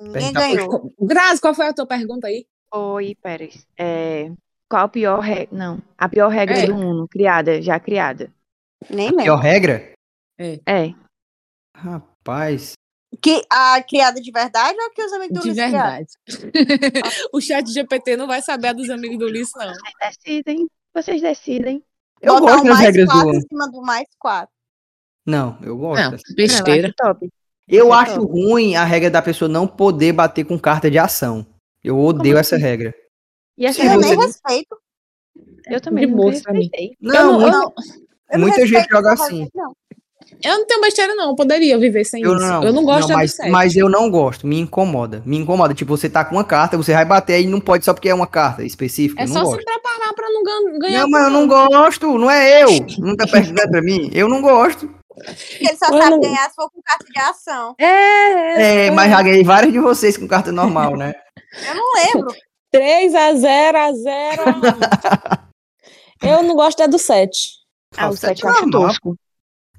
Speaker 4: Ninguém
Speaker 2: Perguntar pro
Speaker 4: ganhou.
Speaker 5: Grazi, qual foi a tua pergunta aí?
Speaker 3: Oi, Pérez. É, qual a pior regra? Não, a pior regra
Speaker 5: É.
Speaker 3: do Uno, criada, já criada.
Speaker 4: Nem
Speaker 2: Pior
Speaker 4: lembro.
Speaker 2: regra?
Speaker 3: É,
Speaker 2: Rapaz.
Speaker 4: Que a criada de verdade ou que os amigos do
Speaker 5: De
Speaker 4: Ulisses criaram?
Speaker 5: verdade. o chat GPT não vai saber a dos amigos do Ulisses, não.
Speaker 3: decidem, vocês decidem.
Speaker 2: Eu
Speaker 4: Botar
Speaker 2: gosto
Speaker 4: o
Speaker 2: das
Speaker 4: mais
Speaker 2: regras do
Speaker 4: quatro em
Speaker 2: ano.
Speaker 4: cima do mais quatro.
Speaker 2: Não, eu gosto.
Speaker 5: Não,
Speaker 2: dessa.
Speaker 3: Não, eu
Speaker 5: besteira.
Speaker 3: acho top.
Speaker 2: Eu
Speaker 3: Isso é
Speaker 2: acho ruim a regra da pessoa não poder bater com carta de ação. Eu odeio essa
Speaker 4: assim?
Speaker 2: regra.
Speaker 3: E essa
Speaker 2: Sim,
Speaker 4: Eu
Speaker 3: regra,
Speaker 4: nem
Speaker 2: você-
Speaker 4: respeito.
Speaker 3: eu também
Speaker 5: de
Speaker 3: nunca
Speaker 5: boa pra mim.
Speaker 3: respeitei.
Speaker 5: não-
Speaker 2: muito-
Speaker 5: eu
Speaker 4: Eu não
Speaker 2: Muita gente
Speaker 4: respeito
Speaker 2: joga
Speaker 4: essa
Speaker 2: assim.
Speaker 4: regra, não.
Speaker 5: Eu não tenho besteira, não. Eu poderia viver sem
Speaker 2: Eu
Speaker 5: isso.
Speaker 2: não,
Speaker 5: eu não gosto
Speaker 2: não,
Speaker 5: é
Speaker 2: mas,
Speaker 5: do sexo.
Speaker 2: mas eu não gosto, me incomoda. Me incomoda. Tipo, você tá com uma carta, você vai bater e não pode só porque é uma carta específica.
Speaker 5: É
Speaker 2: eu não
Speaker 5: só se
Speaker 2: gosto.
Speaker 5: preparar pra não gan- ganhar.
Speaker 2: Não, mas eu não gosto, não é eu. Não tá perguntando pra mim. Eu não gosto.
Speaker 4: Porque ele só
Speaker 5: Mano.
Speaker 4: sabe ganhar se for com carta de ação.
Speaker 2: É, mas já ganhei várias de vocês com carta normal, né?
Speaker 4: Eu não lembro.
Speaker 5: 3 a 0 a 0 Eu não gosto é do 7.
Speaker 3: Ah, o
Speaker 2: Nossa,
Speaker 3: sete
Speaker 2: é
Speaker 3: eu acho
Speaker 2: normal.
Speaker 3: tosco.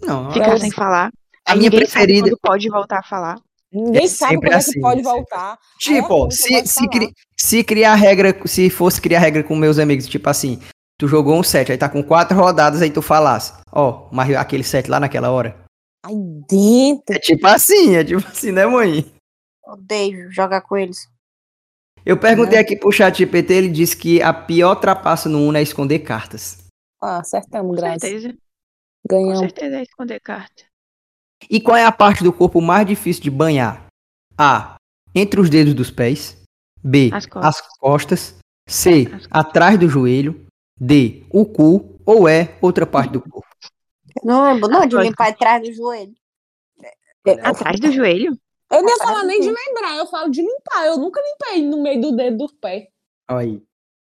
Speaker 2: Não,
Speaker 3: Ficar
Speaker 5: eu-
Speaker 3: sem falar.
Speaker 2: a
Speaker 3: aí
Speaker 2: minha
Speaker 3: ninguém sabe
Speaker 2: preferida.
Speaker 3: quando pode voltar a falar.
Speaker 5: Ninguém
Speaker 2: É
Speaker 5: sabe
Speaker 2: sempre
Speaker 5: quando é
Speaker 2: assim,
Speaker 5: que pode
Speaker 2: sempre.
Speaker 5: voltar.
Speaker 2: Tipo,
Speaker 5: É,
Speaker 2: ó,
Speaker 5: muito
Speaker 2: se,
Speaker 5: gosto de
Speaker 2: se,
Speaker 5: falar.
Speaker 2: cri- se criar regra, se fosse criar regra com meus amigos, tipo assim, tu jogou um set, aí tá com quatro rodadas, aí tu falasse, ó, mas aquele set lá naquela hora.
Speaker 5: Aí dentro.
Speaker 2: É tipo assim, é tipo assim, né, mãe?
Speaker 4: Odeio jogar com eles.
Speaker 2: Eu
Speaker 3: Né?
Speaker 2: perguntei aqui pro chat GPT, ele disse que a pior trapaça no Uno é esconder cartas.
Speaker 5: Ah, acertamos,
Speaker 3: Com
Speaker 5: Grazi.
Speaker 3: certeza. Com
Speaker 5: Ganhamos.
Speaker 3: certeza é esconder carta.
Speaker 2: E qual é a parte do corpo mais difícil de banhar? A. Entre os dedos dos pés. B. As
Speaker 3: As costas.
Speaker 2: costas. C. Atrás do joelho. D. O cu. Ou E. Outra parte do corpo.
Speaker 4: Eu Não lembro, não, de
Speaker 3: Pode.
Speaker 4: limpar atrás do joelho. É,
Speaker 3: Atrás do joelho?
Speaker 5: Eu nem ia
Speaker 4: Atrás
Speaker 5: falar
Speaker 4: do
Speaker 5: nem de
Speaker 4: joelho.
Speaker 5: lembrar, eu falo de limpar. Eu nunca limpei no meio do dedo do pé.
Speaker 2: Olha aí.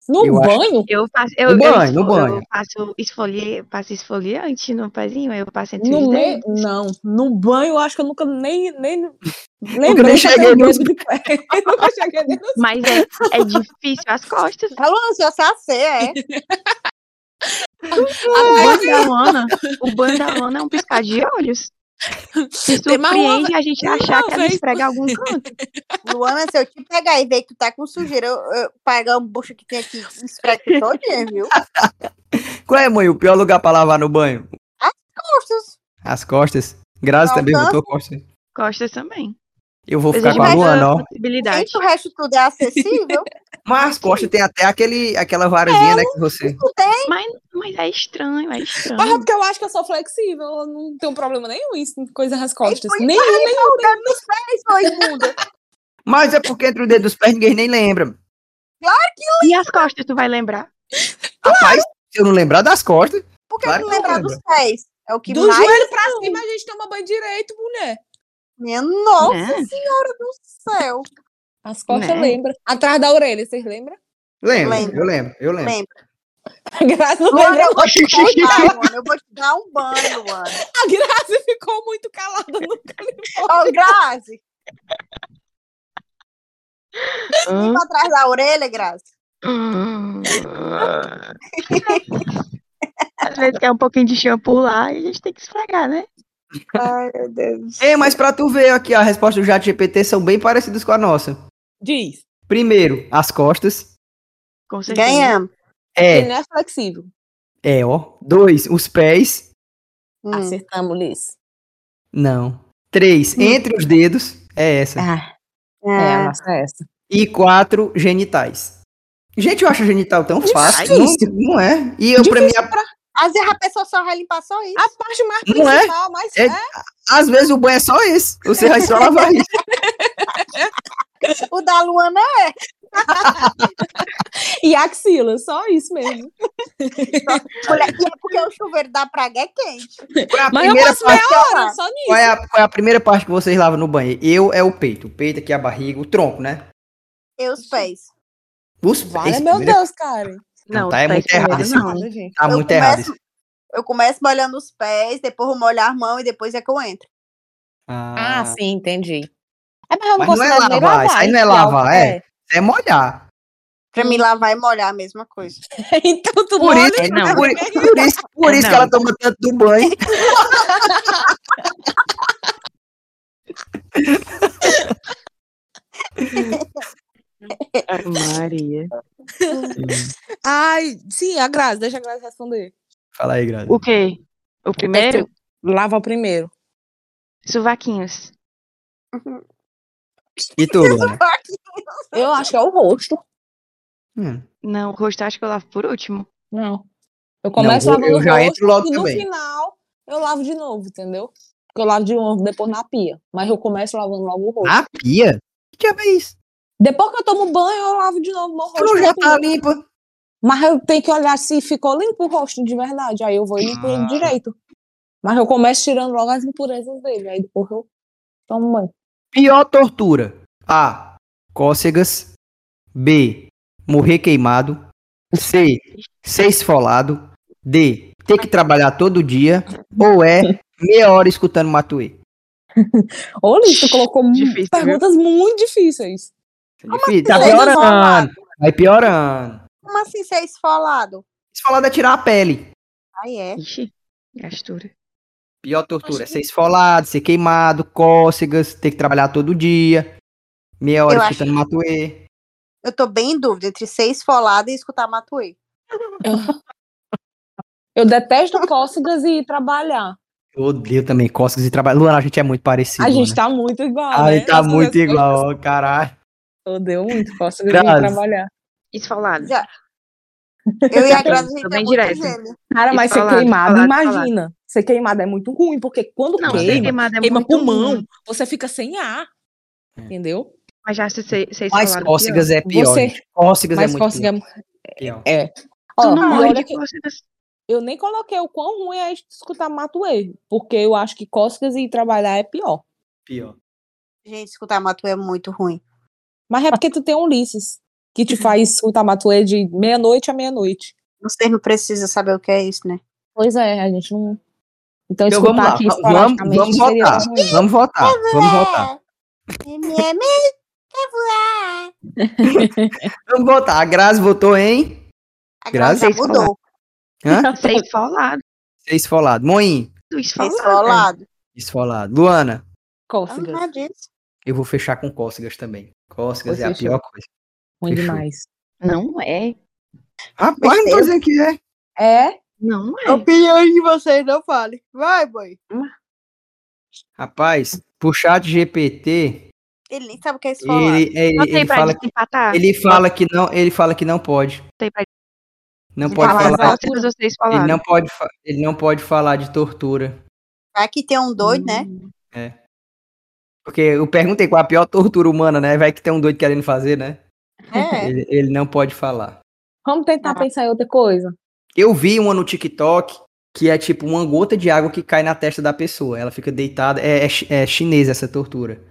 Speaker 5: No
Speaker 2: Eu acho-
Speaker 5: banho?
Speaker 3: Eu faço. Eu,
Speaker 2: No
Speaker 3: eu
Speaker 2: banho, no
Speaker 3: esfo-
Speaker 2: banho.
Speaker 3: Eu faço, esfolie, passo esfoliante no pezinho, aí eu passo entre os
Speaker 5: No meio?
Speaker 3: dedos.
Speaker 5: Não. No banho, eu acho que eu nunca nem. nem lembrei
Speaker 2: nem
Speaker 5: que eu tenho
Speaker 2: cheguei nos-
Speaker 5: dedo de pé. Eu nunca cheguei nem nos
Speaker 3: Mas é, é difícil as costas.
Speaker 4: Falou, seu sacê, é.
Speaker 3: O banho da lona, o banho da lona é um piscar de olhos. Se
Speaker 5: Tem mais uma
Speaker 3: surpreende a gente
Speaker 5: tem
Speaker 3: achar
Speaker 5: uma
Speaker 3: que ela
Speaker 5: vez-
Speaker 3: esfrega algum canto.
Speaker 4: Luana, se eu te pegar e ver que tu tá com sujeira, eu, eu pegar um bucho que tem aqui e esfregar tu todinha, viu?
Speaker 2: Qual é, mãe, o pior lugar pra lavar no banho?
Speaker 4: Costas.
Speaker 2: As costas. Grazi
Speaker 4: Não
Speaker 2: também
Speaker 4: alcança.
Speaker 2: botou costas.
Speaker 3: Costas também.
Speaker 2: Eu vou ficar
Speaker 3: Existe
Speaker 2: com a
Speaker 3: mais
Speaker 2: Luana,
Speaker 3: uma
Speaker 2: ó.
Speaker 3: possibilidade.
Speaker 4: Gente, o resto tudo é acessível.
Speaker 2: Mas as costas tem até aquele, aquela varezinha, né, que você...
Speaker 4: Tu tem
Speaker 3: Mas é estranho, é estranho.
Speaker 5: Mas é porque eu acho que eu sou flexível, eu não tenho problema nenhum isso, coisa nas costas.
Speaker 4: Pois
Speaker 5: Nenhum, nenhum.
Speaker 4: sua imunda.
Speaker 2: Mas é porque entre o dedo dos pés ninguém nem lembra.
Speaker 3: E as costas, tu vai lembrar?
Speaker 2: Rapaz, se eu não lembrar das costas...
Speaker 4: Por que
Speaker 2: Claro
Speaker 4: tu
Speaker 2: que eu
Speaker 4: lembrar
Speaker 2: lembro.
Speaker 4: dos pés? É o que
Speaker 5: Do
Speaker 4: mais.
Speaker 5: joelho pra cima a gente toma banho direito, mulher.
Speaker 4: Minha nossa
Speaker 3: Né?
Speaker 4: senhora do céu.
Speaker 5: As costas
Speaker 3: Né?
Speaker 5: lembra. Atrás da orelha, vocês lembram?
Speaker 2: Lembro,
Speaker 4: Lembro.
Speaker 2: eu lembro, eu lembro.
Speaker 4: Lembra?
Speaker 5: A Grazi não
Speaker 4: Luana,
Speaker 5: lembra.
Speaker 4: eu vou te contar, Luana. Eu vou te dar um banho, Luana.
Speaker 5: A Grazi ficou muito calada. Nunca lembrou.
Speaker 4: Ô, Grazi, limpa atrás da orelha, Grazi.
Speaker 3: Às vezes quer um pouquinho de shampoo lá e a gente tem que esfregar, né?
Speaker 4: Ai, meu Deus.
Speaker 2: Ei, mas pra tu ver aqui, a resposta do chat GPT são bem parecidas com a nossa.
Speaker 5: Diz.
Speaker 2: Primeiro, as costas.
Speaker 3: Com certeza.
Speaker 4: Ganhamos.
Speaker 5: Que
Speaker 2: É,
Speaker 5: não é flexível.
Speaker 2: é, ó. Dois, os pés. Assim,
Speaker 4: Hum.
Speaker 5: Acertamos, Liz.
Speaker 2: Não. Três,
Speaker 5: Hum.
Speaker 2: entre os dedos. É essa.
Speaker 5: É, a
Speaker 4: É.
Speaker 5: nossa é essa.
Speaker 2: E quatro, genitais. Gente, eu acho genital tão fácil. Não,
Speaker 5: Difícil.
Speaker 2: não é? E eu, pra mim,
Speaker 5: Difícil
Speaker 2: a-
Speaker 5: pra-
Speaker 4: Às vezes a pessoa só vai limpar Tá só isso.
Speaker 5: A parte mais
Speaker 2: Não é?
Speaker 5: principal, mas
Speaker 2: É- às vezes o banho é só esse. Você vai só lavar isso.
Speaker 4: O da Luana é
Speaker 5: E axila, só isso mesmo.
Speaker 4: mulher. E é porque o chuveiro da praga é quente.
Speaker 2: Qual é a
Speaker 5: Mas eu
Speaker 2: primeira
Speaker 5: passo meia
Speaker 2: parte-
Speaker 5: hora só nisso.
Speaker 2: Qual é, a, qual é a primeira parte que vocês lavam no banho? Eu é o peito. O peito aqui, a barriga, o tronco, né?
Speaker 4: Eu os pés.
Speaker 2: Os
Speaker 5: Vale,
Speaker 2: pés,
Speaker 5: meu
Speaker 2: primeiro-
Speaker 5: Deus, Karen.
Speaker 2: Não,
Speaker 3: Não,
Speaker 2: tá, é
Speaker 3: tá
Speaker 2: muito
Speaker 3: esfregando,
Speaker 2: errado isso.
Speaker 3: não.
Speaker 5: gente.
Speaker 2: Tá
Speaker 4: Eu
Speaker 2: muito errado
Speaker 4: começo-
Speaker 2: isso.
Speaker 4: Eu começo molhando os pés, depois vou molhar a mão e depois é que eu entro.
Speaker 5: Ah, sim, entendi. É, mas eu não
Speaker 2: Mas não é
Speaker 5: considero nem
Speaker 2: lavar, isso aí não é
Speaker 5: então,
Speaker 2: lavar, é. é molhar.
Speaker 4: Pra mim lavar e molhar é a mesma coisa.
Speaker 5: Então tu
Speaker 2: Por
Speaker 5: molha
Speaker 2: isso,
Speaker 3: É, não.
Speaker 2: por, por isso, por
Speaker 3: É,
Speaker 2: isso que
Speaker 3: não.
Speaker 2: ela toma tanto do banho.
Speaker 3: Maria.
Speaker 5: Ai, sim, a Grazi, deixa a Grazi responder.
Speaker 2: Fala aí, Grazi.
Speaker 3: O quê? O primeiro?
Speaker 5: Lava primeiro.
Speaker 3: Suvaquinhos.
Speaker 2: E tu, Luana?
Speaker 5: Eu acho que é o rosto.
Speaker 2: Hum.
Speaker 3: Não, o rosto eu acho que eu lavo por último.
Speaker 5: Não. Eu começo
Speaker 2: eu-
Speaker 5: lavando
Speaker 2: eu
Speaker 5: o
Speaker 2: já
Speaker 5: rosto
Speaker 2: entro logo
Speaker 5: e no
Speaker 2: também.
Speaker 5: final eu lavo de novo, entendeu? Porque eu lavo de novo depois na pia. Mas eu começo lavando logo o rosto.
Speaker 2: Na pia? Que diabo é isso?
Speaker 5: Depois que eu tomo banho, eu lavo de novo meu
Speaker 2: Tu
Speaker 5: rosto.
Speaker 2: já
Speaker 5: na pia.
Speaker 2: tá limpa.
Speaker 5: Mas eu tenho que olhar se ficou limpo o rosto de verdade. Aí eu vou e limpo ele direito. Mas eu começo tirando logo as impurezas dele. Aí depois eu tomo banho.
Speaker 2: Pior tortura. A. Cócegas. B. Morrer queimado. C. Ser esfolado. D. Ter que trabalhar todo dia. Ou E. Meia hora escutando Matuê.
Speaker 5: Ô, Liz, tu colocou mu-
Speaker 3: Difícil, viu?
Speaker 5: perguntas muito
Speaker 2: Isso
Speaker 5: difíceis.
Speaker 2: é difícil. Tá
Speaker 5: assim, ser
Speaker 2: piorando. Vai piorando.
Speaker 4: Como assim ser esfolado?
Speaker 2: Esfolado é tirar a pele.
Speaker 4: Aí é.
Speaker 3: Ixi, gastura.
Speaker 2: Pior tortura é ser esfolado, ser queimado, cócegas, ter que trabalhar todo dia, meia hora
Speaker 4: Eu acho
Speaker 2: escutando Matuê.
Speaker 4: Eu tô bem em dúvida entre ser esfolada e escutar Matuê.
Speaker 5: Eu detesto cócegas e ir trabalhar.
Speaker 2: Eu odeio também cócegas e trabalho. Luana, a gente é muito parecido.
Speaker 5: a gente
Speaker 2: tá,
Speaker 5: tá muito igual.
Speaker 2: a
Speaker 5: né?
Speaker 2: gente tá
Speaker 5: Essas
Speaker 2: muito
Speaker 5: coisas-
Speaker 2: igual, ó, caralho.
Speaker 5: Eu odeio muito cócegas e
Speaker 2: Grazi.
Speaker 5: ir trabalhar.
Speaker 3: Esfolado.
Speaker 4: Já. Eu e a
Speaker 3: Tô
Speaker 4: Grazi, a gente é
Speaker 3: bem
Speaker 4: muito
Speaker 3: direto.
Speaker 4: gêmea.
Speaker 5: Cara, mas ser
Speaker 3: Esfolado,
Speaker 5: queimado,
Speaker 3: esfolado, esfolado.
Speaker 5: imagina. Ser queimado é muito ruim, porque quando
Speaker 3: Não, ser
Speaker 5: queima,
Speaker 3: queimado é
Speaker 5: queima
Speaker 3: muito
Speaker 5: pulmão,
Speaker 3: ruim,
Speaker 5: você fica sem ar. Entendeu?
Speaker 3: Mas já se ser ser
Speaker 2: Mas
Speaker 3: esfolado. é
Speaker 2: cócegas é pior.
Speaker 5: Você-
Speaker 2: gente. Cócegas é
Speaker 5: Mas
Speaker 2: muito
Speaker 5: cócega é. mu-
Speaker 2: pior.
Speaker 3: pior.
Speaker 5: Ó,
Speaker 3: Tu não
Speaker 5: e
Speaker 3: morre
Speaker 5: olha
Speaker 3: de
Speaker 5: que-
Speaker 3: cócegas.
Speaker 5: Eu nem coloquei o quão ruim é escutar Matuê, porque eu acho que cócegas e ir trabalhar é pior.
Speaker 2: pior.
Speaker 4: Gente, escutar Matuê é muito ruim.
Speaker 5: Mas é porque tu tem um Ulisses, que te faz escutar Matuê de meia-noite a meia-noite.
Speaker 4: Vocês não precisam saber o que é isso, né?
Speaker 5: Pois é, a gente não.
Speaker 2: Então
Speaker 5: Então, escutar
Speaker 2: vamos lá,
Speaker 5: aqui
Speaker 2: va- vamos,
Speaker 5: esporadicamente
Speaker 2: vamos
Speaker 5: seria
Speaker 2: votar,
Speaker 5: ruim.
Speaker 2: vamos votar, vamos votar.
Speaker 4: MM, quer voar?
Speaker 2: Vamos votar, a Grazi votou em
Speaker 4: A Grazi já
Speaker 3: Grazi,
Speaker 4: mudou.
Speaker 2: Hã?
Speaker 3: Ser é esfolado. é
Speaker 2: ser esfolado. Moim,
Speaker 5: é
Speaker 2: né?
Speaker 3: Esfolado.
Speaker 4: Tá Esfolado.
Speaker 2: esfolado. Luana,
Speaker 5: Cócegas.
Speaker 4: Ah, disso.
Speaker 2: eu vou fechar com cócegas também. Cócegas é a
Speaker 5: Você
Speaker 2: pior coisa.
Speaker 5: Ruim
Speaker 2: Fechou.
Speaker 5: demais.
Speaker 3: Não é.
Speaker 2: Rapaz, não tô dizendo que é.
Speaker 5: É?
Speaker 3: Não é.
Speaker 6: Opinião de vocês, não fale. Vai, boy.
Speaker 2: Rapaz, puxar de GPT,
Speaker 4: Ele nem sabe o que é isso falar.
Speaker 2: ele, ele-
Speaker 3: Botei
Speaker 2: ele
Speaker 3: pra
Speaker 2: fala,
Speaker 3: desempatar.
Speaker 2: ele fala que não, ele fala que não pode.
Speaker 3: Botei pra
Speaker 2: Não pode
Speaker 3: desempatar as
Speaker 2: falar,
Speaker 5: exato.
Speaker 3: cócegas, vocês
Speaker 2: ele
Speaker 3: falaram.
Speaker 2: não pode, fa- ele não pode falar de tortura.
Speaker 4: Vai que tem um doido, né?
Speaker 2: Porque eu perguntei qual a pior tortura humana, né? Vai que tem um doido querendo fazer, né?
Speaker 4: É.
Speaker 2: Ele, ele não pode falar.
Speaker 5: Vamos tentar
Speaker 4: Caraca.
Speaker 5: pensar em outra coisa.
Speaker 2: Eu vi uma no TikTok que é tipo uma gota de água que cai na testa da pessoa. Ela fica deitada. É, é, chi- é chinesa essa tortura.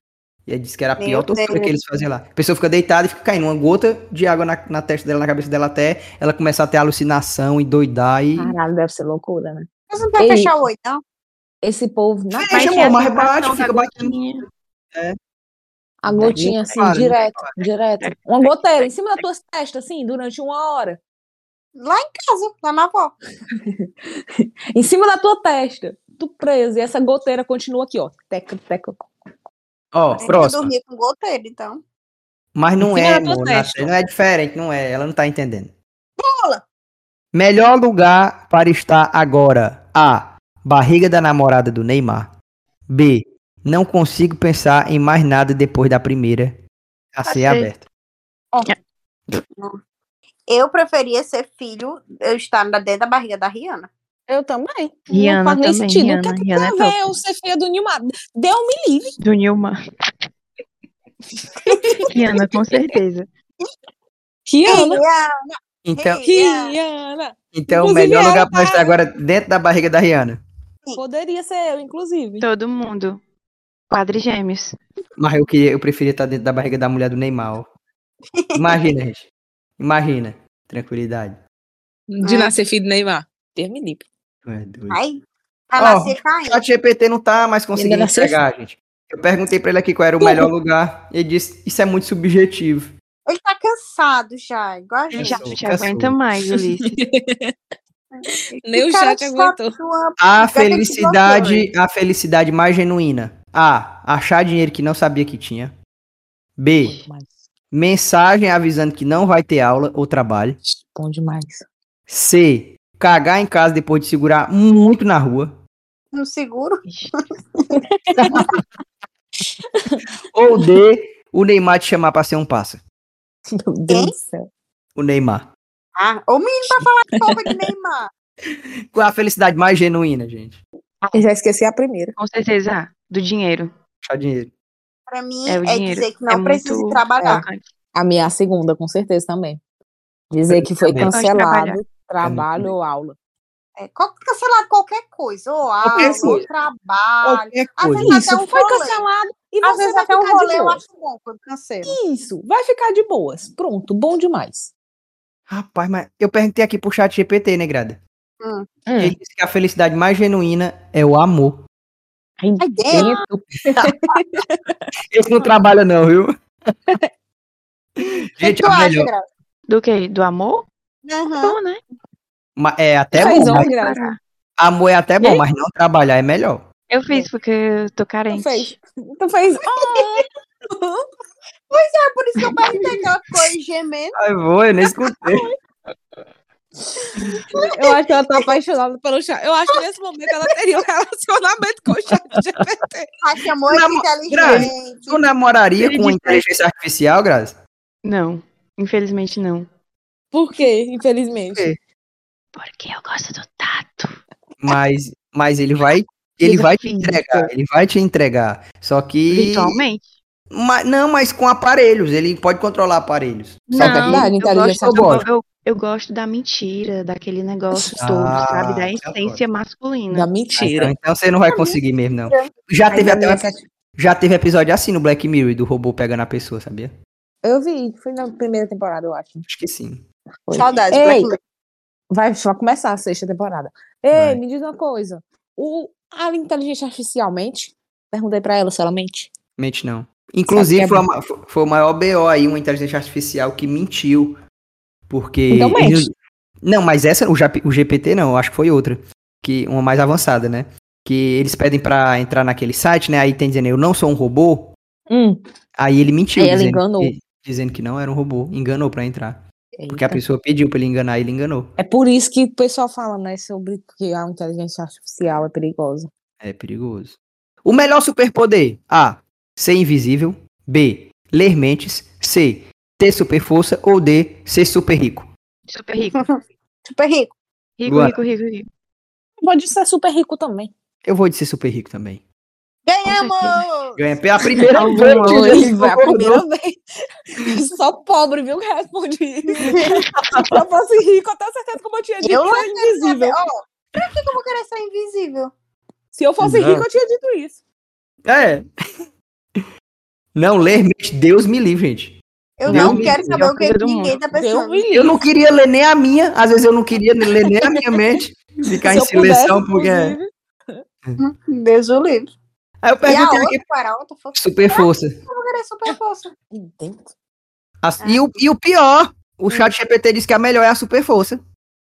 Speaker 2: E aí disse que era a
Speaker 4: Meu
Speaker 2: pior tortura
Speaker 4: Deus.
Speaker 2: que eles faziam lá. A pessoa fica deitada e fica caindo uma gota de água na, na testa dela, na cabeça dela, até ela começar a ter alucinação e doidar e.
Speaker 5: Caralho, deve ser loucura, né?
Speaker 4: Mas não vai
Speaker 5: Ei.
Speaker 4: fechar o olho, não?
Speaker 5: Esse povo, na
Speaker 2: Fecha,
Speaker 3: tem
Speaker 2: amor, mas
Speaker 3: a
Speaker 2: rebate,
Speaker 3: sensação
Speaker 2: fica
Speaker 3: da
Speaker 2: batendo.
Speaker 3: gotinha.
Speaker 5: a gotinha assim,
Speaker 2: É, Claro, É,
Speaker 5: direto, direto. Uma goteira em cima da tua testa, assim, durante uma hora.
Speaker 4: Lá em casa, lá na avó.
Speaker 5: Em cima da tua testa. Tu preso. E essa goteira continua aqui, ó. Teca, teca.
Speaker 2: Ó,
Speaker 4: Tem que
Speaker 2: próximo.
Speaker 4: dormir com goteira, então.
Speaker 2: Mas não
Speaker 5: Fica
Speaker 2: é,
Speaker 5: na tua
Speaker 2: amor, na-
Speaker 5: testa.
Speaker 2: não é diferente, não é. Ela não tá entendendo.
Speaker 4: Bola!
Speaker 2: Melhor lugar para estar agora: A. Barriga da namorada do Neymar. B. Não consigo pensar em mais nada depois da primeira. A C é
Speaker 3: Aceito.
Speaker 2: aberta.
Speaker 4: Eu preferia ser filho, eu estar na- dentro da barriga da Rihanna.
Speaker 6: Eu também.
Speaker 3: Rihanna
Speaker 5: não faz nem
Speaker 3: também,
Speaker 5: sentido.
Speaker 3: Rihanna,
Speaker 5: o que é que
Speaker 3: Rihanna é
Speaker 5: tem a ver
Speaker 3: top.
Speaker 5: eu ser feia do Nilmar? um Deu-me livre.
Speaker 3: Do Nilma. Rihanna, com certeza.
Speaker 5: Rihanna.
Speaker 4: Rihanna,
Speaker 2: Então,
Speaker 4: Rihanna.
Speaker 5: Rihanna.
Speaker 2: então o
Speaker 5: Inclusive,
Speaker 2: melhor
Speaker 5: ela
Speaker 2: lugar para
Speaker 5: tá-
Speaker 2: estar agora é dentro da barriga da Rihanna.
Speaker 5: Poderia ser eu, inclusive.
Speaker 3: Todo mundo. Quadrigêmeos.
Speaker 2: Mas eu, queria, eu preferia estar dentro da barriga da mulher do Neymar. ó. Imagina, gente. Imagina. Tranquilidade.
Speaker 5: De nascer filho de Neymar. Deus me livre.
Speaker 2: Tu é doido.
Speaker 4: Ai,
Speaker 2: Ó,
Speaker 4: pra nascer
Speaker 2: O
Speaker 4: caindo.
Speaker 2: chat GPT não tá mais conseguindo
Speaker 5: Ainda não
Speaker 2: entregar, gente. Eu perguntei pra ele aqui qual era o
Speaker 5: Tudo.
Speaker 2: melhor lugar. Ele disse, isso é muito subjetivo.
Speaker 4: Ele tá cansado já, igual a
Speaker 3: Ele
Speaker 4: gente. né?
Speaker 3: já
Speaker 2: Cansou,
Speaker 3: não te aguenta
Speaker 2: cansou.
Speaker 3: mais, Ulisses.
Speaker 5: Nem o
Speaker 4: cara
Speaker 5: chat
Speaker 4: de
Speaker 5: aguentou.
Speaker 4: sua-
Speaker 2: A
Speaker 5: é
Speaker 4: Vai ter que
Speaker 2: felicidade, a felicidade mais genuína. A. Achar dinheiro que não sabia que tinha. B. Mensagem avisando que não vai ter aula ou trabalho.
Speaker 5: Bom demais.
Speaker 2: C. Cagar em casa depois de segurar muito na rua.
Speaker 4: No seguro.
Speaker 2: Ou D. O Neymar te chamar pra ser um pássaro.
Speaker 5: Meu Deus do céu.
Speaker 2: O Neymar.
Speaker 4: Ah, o menino vai falar de pobre de Neymar.
Speaker 2: Qual é a felicidade mais genuína, gente?
Speaker 5: Eu já esqueci a primeira.
Speaker 3: Com certeza. Ah, do dinheiro.
Speaker 2: Achar dinheiro.
Speaker 4: Pra mim
Speaker 3: É o
Speaker 4: é,
Speaker 3: dinheiro.
Speaker 4: dizer que
Speaker 3: É
Speaker 4: não precisa
Speaker 3: muito-
Speaker 4: trabalhar.
Speaker 5: A minha segunda, com certeza, também. Dizer que foi
Speaker 2: Também.
Speaker 3: Gosto de trabalhar.
Speaker 5: cancelado trabalho ou aula.
Speaker 4: É, qual- cancelar qualquer coisa, ou
Speaker 2: Qualquer
Speaker 4: aula, ou
Speaker 2: coisa.
Speaker 4: trabalho.
Speaker 2: Qualquer
Speaker 4: Às
Speaker 2: coisa.
Speaker 4: vezes até um
Speaker 5: É foi
Speaker 4: rolê.
Speaker 5: cancelado e
Speaker 4: Às
Speaker 5: você
Speaker 4: vezes
Speaker 5: vai
Speaker 4: até
Speaker 5: ficar
Speaker 4: um rolê
Speaker 5: de
Speaker 4: eu
Speaker 5: boas.
Speaker 4: acho bom quando cancela.
Speaker 5: Isso, vai ficar de boas. Pronto, bom demais.
Speaker 2: Rapaz, mas eu perguntei aqui pro chat GPT, né, Grada?
Speaker 5: Hum.
Speaker 2: Ele disse que a felicidade mais genuína é o amor.
Speaker 5: Aí
Speaker 4: Ai, dentro.
Speaker 5: dentro.
Speaker 2: Esse não trabalha, não, viu? Gente,
Speaker 4: tu
Speaker 2: é
Speaker 4: acha,
Speaker 2: melhor.
Speaker 4: Graça?
Speaker 3: Do que? Do amor?
Speaker 4: Aham.
Speaker 3: Bom, né?
Speaker 2: Ma- É até
Speaker 5: Faz
Speaker 2: bom.
Speaker 5: um
Speaker 2: Mas,
Speaker 5: graça.
Speaker 3: Parar.
Speaker 2: amor é até bom,
Speaker 5: Ei.
Speaker 2: mas não trabalhar é melhor.
Speaker 3: Eu fiz porque eu tô
Speaker 5: Tu
Speaker 3: carente.
Speaker 5: fez. Tu fez. Ah,
Speaker 4: É por isso que eu perguntei aquela coisa gemendo.
Speaker 2: Ai, vou, eu nem escutei.
Speaker 5: eu acho que ela tá apaixonada pelo chat. Eu acho que nesse momento ela teria um relacionamento com o chat GPT.
Speaker 4: Ai, que amor é
Speaker 2: Namo- Grazi,
Speaker 4: inteligente.
Speaker 2: Tu namoraria
Speaker 3: Ele
Speaker 2: com uma
Speaker 3: disse-
Speaker 2: inteligência artificial, Grazi?
Speaker 3: Não. Infelizmente não.
Speaker 5: Por quê, infelizmente?
Speaker 2: Por
Speaker 3: Porque eu gosto do tato.
Speaker 2: Mas, mas ele vai. Ele
Speaker 3: Vida
Speaker 2: vai te
Speaker 3: física.
Speaker 2: entregar, ele vai te entregar. Só que.
Speaker 3: Virtualmente.
Speaker 2: Ma- não, mas com aparelhos. Ele pode controlar aparelhos. Só que
Speaker 3: Não,
Speaker 2: ele-
Speaker 5: Verdade,
Speaker 3: eu
Speaker 5: inteligência
Speaker 3: gosto, eu, go-
Speaker 2: artificial.
Speaker 3: eu- eu gosto da mentira, daquele negócio
Speaker 2: Ah,
Speaker 3: todo, sabe? Da
Speaker 2: eu
Speaker 3: essência masculina.
Speaker 5: Da
Speaker 2: Ah, então,
Speaker 5: mentira.
Speaker 2: então você não vai conseguir mesmo, não. Já
Speaker 5: Aí
Speaker 2: teve,
Speaker 5: na
Speaker 2: até um
Speaker 5: minha
Speaker 2: epi- já teve episódio assim no Black Mirror do robô pegando a pessoa, sabia?
Speaker 5: Eu vi, foi na primeira temporada, eu acho.
Speaker 2: Acho que sim.
Speaker 4: Saudades,
Speaker 5: Ei.
Speaker 4: Black Mirror.
Speaker 5: Vai, vai começar a sexta temporada. Ei,
Speaker 2: Vai.
Speaker 5: me diz uma coisa. O, a inteligência artificial mente? Perguntei pra ela se ela mente.
Speaker 2: Mente não. Inclusive,
Speaker 5: Sabe que
Speaker 2: foi,
Speaker 5: é
Speaker 2: a ma- fo- foi o maior BO aí, uma inteligência artificial que mentiu. Porque.
Speaker 5: Então mente.
Speaker 2: eles Não, não, mas essa, o, Jap- o GPT não, eu acho que foi outra. Que, uma mais avançada,
Speaker 5: Hum.
Speaker 2: né? Que eles pedem pra entrar naquele site, né? Aí tem dizendo, eu não sou um robô. Aí ele mentiu.
Speaker 5: Aí ela
Speaker 2: dizendo
Speaker 5: enganou.
Speaker 2: Que, dizendo que não era um robô. Enganou pra entrar. Porque a
Speaker 5: Eita.
Speaker 2: pessoa pediu pra ele enganar, ele enganou.
Speaker 5: É por isso que o pessoal fala, né, sobre que a inteligência artificial é perigosa.
Speaker 2: É perigoso. O melhor superpoder: A. Ser invisível. B. Ler mentes. C. Ter super força. Ou D. Ser super rico.
Speaker 3: Super rico.
Speaker 4: Super rico.
Speaker 3: Rico,
Speaker 2: Luana.
Speaker 3: rico, rico, rico.
Speaker 5: Pode ser super rico também.
Speaker 2: Eu vou de ser super rico também.
Speaker 4: Ganhamos!
Speaker 2: Ganha pela primeira
Speaker 3: Não,
Speaker 2: vez.
Speaker 3: não,
Speaker 2: gente,
Speaker 5: ele vai
Speaker 2: concordou.
Speaker 5: primeira vez. Só pobre, viu, que responde isso. Se eu fosse rico, eu tenho certeza que eu tinha dito
Speaker 4: Eu não
Speaker 5: que era invisível.
Speaker 4: Ó, pra que que eu vou querer ser invisível?
Speaker 5: Se eu fosse
Speaker 2: Exato.
Speaker 5: rico, eu tinha dito isso.
Speaker 2: É. Não ler mente. Deus me livre, gente.
Speaker 4: Eu
Speaker 2: Deus
Speaker 4: não
Speaker 2: me
Speaker 4: quero
Speaker 2: livre,
Speaker 4: saber o que
Speaker 3: coisa do
Speaker 2: um
Speaker 4: ninguém tá
Speaker 5: Deus
Speaker 4: pensando.
Speaker 5: me
Speaker 2: Eu
Speaker 5: livre.
Speaker 2: não queria ler nem a minha. Às vezes eu não queria ler nem a minha mente. Ficar
Speaker 5: Se
Speaker 2: em um
Speaker 5: eu pudesse,
Speaker 2: seleção, porque.
Speaker 5: inclusive.
Speaker 4: Deus o livre.
Speaker 2: Aí eu
Speaker 4: E a
Speaker 2: perguntei aqui.
Speaker 4: outra, para a outra, força.
Speaker 2: Super força.
Speaker 4: Eu vou querer super força.
Speaker 2: As- E, o, e o pior,
Speaker 5: Hum.
Speaker 2: o chat GPT disse que a melhor é a super força.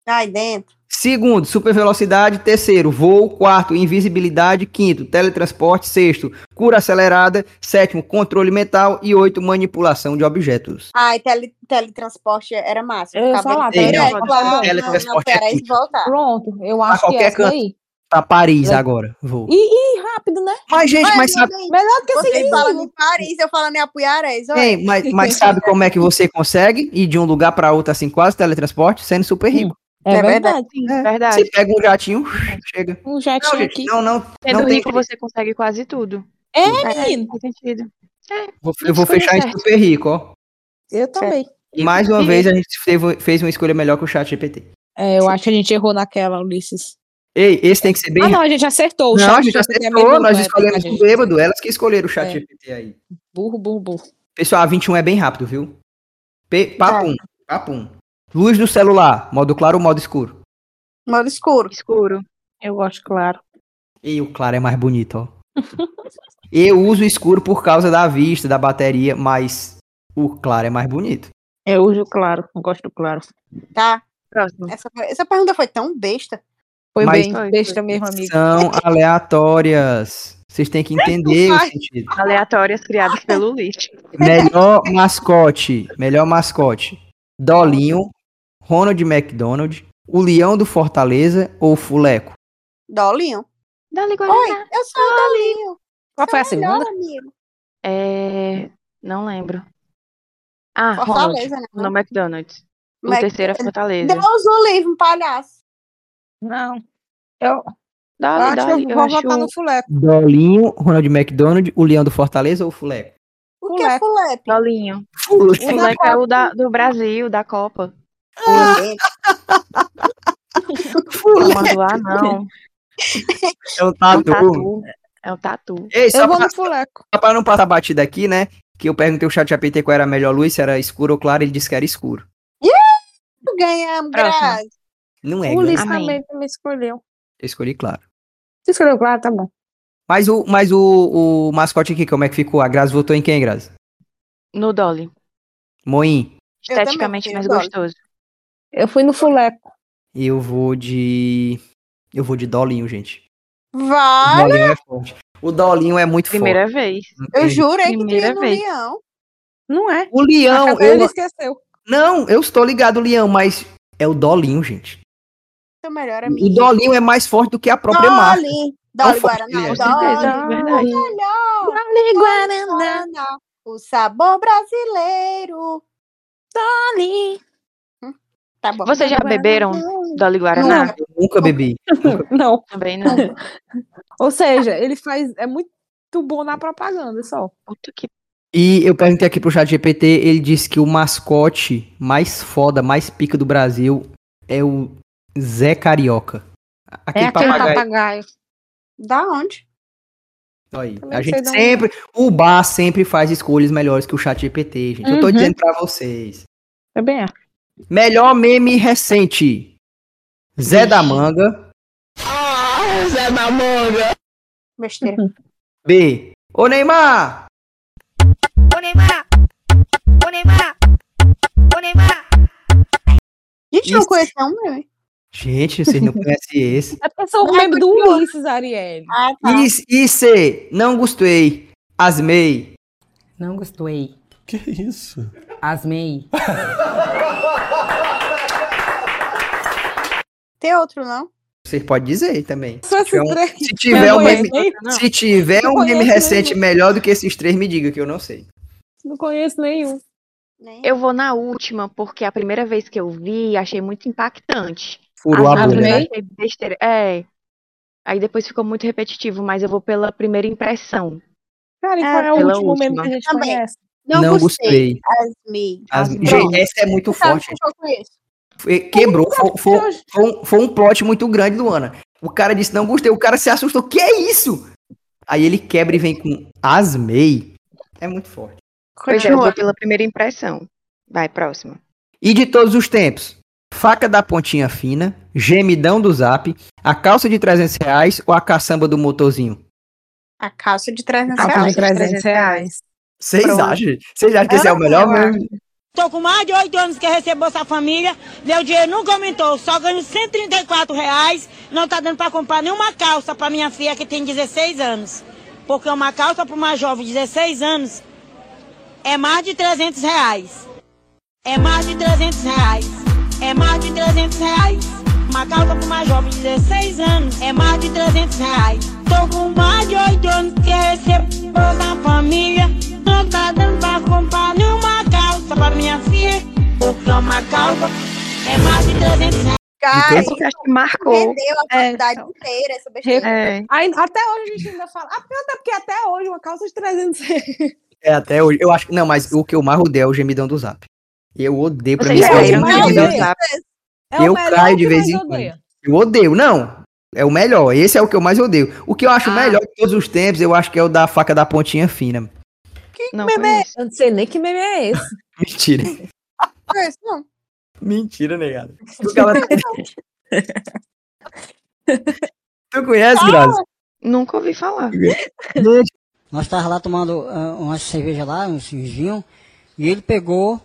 Speaker 4: Ai, dentro.
Speaker 2: Segundo, super velocidade. Terceiro, voo. Quarto, invisibilidade. Quinto, teletransporte. Sexto, cura acelerada. Sétimo, controle mental. E oito, manipulação de objetos.
Speaker 4: Ai, tele, teletransporte era massa.
Speaker 5: Eu ia
Speaker 4: Ficava
Speaker 5: falar,
Speaker 4: inteiro,
Speaker 2: teletransporte.
Speaker 4: aí falava,
Speaker 2: Teletransporte
Speaker 4: não, não,
Speaker 2: é
Speaker 4: pera aí,
Speaker 2: tudo.
Speaker 4: voltar.
Speaker 5: Pronto, eu acho que é
Speaker 2: qualquer
Speaker 5: essa
Speaker 2: canto.
Speaker 5: aí.
Speaker 2: Pra Tá Paris
Speaker 5: Vai.
Speaker 2: agora, voo.
Speaker 5: E, e rápido, né?
Speaker 2: Mas, gente,
Speaker 4: Ai,
Speaker 2: mas
Speaker 4: meu
Speaker 2: sabe,
Speaker 4: bem,
Speaker 5: Melhor do que assim. essa
Speaker 4: Vocês
Speaker 5: aí.
Speaker 4: falam em Paris, eu falo em Apuiarés. Olha,
Speaker 2: hein, mas, mas sabe como é que você consegue ir de um lugar pra outro assim, quase teletransporte, sendo super rico?
Speaker 5: É
Speaker 4: É
Speaker 5: verdade.
Speaker 4: verdade.
Speaker 3: Sim,
Speaker 2: É,
Speaker 3: verdade.
Speaker 2: Você pega um jatinho, chega.
Speaker 5: Um jet
Speaker 2: Não, gente,
Speaker 5: aqui.
Speaker 2: não, não.
Speaker 3: Sendo
Speaker 2: não tem
Speaker 3: rico, você consegue quase tudo.
Speaker 5: É, menino.
Speaker 3: Faz sentido.
Speaker 2: Vou-
Speaker 3: Não
Speaker 2: eu vou
Speaker 3: escolha
Speaker 2: fechar em
Speaker 3: certo.
Speaker 2: super rico, ó.
Speaker 5: Eu também.
Speaker 2: Mais uma
Speaker 3: E-
Speaker 2: vez, a gente teve- fez uma escolha melhor que o chat GPT.
Speaker 5: É, eu acho que a gente errou naquela, Ulisses.
Speaker 2: Ei, esse tem que ser bem.
Speaker 5: Ah, não, a gente acertou. O
Speaker 2: Não,
Speaker 5: chat
Speaker 2: a gente já
Speaker 5: GPT é
Speaker 2: acertou,
Speaker 5: meio
Speaker 2: nós
Speaker 5: burro, é,
Speaker 2: escolhemos
Speaker 5: a
Speaker 2: o
Speaker 5: gente-
Speaker 2: bêbado, elas que escolheram o chat
Speaker 5: É.
Speaker 2: GPT aí.
Speaker 5: Burro, burro, burro.
Speaker 2: Pessoal, a 21 é bem rápido, viu? Pe
Speaker 5: É.
Speaker 2: papum, papum. Luz do celular, modo claro ou modo escuro?
Speaker 4: modo escuro.
Speaker 3: Escuro.
Speaker 5: Eu gosto, claro.
Speaker 2: E o claro é mais bonito, ó. Eu uso o escuro por causa da vista, da bateria, mas o claro é mais bonito.
Speaker 5: Eu uso claro, eu gosto do claro.
Speaker 4: Tá?
Speaker 3: Próximo.
Speaker 4: Essa, foi- essa pergunta foi tão besta.
Speaker 5: Foi
Speaker 2: Mas-
Speaker 5: bem
Speaker 3: Foi,
Speaker 5: besta
Speaker 3: foi.
Speaker 5: mesmo, amigo.
Speaker 2: São aleatórias. Vocês têm que entender o sentido.
Speaker 3: Aleatórias criadas pelo lixo.
Speaker 2: Melhor mascote. Melhor mascote. Dolinho, Ronald McDonald, o Leão do Fortaleza ou o Fuleco?
Speaker 4: Dolinho.
Speaker 3: Dali
Speaker 4: Oi,
Speaker 3: Guaraná.
Speaker 4: eu sou o Dolinho.
Speaker 5: Qual foi a
Speaker 4: Melhor
Speaker 5: segunda?
Speaker 4: amigo.
Speaker 3: É... Não lembro. Ah, Ronald.
Speaker 4: Fortaleza, né?
Speaker 3: No McDonald's. O
Speaker 4: Mac-
Speaker 3: terceiro é Fortaleza.
Speaker 4: Deus o livre, um palhaço.
Speaker 5: Não. Eu, eu
Speaker 3: Dali,
Speaker 5: acho que
Speaker 3: Dali,
Speaker 5: eu
Speaker 3: eu
Speaker 5: vou votar
Speaker 3: acho...
Speaker 5: no Fuleco.
Speaker 2: Dolinho, Ronald McDonald, o Leão do Fortaleza ou o Fuleco?
Speaker 4: O que é fulepe?
Speaker 3: Dolinho. O
Speaker 2: Fuleco.
Speaker 3: moleque é o da, do Brasil, da Copa. Ah. Não mandou ah, não.
Speaker 2: É um
Speaker 3: É um
Speaker 2: tatu.
Speaker 3: tatu. É um tatu.
Speaker 2: Ei, só
Speaker 5: Então tá Eu vou
Speaker 2: pra,
Speaker 5: no Fuleco.
Speaker 2: só pra não passar batida aqui, né? Que eu perguntei o chat GPT qual era a melhor luz, se era escuro ou claro, ele disse que era escuro.
Speaker 4: Ganhamos,
Speaker 3: Próximo.
Speaker 4: graças.
Speaker 2: Não é,
Speaker 5: O
Speaker 2: né?
Speaker 5: Ulisses
Speaker 3: Amém.
Speaker 5: também me escolheu.
Speaker 2: Eu escolhi claro.
Speaker 5: Você escolheu claro, tá bom.
Speaker 2: Mas o, mas o, o mascote aqui, como é que ficou? A Grazi votou em quem, Grazi?
Speaker 3: No Dolly.
Speaker 2: Moim.
Speaker 4: Eu também
Speaker 3: Esteticamente
Speaker 4: tenho
Speaker 3: mais
Speaker 4: Dolly.
Speaker 3: gostoso.
Speaker 5: Eu fui no Fuleco.
Speaker 2: Eu vou de. Eu vou de Dolinho, gente. O
Speaker 4: Vai,
Speaker 2: Dolinho é forte. O Dolinho é muito
Speaker 3: Primeira vez.
Speaker 2: forte.
Speaker 5: é
Speaker 4: eu
Speaker 2: entende?
Speaker 4: jurei que
Speaker 3: Primeira
Speaker 4: tinha no
Speaker 3: vez.
Speaker 4: leão.
Speaker 5: Não é?
Speaker 2: O Leão,
Speaker 5: Acabou, ele
Speaker 2: eu...
Speaker 5: esqueceu.
Speaker 2: não, eu estou ligado, Leão, mas é o Dolinho, gente.
Speaker 4: Seu melhor amigo.
Speaker 2: O Dolinho é mais forte do que a própria marca.
Speaker 4: Dolly. Dolly
Speaker 2: Não foi,
Speaker 4: Guaraná.
Speaker 2: Juliette.
Speaker 3: Com certeza,
Speaker 4: Dolly
Speaker 3: é verdade.
Speaker 5: Dali Guaraná.
Speaker 4: Guaraná. O sabor brasileiro.
Speaker 5: Dali.
Speaker 4: Tá bom.
Speaker 3: Vocês já beberam Dolly Guaraná?
Speaker 4: Nunca.
Speaker 2: Eu nunca bebi.
Speaker 5: Não.
Speaker 3: Também não.
Speaker 5: Ou seja, ele faz. É muito bom na propaganda, só.
Speaker 3: Puta que
Speaker 2: E eu perguntei aqui pro chat GPT, ele disse que o mascote mais foda, mais pica do Brasil é o Zé Carioca. É Aquele papagaio.
Speaker 5: É papagaio.
Speaker 4: Da onde?
Speaker 2: Aí, a
Speaker 5: Também não sei
Speaker 2: gente
Speaker 5: de onde é.
Speaker 2: sempre, o bar sempre faz escolhas melhores que o chat GPT, gente. Eu tô
Speaker 5: Uhum.
Speaker 2: dizendo pra vocês.
Speaker 5: É bem. é.
Speaker 2: Melhor meme recente. Zé da Manga.
Speaker 4: Besteira.
Speaker 3: Uhum.
Speaker 2: B. Ô Neymar!
Speaker 4: Gente, eu não
Speaker 2: Isso.
Speaker 4: conheço nenhum meme.
Speaker 2: Gente, vocês não conhecem esse.
Speaker 5: É porque sou o
Speaker 4: Não,
Speaker 5: membro do Ulisses, Ariel.
Speaker 4: Ah, tá.
Speaker 2: E, e C. Não gostei. Asmei.
Speaker 7: Não gostei.
Speaker 8: Que isso?
Speaker 7: Asmei.
Speaker 4: Tem outro, não?
Speaker 2: Você pode dizer também.
Speaker 5: Só esses
Speaker 2: Tiver um-
Speaker 5: três.
Speaker 2: Se tiver
Speaker 5: não
Speaker 2: um
Speaker 5: conheço
Speaker 2: meme,
Speaker 5: nem-
Speaker 2: se tiver
Speaker 5: Não
Speaker 2: um meme
Speaker 5: conheço
Speaker 2: recente
Speaker 5: nenhum.
Speaker 2: melhor do que esses três, me diga que eu não sei.
Speaker 5: Não conheço nenhum.
Speaker 4: Nem.
Speaker 3: Eu vou na última, porque a primeira vez que eu vi, achei muito impactante.
Speaker 2: Furou
Speaker 3: As
Speaker 2: a
Speaker 3: outras
Speaker 2: bolha.
Speaker 3: eu
Speaker 5: né?
Speaker 3: achei besteira. É. Aí depois ficou muito repetitivo, mas eu vou pela primeira impressão.
Speaker 5: Cara, e
Speaker 3: É,
Speaker 5: qual é o
Speaker 3: pela
Speaker 5: último meme que a
Speaker 3: última.
Speaker 5: gente
Speaker 4: Também.
Speaker 5: conhece?
Speaker 4: Não,
Speaker 2: Não
Speaker 4: gostei.
Speaker 2: gostei.
Speaker 4: Asmi.
Speaker 2: As-
Speaker 3: Asmi.
Speaker 2: Gente, essa é muito forte.
Speaker 4: Sabe qual foi esse?
Speaker 2: Foi- Quebrou. Foi, foi- foi um, foi um plot muito grande do Ana. O cara disse, não gostei. O cara se assustou. Que é isso? Aí ele quebra e vem com asmei. É muito forte.
Speaker 3: Pois é, eu
Speaker 4: Continua.
Speaker 3: vou pela primeira impressão. Vai, próxima.
Speaker 2: E de todos os tempos? Faca da pontinha fina, gemidão do zap, a calça de 300 reais ou a caçamba do motorzinho?
Speaker 4: A calça de 300
Speaker 3: A calça
Speaker 4: reais.
Speaker 3: de 300 reais.
Speaker 2: Vocês
Speaker 3: Pronto.
Speaker 2: acham? gente? Vocês acham que esse é o melhor meme?
Speaker 9: Tô com mais de oito anos que recebo Bolsa Família, meu dinheiro nunca aumentou, só ganho 134 reais, não tá dando pra comprar nenhuma calça pra minha filha que tem 16 anos. Porque uma calça pra uma jovem de 16 anos é mais de 300 reais. É mais de 300 reais. É mais de 300 reais. Uma calça pra uma jovem de 16 anos é mais de 300 reais. Tô com mais de 8 anos que recebo da família. Não tá dando pra comprar nenhuma calça pra minha filha. Porque uma calça é mais de 300 reais.
Speaker 4: Cara,
Speaker 3: Esse que acho que
Speaker 2: Então,
Speaker 3: marcou.
Speaker 4: vendeu a
Speaker 3: É,
Speaker 4: faculdade inteira essa besteira.
Speaker 3: É.
Speaker 5: Aí, até hoje a gente ainda fala. Ah, até porque até hoje uma calça de 300 reais.
Speaker 2: É, até hoje. Eu acho que. Não, mas o que eu mais odeio é o gemidão do zap. Eu odeio pra
Speaker 3: Vocês
Speaker 2: mim.
Speaker 3: já
Speaker 2: é o
Speaker 3: viram
Speaker 5: mas
Speaker 3: que
Speaker 5: eu
Speaker 3: ele não
Speaker 5: odeio.
Speaker 3: sabe?
Speaker 5: É o
Speaker 2: Eu
Speaker 5: melhor
Speaker 2: caio de
Speaker 5: que
Speaker 2: vez
Speaker 5: mais
Speaker 2: em
Speaker 5: odeia.
Speaker 2: Eu odeio, não. É o melhor. Esse é o que eu mais odeio. O que eu
Speaker 3: Ah.
Speaker 2: acho melhor de todos os tempos, eu acho que é o da faca da pontinha fina.
Speaker 3: Não
Speaker 5: meme
Speaker 3: conheço.
Speaker 5: Eu não sei nem que meme é esse.
Speaker 2: Mentira.
Speaker 4: Não é isso, não.
Speaker 2: Mentira, negado. Tu, ela... tu conhece, Grazi?
Speaker 3: Nunca ouvi falar.
Speaker 2: Gente,
Speaker 9: Nós estávamos lá tomando ah, uma cerveja lá, um vinho, e ele pegou,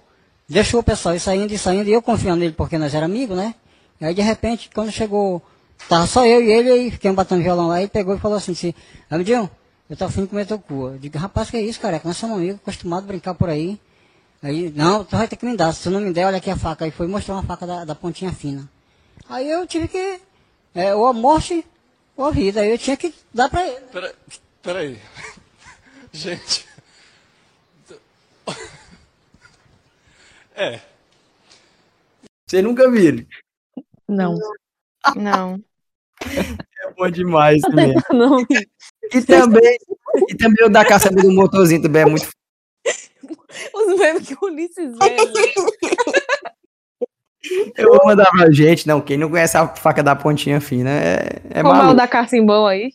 Speaker 9: deixou o pessoal ir saindo e saindo, e eu confiando nele porque nós éramos amigos, né? E aí de repente, quando chegou, tava só eu e ele, aí fiquei batendo violão lá, ele pegou e falou assim, assim Abidinho, eu tô afim de comer teu cu. Eu digo, rapaz, que é isso, careca? Nós somos amigos, acostumados a brincar por aí. Aí, não, tu vai ter que me dar, se tu não me der, olha aqui a faca. Aí foi e mostrou uma faca da, da pontinha fina. Aí eu tive que, é, ou a morte, ou a vida. Aí eu tinha que dar pra ele.
Speaker 10: Pera, peraí. Gente. É.
Speaker 2: Vocês nunca viram.
Speaker 5: Não.
Speaker 3: Não.
Speaker 2: É bom demais também.
Speaker 5: Não.
Speaker 2: E também, e também o da caçamba do motorzinho também é muito f-
Speaker 5: Os memes que o Ulisses
Speaker 2: É
Speaker 5: vê.
Speaker 2: Eu vou mandar pra gente. Não, quem não conhece a faca da pontinha fina é, é
Speaker 5: Como é o
Speaker 2: maluco.
Speaker 5: da Carcimbão aí?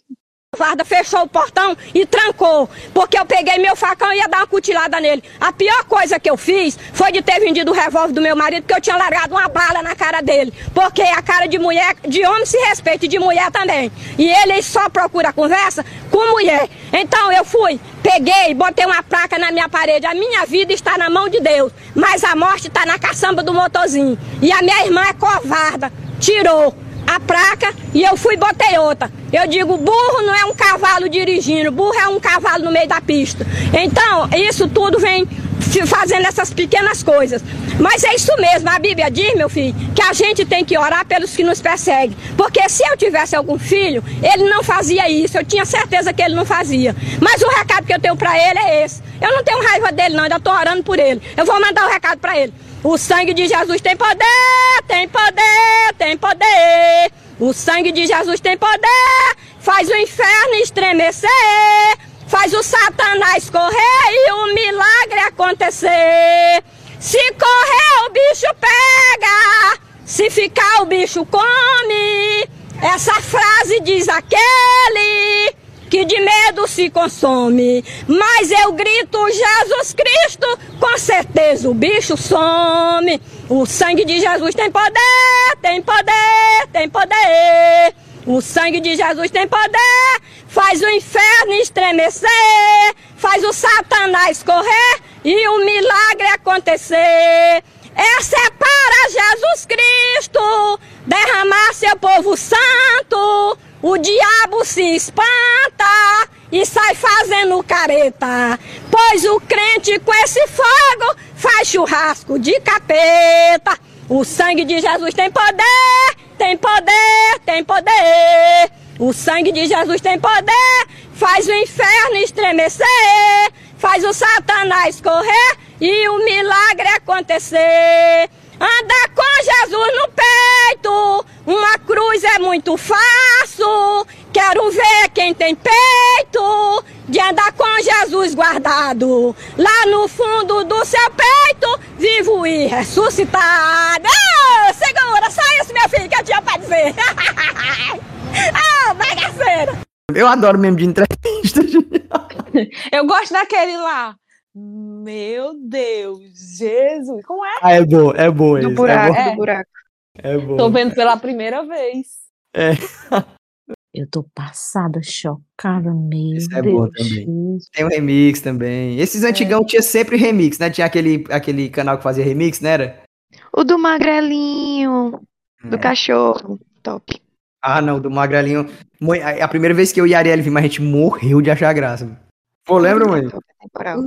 Speaker 9: guarda fechou o portão e trancou, porque eu peguei meu facão e ia dar uma cutilada nele. A pior coisa que eu fiz foi de ter vendido o revólver do meu marido, porque eu tinha largado uma bala na cara dele. Porque a cara de mulher, de homem se respeita e de mulher também. E ele só procura conversa com mulher. Então eu fui, peguei, botei uma placa na minha parede. A minha vida está na mão de Deus, mas a morte está na caçamba do motorzinho. E a minha irmã é covarda, tirou a placa e eu fui e botei outra. Eu digo, burro não é um cavalo dirigindo, burro é um cavalo no meio da pista. Então, isso tudo vem fi- fazendo essas pequenas coisas. Mas é isso mesmo, a Bíblia diz, meu filho, que a gente tem que orar pelos que nos perseguem. Porque se eu tivesse algum filho, ele não fazia isso, eu tinha certeza que ele não fazia. Mas o recado que eu tenho pra ele é esse. Eu não tenho raiva dele, não, ainda tô orando por ele. Eu vou mandar o recado pra ele. O sangue de Jesus tem poder, tem poder, tem poder. O sangue de Jesus tem poder, faz o inferno estremecer, faz o Satanás correr e o milagre acontecer. Se correr, o bicho pega, se ficar, o bicho come. Essa frase diz aquele que de medo se consome. Mas eu grito Jesus Cristo, com certeza o bicho some. O sangue de Jesus tem poder, tem poder, tem poder. O sangue de Jesus tem poder, faz o inferno estremecer, faz o Satanás correr e o milagre acontecer. Essa é para Jesus Cristo derramar seu povo santo o diabo se espanta e sai fazendo careta. Pois o crente com esse fogo faz churrasco de capeta. O sangue de Jesus tem poder, tem poder, tem poder. O sangue de Jesus tem poder, faz o inferno estremecer, faz o Satanás correr e o milagre acontecer. Andar com Jesus no peito, uma cruz é muito fácil. Quero ver quem tem peito de andar com Jesus guardado. Lá no fundo do seu peito, vivo e ressuscitado. Ah, segura, só isso, meu filho, que eu tinha pra dizer. Ah, bagaceira.
Speaker 2: Eu adoro mesmo de entrevista.
Speaker 5: Eu gosto daquele lá. Meu Deus, Jesus. Como é?
Speaker 2: ah, é bom, é bom
Speaker 3: Do
Speaker 2: esse,
Speaker 3: buraco,
Speaker 5: É.
Speaker 3: do buraco.
Speaker 2: É bom.
Speaker 5: Tô vendo pela primeira vez.
Speaker 2: É.
Speaker 7: Eu tô passada, chocada, meu
Speaker 2: Isso é
Speaker 7: Deus.
Speaker 2: bom também.
Speaker 7: Jesus.
Speaker 2: Tem o remix também. Esses antigão tinha sempre remix, né? Tinha aquele, aquele canal que fazia remix, né? Era?
Speaker 3: O do magrelinho,
Speaker 2: É.
Speaker 3: do cachorro. Top.
Speaker 2: Ah, não, do Magrelinho. Mãe, A a primeira vez que eu e a Arielle vimos, a gente morreu de achar graça. mano. Pô, lembra, mãe?
Speaker 3: Top temporal.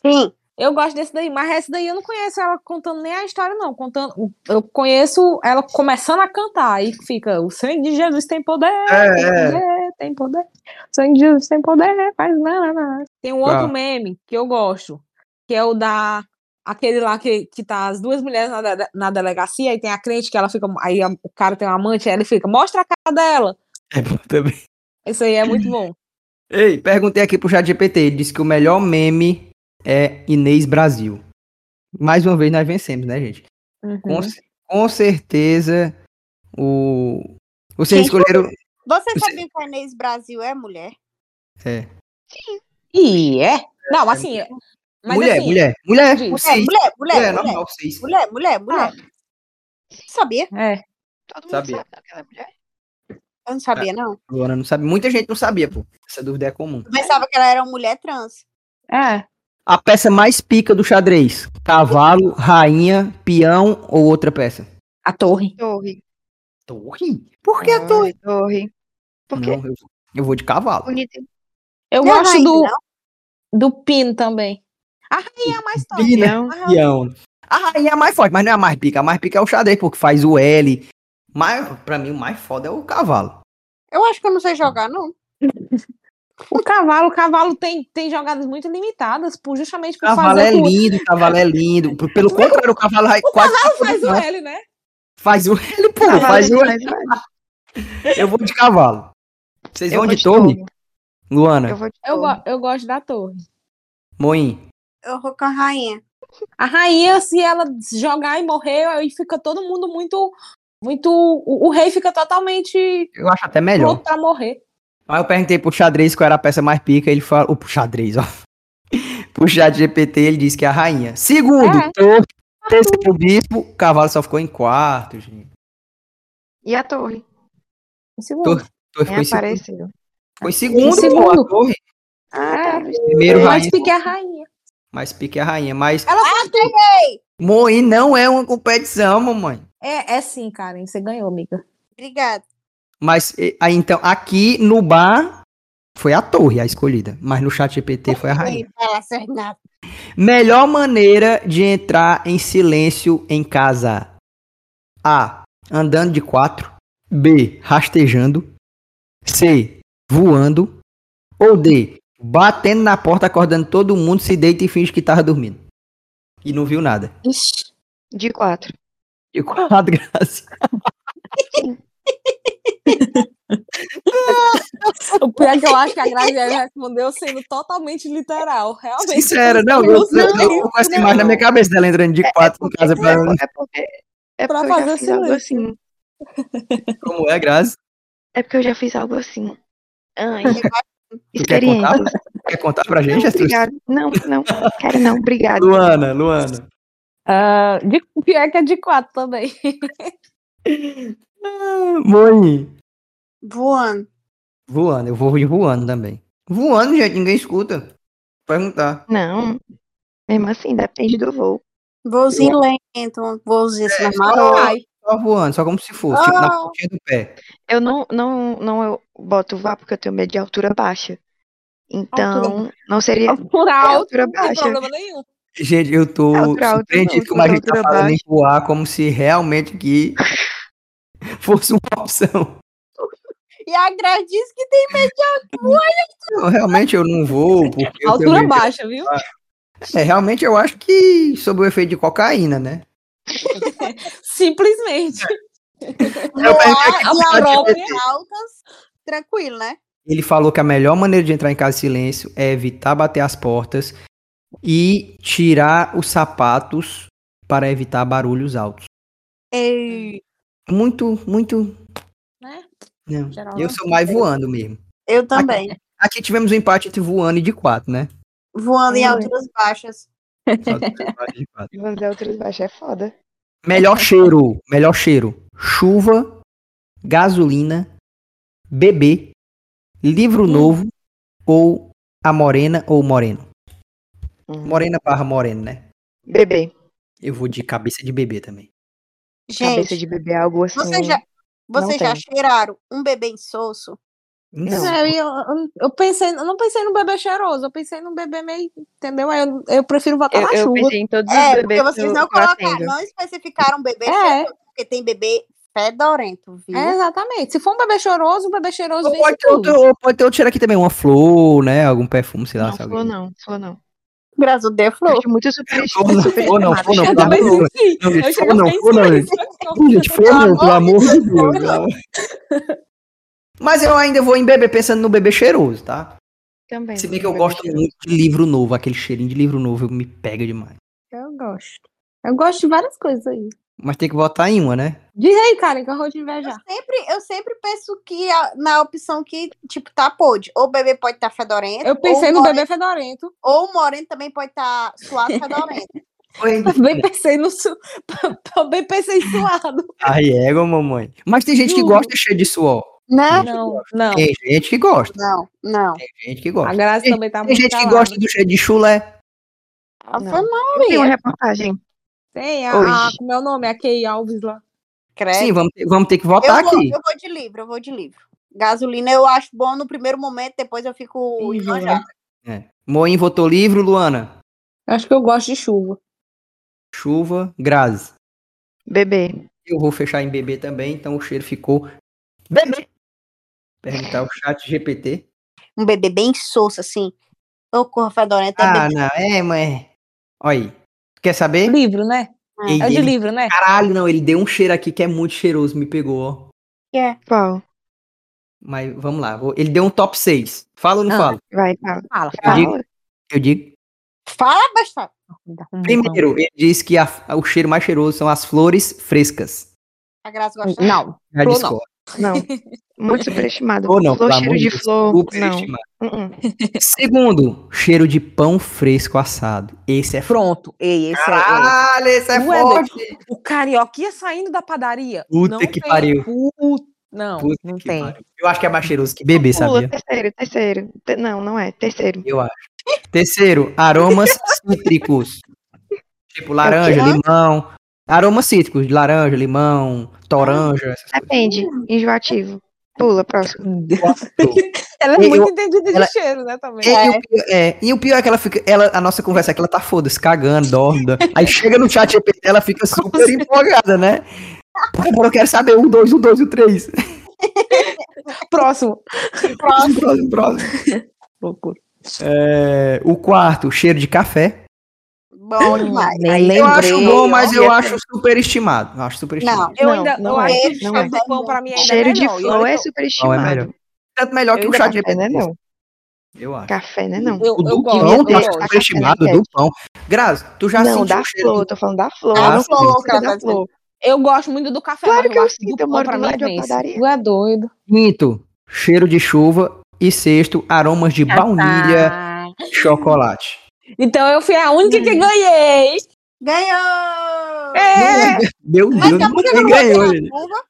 Speaker 4: Sim,
Speaker 5: Eu gosto desse daí, mas essa daí eu não conheço ela contando nem a história, não. Contando, eu conheço ela começando a cantar e fica: O sangue de Jesus tem poder, tem
Speaker 2: é.
Speaker 5: poder, tem poder. O sangue de Jesus tem poder, faz nada. Tem um outro
Speaker 2: Tá.
Speaker 5: meme que eu gosto, que é o da. Aquele lá que, que tá as duas mulheres na, de- na delegacia e tem a crente que ela fica. Aí a- o cara tem um amante, aí ele fica: Mostra a cara dela.
Speaker 2: É bom também.
Speaker 5: Isso aí é muito bom.
Speaker 2: Ei, perguntei aqui pro ChatGPT. Ele disse que o melhor meme é Inês Brasil. Mais uma vez nós vencemos, né, gente? Com, ce- com certeza o. Vocês
Speaker 4: Gente,
Speaker 2: escolheram.
Speaker 4: você
Speaker 2: Você-
Speaker 4: sabia que a Inês Brasil é mulher?
Speaker 2: É.
Speaker 5: E é? Não, assim. Mas
Speaker 2: mulher,
Speaker 5: assim,
Speaker 2: mulher, mulher,
Speaker 5: Diz.
Speaker 2: cis,
Speaker 4: É, Mulher, mulher, mulher, mulher,
Speaker 2: É, normal, cis.
Speaker 4: mulher, mulher, mulher. Sabia?
Speaker 5: É.
Speaker 3: Todo mundo
Speaker 2: Sabia.
Speaker 3: sabe daquela mulher.
Speaker 4: Eu não
Speaker 2: É.
Speaker 4: sabia, não.
Speaker 2: Luana não sabe. Muita gente não sabia, pô. Essa dúvida é comum.
Speaker 4: Eu pensava que ela era uma mulher trans.
Speaker 5: É.
Speaker 2: A peça mais pica do xadrez: cavalo, rainha, peão ou outra peça?
Speaker 5: A torre.
Speaker 3: Torre.
Speaker 2: Torre? Por
Speaker 4: É.
Speaker 2: que a torre?
Speaker 3: Torre. Torre. Porque é
Speaker 2: Não, eu, eu vou de cavalo.
Speaker 3: bonito.
Speaker 5: Eu
Speaker 4: Não é
Speaker 5: gosto
Speaker 4: rainha,
Speaker 5: do,
Speaker 4: não?
Speaker 5: do pino também. A rainha é mais top.
Speaker 2: Pina,
Speaker 3: Peão.
Speaker 2: né? peão. A rainha é a mais forte, mas não é a mais pica. A mais pica é o xadrez, porque faz o L. Mas, pra mim, o mais foda é o cavalo.
Speaker 4: Eu acho que eu não sei jogar, não.
Speaker 5: O Um cavalo, o cavalo tem, tem jogadas muito limitadas, por, justamente
Speaker 2: O
Speaker 5: por
Speaker 2: cavalo é
Speaker 5: fazer. com-
Speaker 2: lindo, o cavalo é lindo. P- Pelo contrário, o cavalo vai quase.
Speaker 5: faz o L, né?
Speaker 2: Faz o L, pô.
Speaker 3: Cavalo é né?
Speaker 2: Faz o L.
Speaker 3: demais, vai.
Speaker 2: Eu vou de cavalo. Vocês
Speaker 3: Eu
Speaker 2: vão
Speaker 3: vou
Speaker 2: de torre? né?
Speaker 3: torre. Eu
Speaker 2: Luana,
Speaker 3: vou de
Speaker 5: Eu,
Speaker 3: torre.
Speaker 5: go- eu gosto da torre.
Speaker 2: Moim.
Speaker 4: Eu vou com a rainha.
Speaker 5: A rainha, se ela jogar e morrer, aí fica todo mundo muito. muito o, o rei fica totalmente
Speaker 2: Eu acho até melhor.
Speaker 5: pronto pra morrer.
Speaker 2: Aí eu perguntei pro xadrez qual era a peça mais pica, ele falou. Pro xadrez, ó. Pro chat GPT, ele disse que é a rainha. Segundo,
Speaker 5: É.
Speaker 2: torre. Terceiro, bispo. O cavalo só ficou em quarto, gente.
Speaker 3: E a torre.
Speaker 5: Um segundo.
Speaker 2: Torre
Speaker 3: Nem
Speaker 2: ficou em segundo.
Speaker 3: apareceu.
Speaker 2: Foi segundo,
Speaker 5: Em
Speaker 2: pô, a
Speaker 5: segundo.
Speaker 2: torre. É.
Speaker 3: Ah, tá.
Speaker 2: Primeiro
Speaker 5: Mas
Speaker 2: rainha,
Speaker 5: fica a rainha.
Speaker 2: mas pique é a rainha. Mas
Speaker 5: Ela foi tu.
Speaker 2: Moin não é uma competição, mamãe.
Speaker 5: É, é sim, Karen. Você ganhou, amiga.
Speaker 4: Obrigada.
Speaker 2: Mas e- aí, então, aqui no bar foi a torre a escolhida, mas no chat GPT foi a rainha.
Speaker 4: Ela acerta nada.
Speaker 2: Melhor maneira de entrar em silêncio em casa. A. Andando de quatro. B. Rastejando. C. Voando. Ou D. Batendo na porta, acordando todo mundo, se deita e finge que tava dormindo. E não viu nada.
Speaker 5: Ixi.
Speaker 3: De quatro.
Speaker 2: E quatro graças.
Speaker 5: O pior é que eu acho que a Graziela respondeu sendo totalmente literal. Realmente.
Speaker 2: Sincera, não, eu, eu, eu, tô com essa imagem na minha cabeça dela entrando de quatro em casa pra
Speaker 3: É porque, é
Speaker 5: Pra
Speaker 3: porque eu
Speaker 5: fazer
Speaker 3: já fiz algo
Speaker 5: silêncio.
Speaker 3: assim.
Speaker 2: como é, Grazi.
Speaker 3: É porque eu já fiz algo assim. Ai,
Speaker 2: Tu quer
Speaker 3: experiência.
Speaker 2: contar? Quer contar pra gente
Speaker 3: Não,
Speaker 2: essa história?
Speaker 3: obrigado. Não, não. Quero não, obrigado.
Speaker 2: Luana, Luana.
Speaker 5: Ah, de, pior que é de quatro também.
Speaker 2: Ah, Mãe.
Speaker 4: Voando.
Speaker 2: Voando, eu vou de voando também. Voando, gente, ninguém escuta. Perguntar.
Speaker 3: Não. Mesmo assim, depende do voo.
Speaker 2: É,
Speaker 4: Vouzinho lento. Vouzinho um assim, normal.
Speaker 5: Ai, Ah.
Speaker 2: só voando, só como se fosse, tipo na pontinha do pé.
Speaker 3: Eu não, não, não eu boto vá porque eu tenho medo de altura baixa. Então,
Speaker 5: Altura-
Speaker 3: não seria
Speaker 5: Por alto,
Speaker 3: altura
Speaker 5: não tem
Speaker 3: baixa.
Speaker 5: problema nenhum.
Speaker 2: Gente, eu tô
Speaker 3: Altura alta
Speaker 2: surpreendido
Speaker 3: não,
Speaker 2: como a gente tá
Speaker 3: altura
Speaker 2: falando em
Speaker 3: baixa.
Speaker 2: voar como se realmente que fosse uma opção.
Speaker 4: E a Grace disse que tem medo de
Speaker 2: Não, realmente eu não vou, porque eu tenho
Speaker 5: Altura
Speaker 2: medo de-
Speaker 5: baixa, viu?
Speaker 2: É, realmente eu acho que sob o efeito de cocaína, né?
Speaker 5: Simplesmente.
Speaker 2: Eu perguntei aqui no
Speaker 5: a
Speaker 2: chat
Speaker 5: Europa
Speaker 2: GPT.
Speaker 4: altas. Tranquilo, né?
Speaker 2: Ele falou que a melhor maneira de entrar em casa em silêncio é evitar bater as portas e tirar os sapatos para evitar barulhos altos.
Speaker 4: Ei,
Speaker 2: Muito, muito.
Speaker 5: Né?
Speaker 2: Não.
Speaker 5: Geral, né?
Speaker 2: Eu sou mais voando mesmo.
Speaker 4: Eu também.
Speaker 2: Aqui tivemos um empate entre voando e de quatro, né?
Speaker 4: Voando em
Speaker 3: Ui.
Speaker 4: alturas baixas.
Speaker 2: Só tem empate de quatro.
Speaker 3: Vamos dizer, altura baixa é foda.
Speaker 2: Melhor cheiro, melhor cheiro. Chuva, gasolina, bebê, livro
Speaker 5: Hum.
Speaker 2: novo ou a morena ou moreno.
Speaker 5: Hum.
Speaker 2: Morena barra moreno, né?
Speaker 3: Bebê.
Speaker 2: Eu vou de cabeça de bebê também.
Speaker 3: Cabeça
Speaker 4: Gente,
Speaker 3: de bebê é algo assim.
Speaker 4: vocês já, vocês já
Speaker 3: tem.
Speaker 4: cheiraram um bebê insosso?
Speaker 2: Não.
Speaker 5: É, eu, eu- eu pensei, eu não pensei num bebê cheiroso, eu pensei num bebê meio, entendeu? Aí Eu, eu prefiro votar
Speaker 3: Eu,
Speaker 5: na
Speaker 3: eu
Speaker 5: chuva.
Speaker 3: pensei em todos os
Speaker 4: É, porque
Speaker 3: bebês Um que
Speaker 4: vocês
Speaker 3: eu-
Speaker 4: não
Speaker 3: que eu
Speaker 4: colocaram,
Speaker 3: atendo.
Speaker 4: não especificaram um bebê
Speaker 5: É.
Speaker 4: cheiroso, porque tem bebê fedorento, viu?
Speaker 5: É, exatamente. Se for um bebê cheiroso, um bebê cheiroso
Speaker 2: Ou
Speaker 5: vence
Speaker 2: pode, ter
Speaker 5: tudo.
Speaker 2: outro, ou pode ter outro cheiro aqui também, uma flor, né? Algum perfume, sei lá.
Speaker 3: Não,
Speaker 2: se
Speaker 3: flor
Speaker 2: alguém-
Speaker 3: não, flor não.
Speaker 4: Graças a Deus,
Speaker 3: Eu
Speaker 4: Flor.
Speaker 3: acho muito super,
Speaker 2: Flor não, flor não, flor não,
Speaker 5: Eu
Speaker 2: pelo
Speaker 5: também
Speaker 2: amor-
Speaker 5: senti.
Speaker 2: Não, gente,
Speaker 5: Eu
Speaker 2: flor
Speaker 5: cheguei
Speaker 2: não,
Speaker 5: a
Speaker 2: flor não,
Speaker 5: pensar
Speaker 2: gente.
Speaker 5: isso.
Speaker 2: Ih, gente, flor não, pelo amor de Deus. não. Mas eu ainda vou em bebê pensando no bebê cheiroso, tá?
Speaker 3: também.
Speaker 2: Se bem que eu gosto muito de livro novo, aquele cheirinho de livro novo me pega demais.
Speaker 5: Eu gosto. Eu gosto de várias coisas aí.
Speaker 2: Mas tem que votar em uma, né?
Speaker 5: Diz aí, Karen, que eu vou te invejar.
Speaker 4: Sempre, eu sempre penso que a- na opção que, tipo, tá podre. Ou o bebê pode estar fedorento.
Speaker 5: Eu pensei
Speaker 4: ou
Speaker 5: no
Speaker 4: o
Speaker 5: bebê fedorento.
Speaker 4: moreno- Ou o moreno também pode estar suado fedorento.
Speaker 2: Oi.
Speaker 5: Também pensei no su... também pensei em suado.
Speaker 2: Ai, égua, mamãe. Mas tem gente que
Speaker 5: Juro.
Speaker 2: gosta de cheiro de suor.
Speaker 4: Não,
Speaker 5: Ah, Não, não.
Speaker 2: Tem gente que gosta,
Speaker 4: não, não.
Speaker 2: tem gente que
Speaker 5: A
Speaker 2: gosta.
Speaker 5: Graça
Speaker 2: Tem-
Speaker 5: também tá
Speaker 2: Tem
Speaker 5: muito
Speaker 2: gente que
Speaker 5: calada.
Speaker 2: gosta do cheiro de chulé.
Speaker 4: Ave
Speaker 3: Eu tenho uma
Speaker 4: Maria.
Speaker 3: reportagem.
Speaker 5: Tem a,
Speaker 2: Hoje.
Speaker 5: a, como é o nome? A Kay Alves lá.
Speaker 4: Credo.
Speaker 2: Sim, vamos ter, vamos ter que
Speaker 4: eu,
Speaker 2: votar
Speaker 4: vou,
Speaker 2: tá aqui.
Speaker 4: eu vou de livro, eu vou de livro. Gasolina eu acho bom no primeiro momento, depois eu fico
Speaker 5: Ih,
Speaker 4: enojada.
Speaker 2: Moim votou livro, Luana.
Speaker 5: Acho que eu gosto de chuva.
Speaker 2: Chuva, Grazi.
Speaker 3: Bebê.
Speaker 2: Eu vou fechar em bebê também, então o cheiro ficou bebê. Perguntar o chat GPT.
Speaker 4: Um bebê bem soço, assim. Ô, corra fedorenta,
Speaker 5: Tá
Speaker 4: é
Speaker 2: Ah,
Speaker 4: bebê.
Speaker 2: não, é, mãe. Olha aí. Quer saber?
Speaker 5: Livro, né?
Speaker 2: Ei,
Speaker 5: É de
Speaker 2: ele-
Speaker 5: livro, né?
Speaker 2: Caralho, não, ele deu um cheiro aqui que é muito cheiroso, me pegou, ó.
Speaker 3: Qual?
Speaker 2: Mas vamos lá, vou- ele deu um top 6. Fala ou não
Speaker 5: Ah.
Speaker 2: fala?
Speaker 3: Vai, fala.
Speaker 5: Fala,
Speaker 2: Eu
Speaker 5: fala.
Speaker 2: digo, eu digo.
Speaker 4: Fala bastante.
Speaker 5: Hum, Então.
Speaker 2: Primeiro, ele diz que a- o cheiro mais cheiroso são as flores frescas.
Speaker 4: A Graça gosta.
Speaker 5: Não.
Speaker 2: Já
Speaker 5: Flor não.
Speaker 2: discordo.
Speaker 3: Não. Muito superestimado.
Speaker 2: Ou não,
Speaker 3: flor,
Speaker 2: pelo
Speaker 3: cheiro
Speaker 2: amor
Speaker 3: de
Speaker 2: Deus,
Speaker 3: flor. Não.
Speaker 2: superestimado.
Speaker 3: Uh-uh.
Speaker 2: Segundo, cheiro de pão fresco assado. Esse é forte.
Speaker 5: Pronto. Ei, esse é.
Speaker 2: Caralho, esse é
Speaker 5: Ué,
Speaker 2: forte.
Speaker 5: O carioquinha saindo da padaria.
Speaker 2: Puta
Speaker 5: não
Speaker 2: que
Speaker 5: tem
Speaker 2: pariu.
Speaker 5: pu- Não,
Speaker 2: Puta
Speaker 5: não
Speaker 2: que
Speaker 5: tem.
Speaker 2: pariu. Eu acho que é mais cheiroso que bebê,
Speaker 3: Pula,
Speaker 2: sabia?
Speaker 3: terceiro, terceiro. Te- Não, não é. Terceiro.
Speaker 2: Eu acho. Terceiro, aromas cítricos. Tipo laranja,
Speaker 3: É o quê?
Speaker 2: limão. Aromas cítricos, de laranja, limão, toranja. essas coisas.
Speaker 3: Depende. Enjoativo. Pula, próximo.
Speaker 2: Ah.
Speaker 5: Ela é
Speaker 2: Eu-
Speaker 5: muito entendida de
Speaker 2: ela-
Speaker 5: cheiro, né, também.
Speaker 2: E, e o pior, é, e o pior é que ela fica. Ela, a nossa conversa aqui, ela tá foda-se, cagando, dorme. dorme. Aí chega no chat GPT, ela fica super empolgada, né? Pô, pô, eu quero saber um, o 2, o 2, o 3.
Speaker 5: Tá Próximo.
Speaker 2: Próximo, Um, próximo, próximo.
Speaker 5: Loucura.
Speaker 2: É, o quarto, cheiro de café.
Speaker 4: Bom demais.
Speaker 5: né?
Speaker 7: Nem
Speaker 4: Aí
Speaker 7: lembrei.
Speaker 2: eu acho bom, mas eu
Speaker 3: olha.
Speaker 2: acho superestimado. Eu acho superestimado.
Speaker 4: Não,
Speaker 5: Eu
Speaker 3: Não,
Speaker 5: ainda.
Speaker 3: não
Speaker 5: eu
Speaker 3: é.
Speaker 5: acho que o
Speaker 3: Não
Speaker 5: cheiro
Speaker 3: é.
Speaker 5: do pão pra mim ainda é
Speaker 3: Cheiro de
Speaker 5: melhor. E olha que
Speaker 3: flor é
Speaker 5: eu-
Speaker 2: Não, é
Speaker 3: superestimado.
Speaker 2: melhor. Tanto melhor que
Speaker 5: Eu
Speaker 2: o
Speaker 5: ainda
Speaker 2: chat
Speaker 3: Café
Speaker 2: GPT.
Speaker 3: não é não.
Speaker 2: Eu acho.
Speaker 3: Café não é não.
Speaker 5: Eu,
Speaker 2: O
Speaker 5: eu
Speaker 2: do pão
Speaker 5: gosto. eu
Speaker 2: tá
Speaker 3: gosto.
Speaker 5: gosto.
Speaker 2: superestimado, do pão. Grazi, tu já
Speaker 3: não,
Speaker 2: sentiu
Speaker 3: da
Speaker 2: o cheiro
Speaker 3: flor,
Speaker 2: do-
Speaker 3: tô falando da flor.
Speaker 2: Ah,
Speaker 3: eu não
Speaker 2: sim.
Speaker 3: consigo
Speaker 4: Flor,
Speaker 3: da
Speaker 4: cara,
Speaker 3: flor.
Speaker 5: Eu gosto muito do café.
Speaker 3: Claro
Speaker 5: mas
Speaker 3: que eu
Speaker 5: acho
Speaker 3: sinto,
Speaker 5: do
Speaker 3: eu
Speaker 5: pão
Speaker 3: moro
Speaker 5: pra
Speaker 3: do
Speaker 5: mim
Speaker 3: lado de uma
Speaker 5: vence.
Speaker 3: padaria.
Speaker 5: Tu é doido.
Speaker 2: Quinto, cheiro de chuva. E sexto, aromas de baunilha
Speaker 5: Ah.
Speaker 2: e chocolate.
Speaker 5: Então eu fui a única que ganhei.
Speaker 4: Ganhou!
Speaker 5: É.
Speaker 2: Meu
Speaker 4: Mas tá
Speaker 2: Deus,
Speaker 4: sabe por que
Speaker 2: ninguém
Speaker 4: eu não vou
Speaker 2: ganhou.
Speaker 4: tirar
Speaker 2: gente.
Speaker 4: a curva?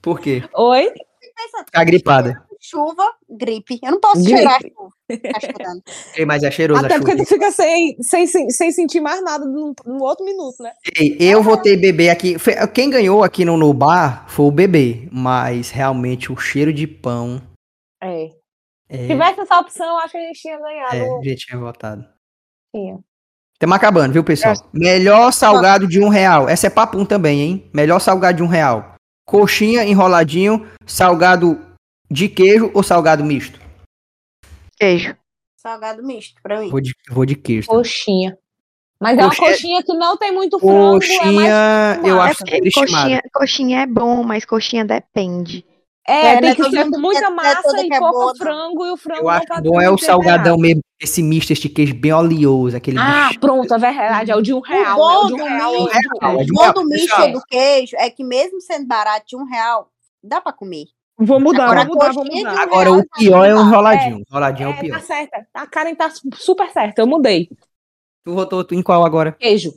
Speaker 2: Por quê?
Speaker 5: Oi?
Speaker 4: Fica essa-
Speaker 2: Tá gripada.
Speaker 4: Chuva, gripe. Eu não posso
Speaker 5: Gripe.
Speaker 4: cheirar a chuva. Tá chorando.
Speaker 2: Ei, mas é cheiroso a
Speaker 5: Até porque
Speaker 2: chuva.
Speaker 5: tu fica sem, sem, sem, sem sentir mais nada no, no outro minuto, né?
Speaker 2: Ei, Eu votei bebê aqui. Foi- Quem ganhou aqui no, no bar foi o bebê. Mas realmente o cheiro de pão.
Speaker 5: É. Se
Speaker 2: É,
Speaker 5: tivesse essa opção, eu acho que a gente tinha ganhado.
Speaker 2: é, a gente tinha votado.
Speaker 5: Tinha.
Speaker 2: Estamos acabando, viu, pessoal? Melhor salgado de um real. Essa é papum também, hein? Melhor salgado de um real. Coxinha enroladinho, salgado de queijo ou salgado misto?
Speaker 3: Queijo.
Speaker 4: Salgado misto pra mim.
Speaker 2: Vou de, vou de queijo. tá?
Speaker 5: Coxinha. Mas é uma
Speaker 2: Coxinha-
Speaker 5: coxinha que não tem muito frango, é mais
Speaker 2: Coxinha, eu acho
Speaker 5: acostumado.
Speaker 3: É porque
Speaker 2: superestimado.
Speaker 3: coxinha, coxinha é bom, mas coxinha depende.
Speaker 5: É,
Speaker 4: É,
Speaker 5: tem
Speaker 4: né,
Speaker 5: que
Speaker 4: todo
Speaker 5: ser
Speaker 4: mundo
Speaker 5: com muita
Speaker 4: quer-
Speaker 5: massa
Speaker 4: quer toda
Speaker 5: e
Speaker 4: que é
Speaker 5: pouco
Speaker 4: boa, não.
Speaker 5: frango e o frango
Speaker 2: Eu
Speaker 5: não
Speaker 2: acho
Speaker 5: tá
Speaker 2: bom é
Speaker 5: tão
Speaker 2: o salgadão
Speaker 5: temperado.
Speaker 2: mesmo. Esse misto, este queijo bem oleoso, aquele
Speaker 5: Ah,
Speaker 2: bicho.
Speaker 5: pronto, é verdade. É o de um real.
Speaker 4: bom
Speaker 5: né, o de um
Speaker 4: do
Speaker 5: real. é o de
Speaker 2: misto-
Speaker 5: um real.
Speaker 2: É
Speaker 4: O
Speaker 2: de
Speaker 4: bom
Speaker 2: uma-
Speaker 4: do misto
Speaker 2: pessoal.
Speaker 4: ou do queijo é que mesmo sendo barato de um real, dá pra comer.
Speaker 5: Vou mudar,
Speaker 4: Agora,
Speaker 5: vou mudar, vou
Speaker 4: coxinha de
Speaker 5: mudar.
Speaker 4: um
Speaker 2: um Agora,
Speaker 4: real
Speaker 2: o
Speaker 4: já
Speaker 2: pior é o
Speaker 4: dá.
Speaker 2: enroladinho. Enroladinho é o
Speaker 5: É, tá
Speaker 2: pior.
Speaker 5: certa. A Karen tá su- super certa. Eu mudei.
Speaker 2: Tu votou tu em qual agora?
Speaker 5: Queijo.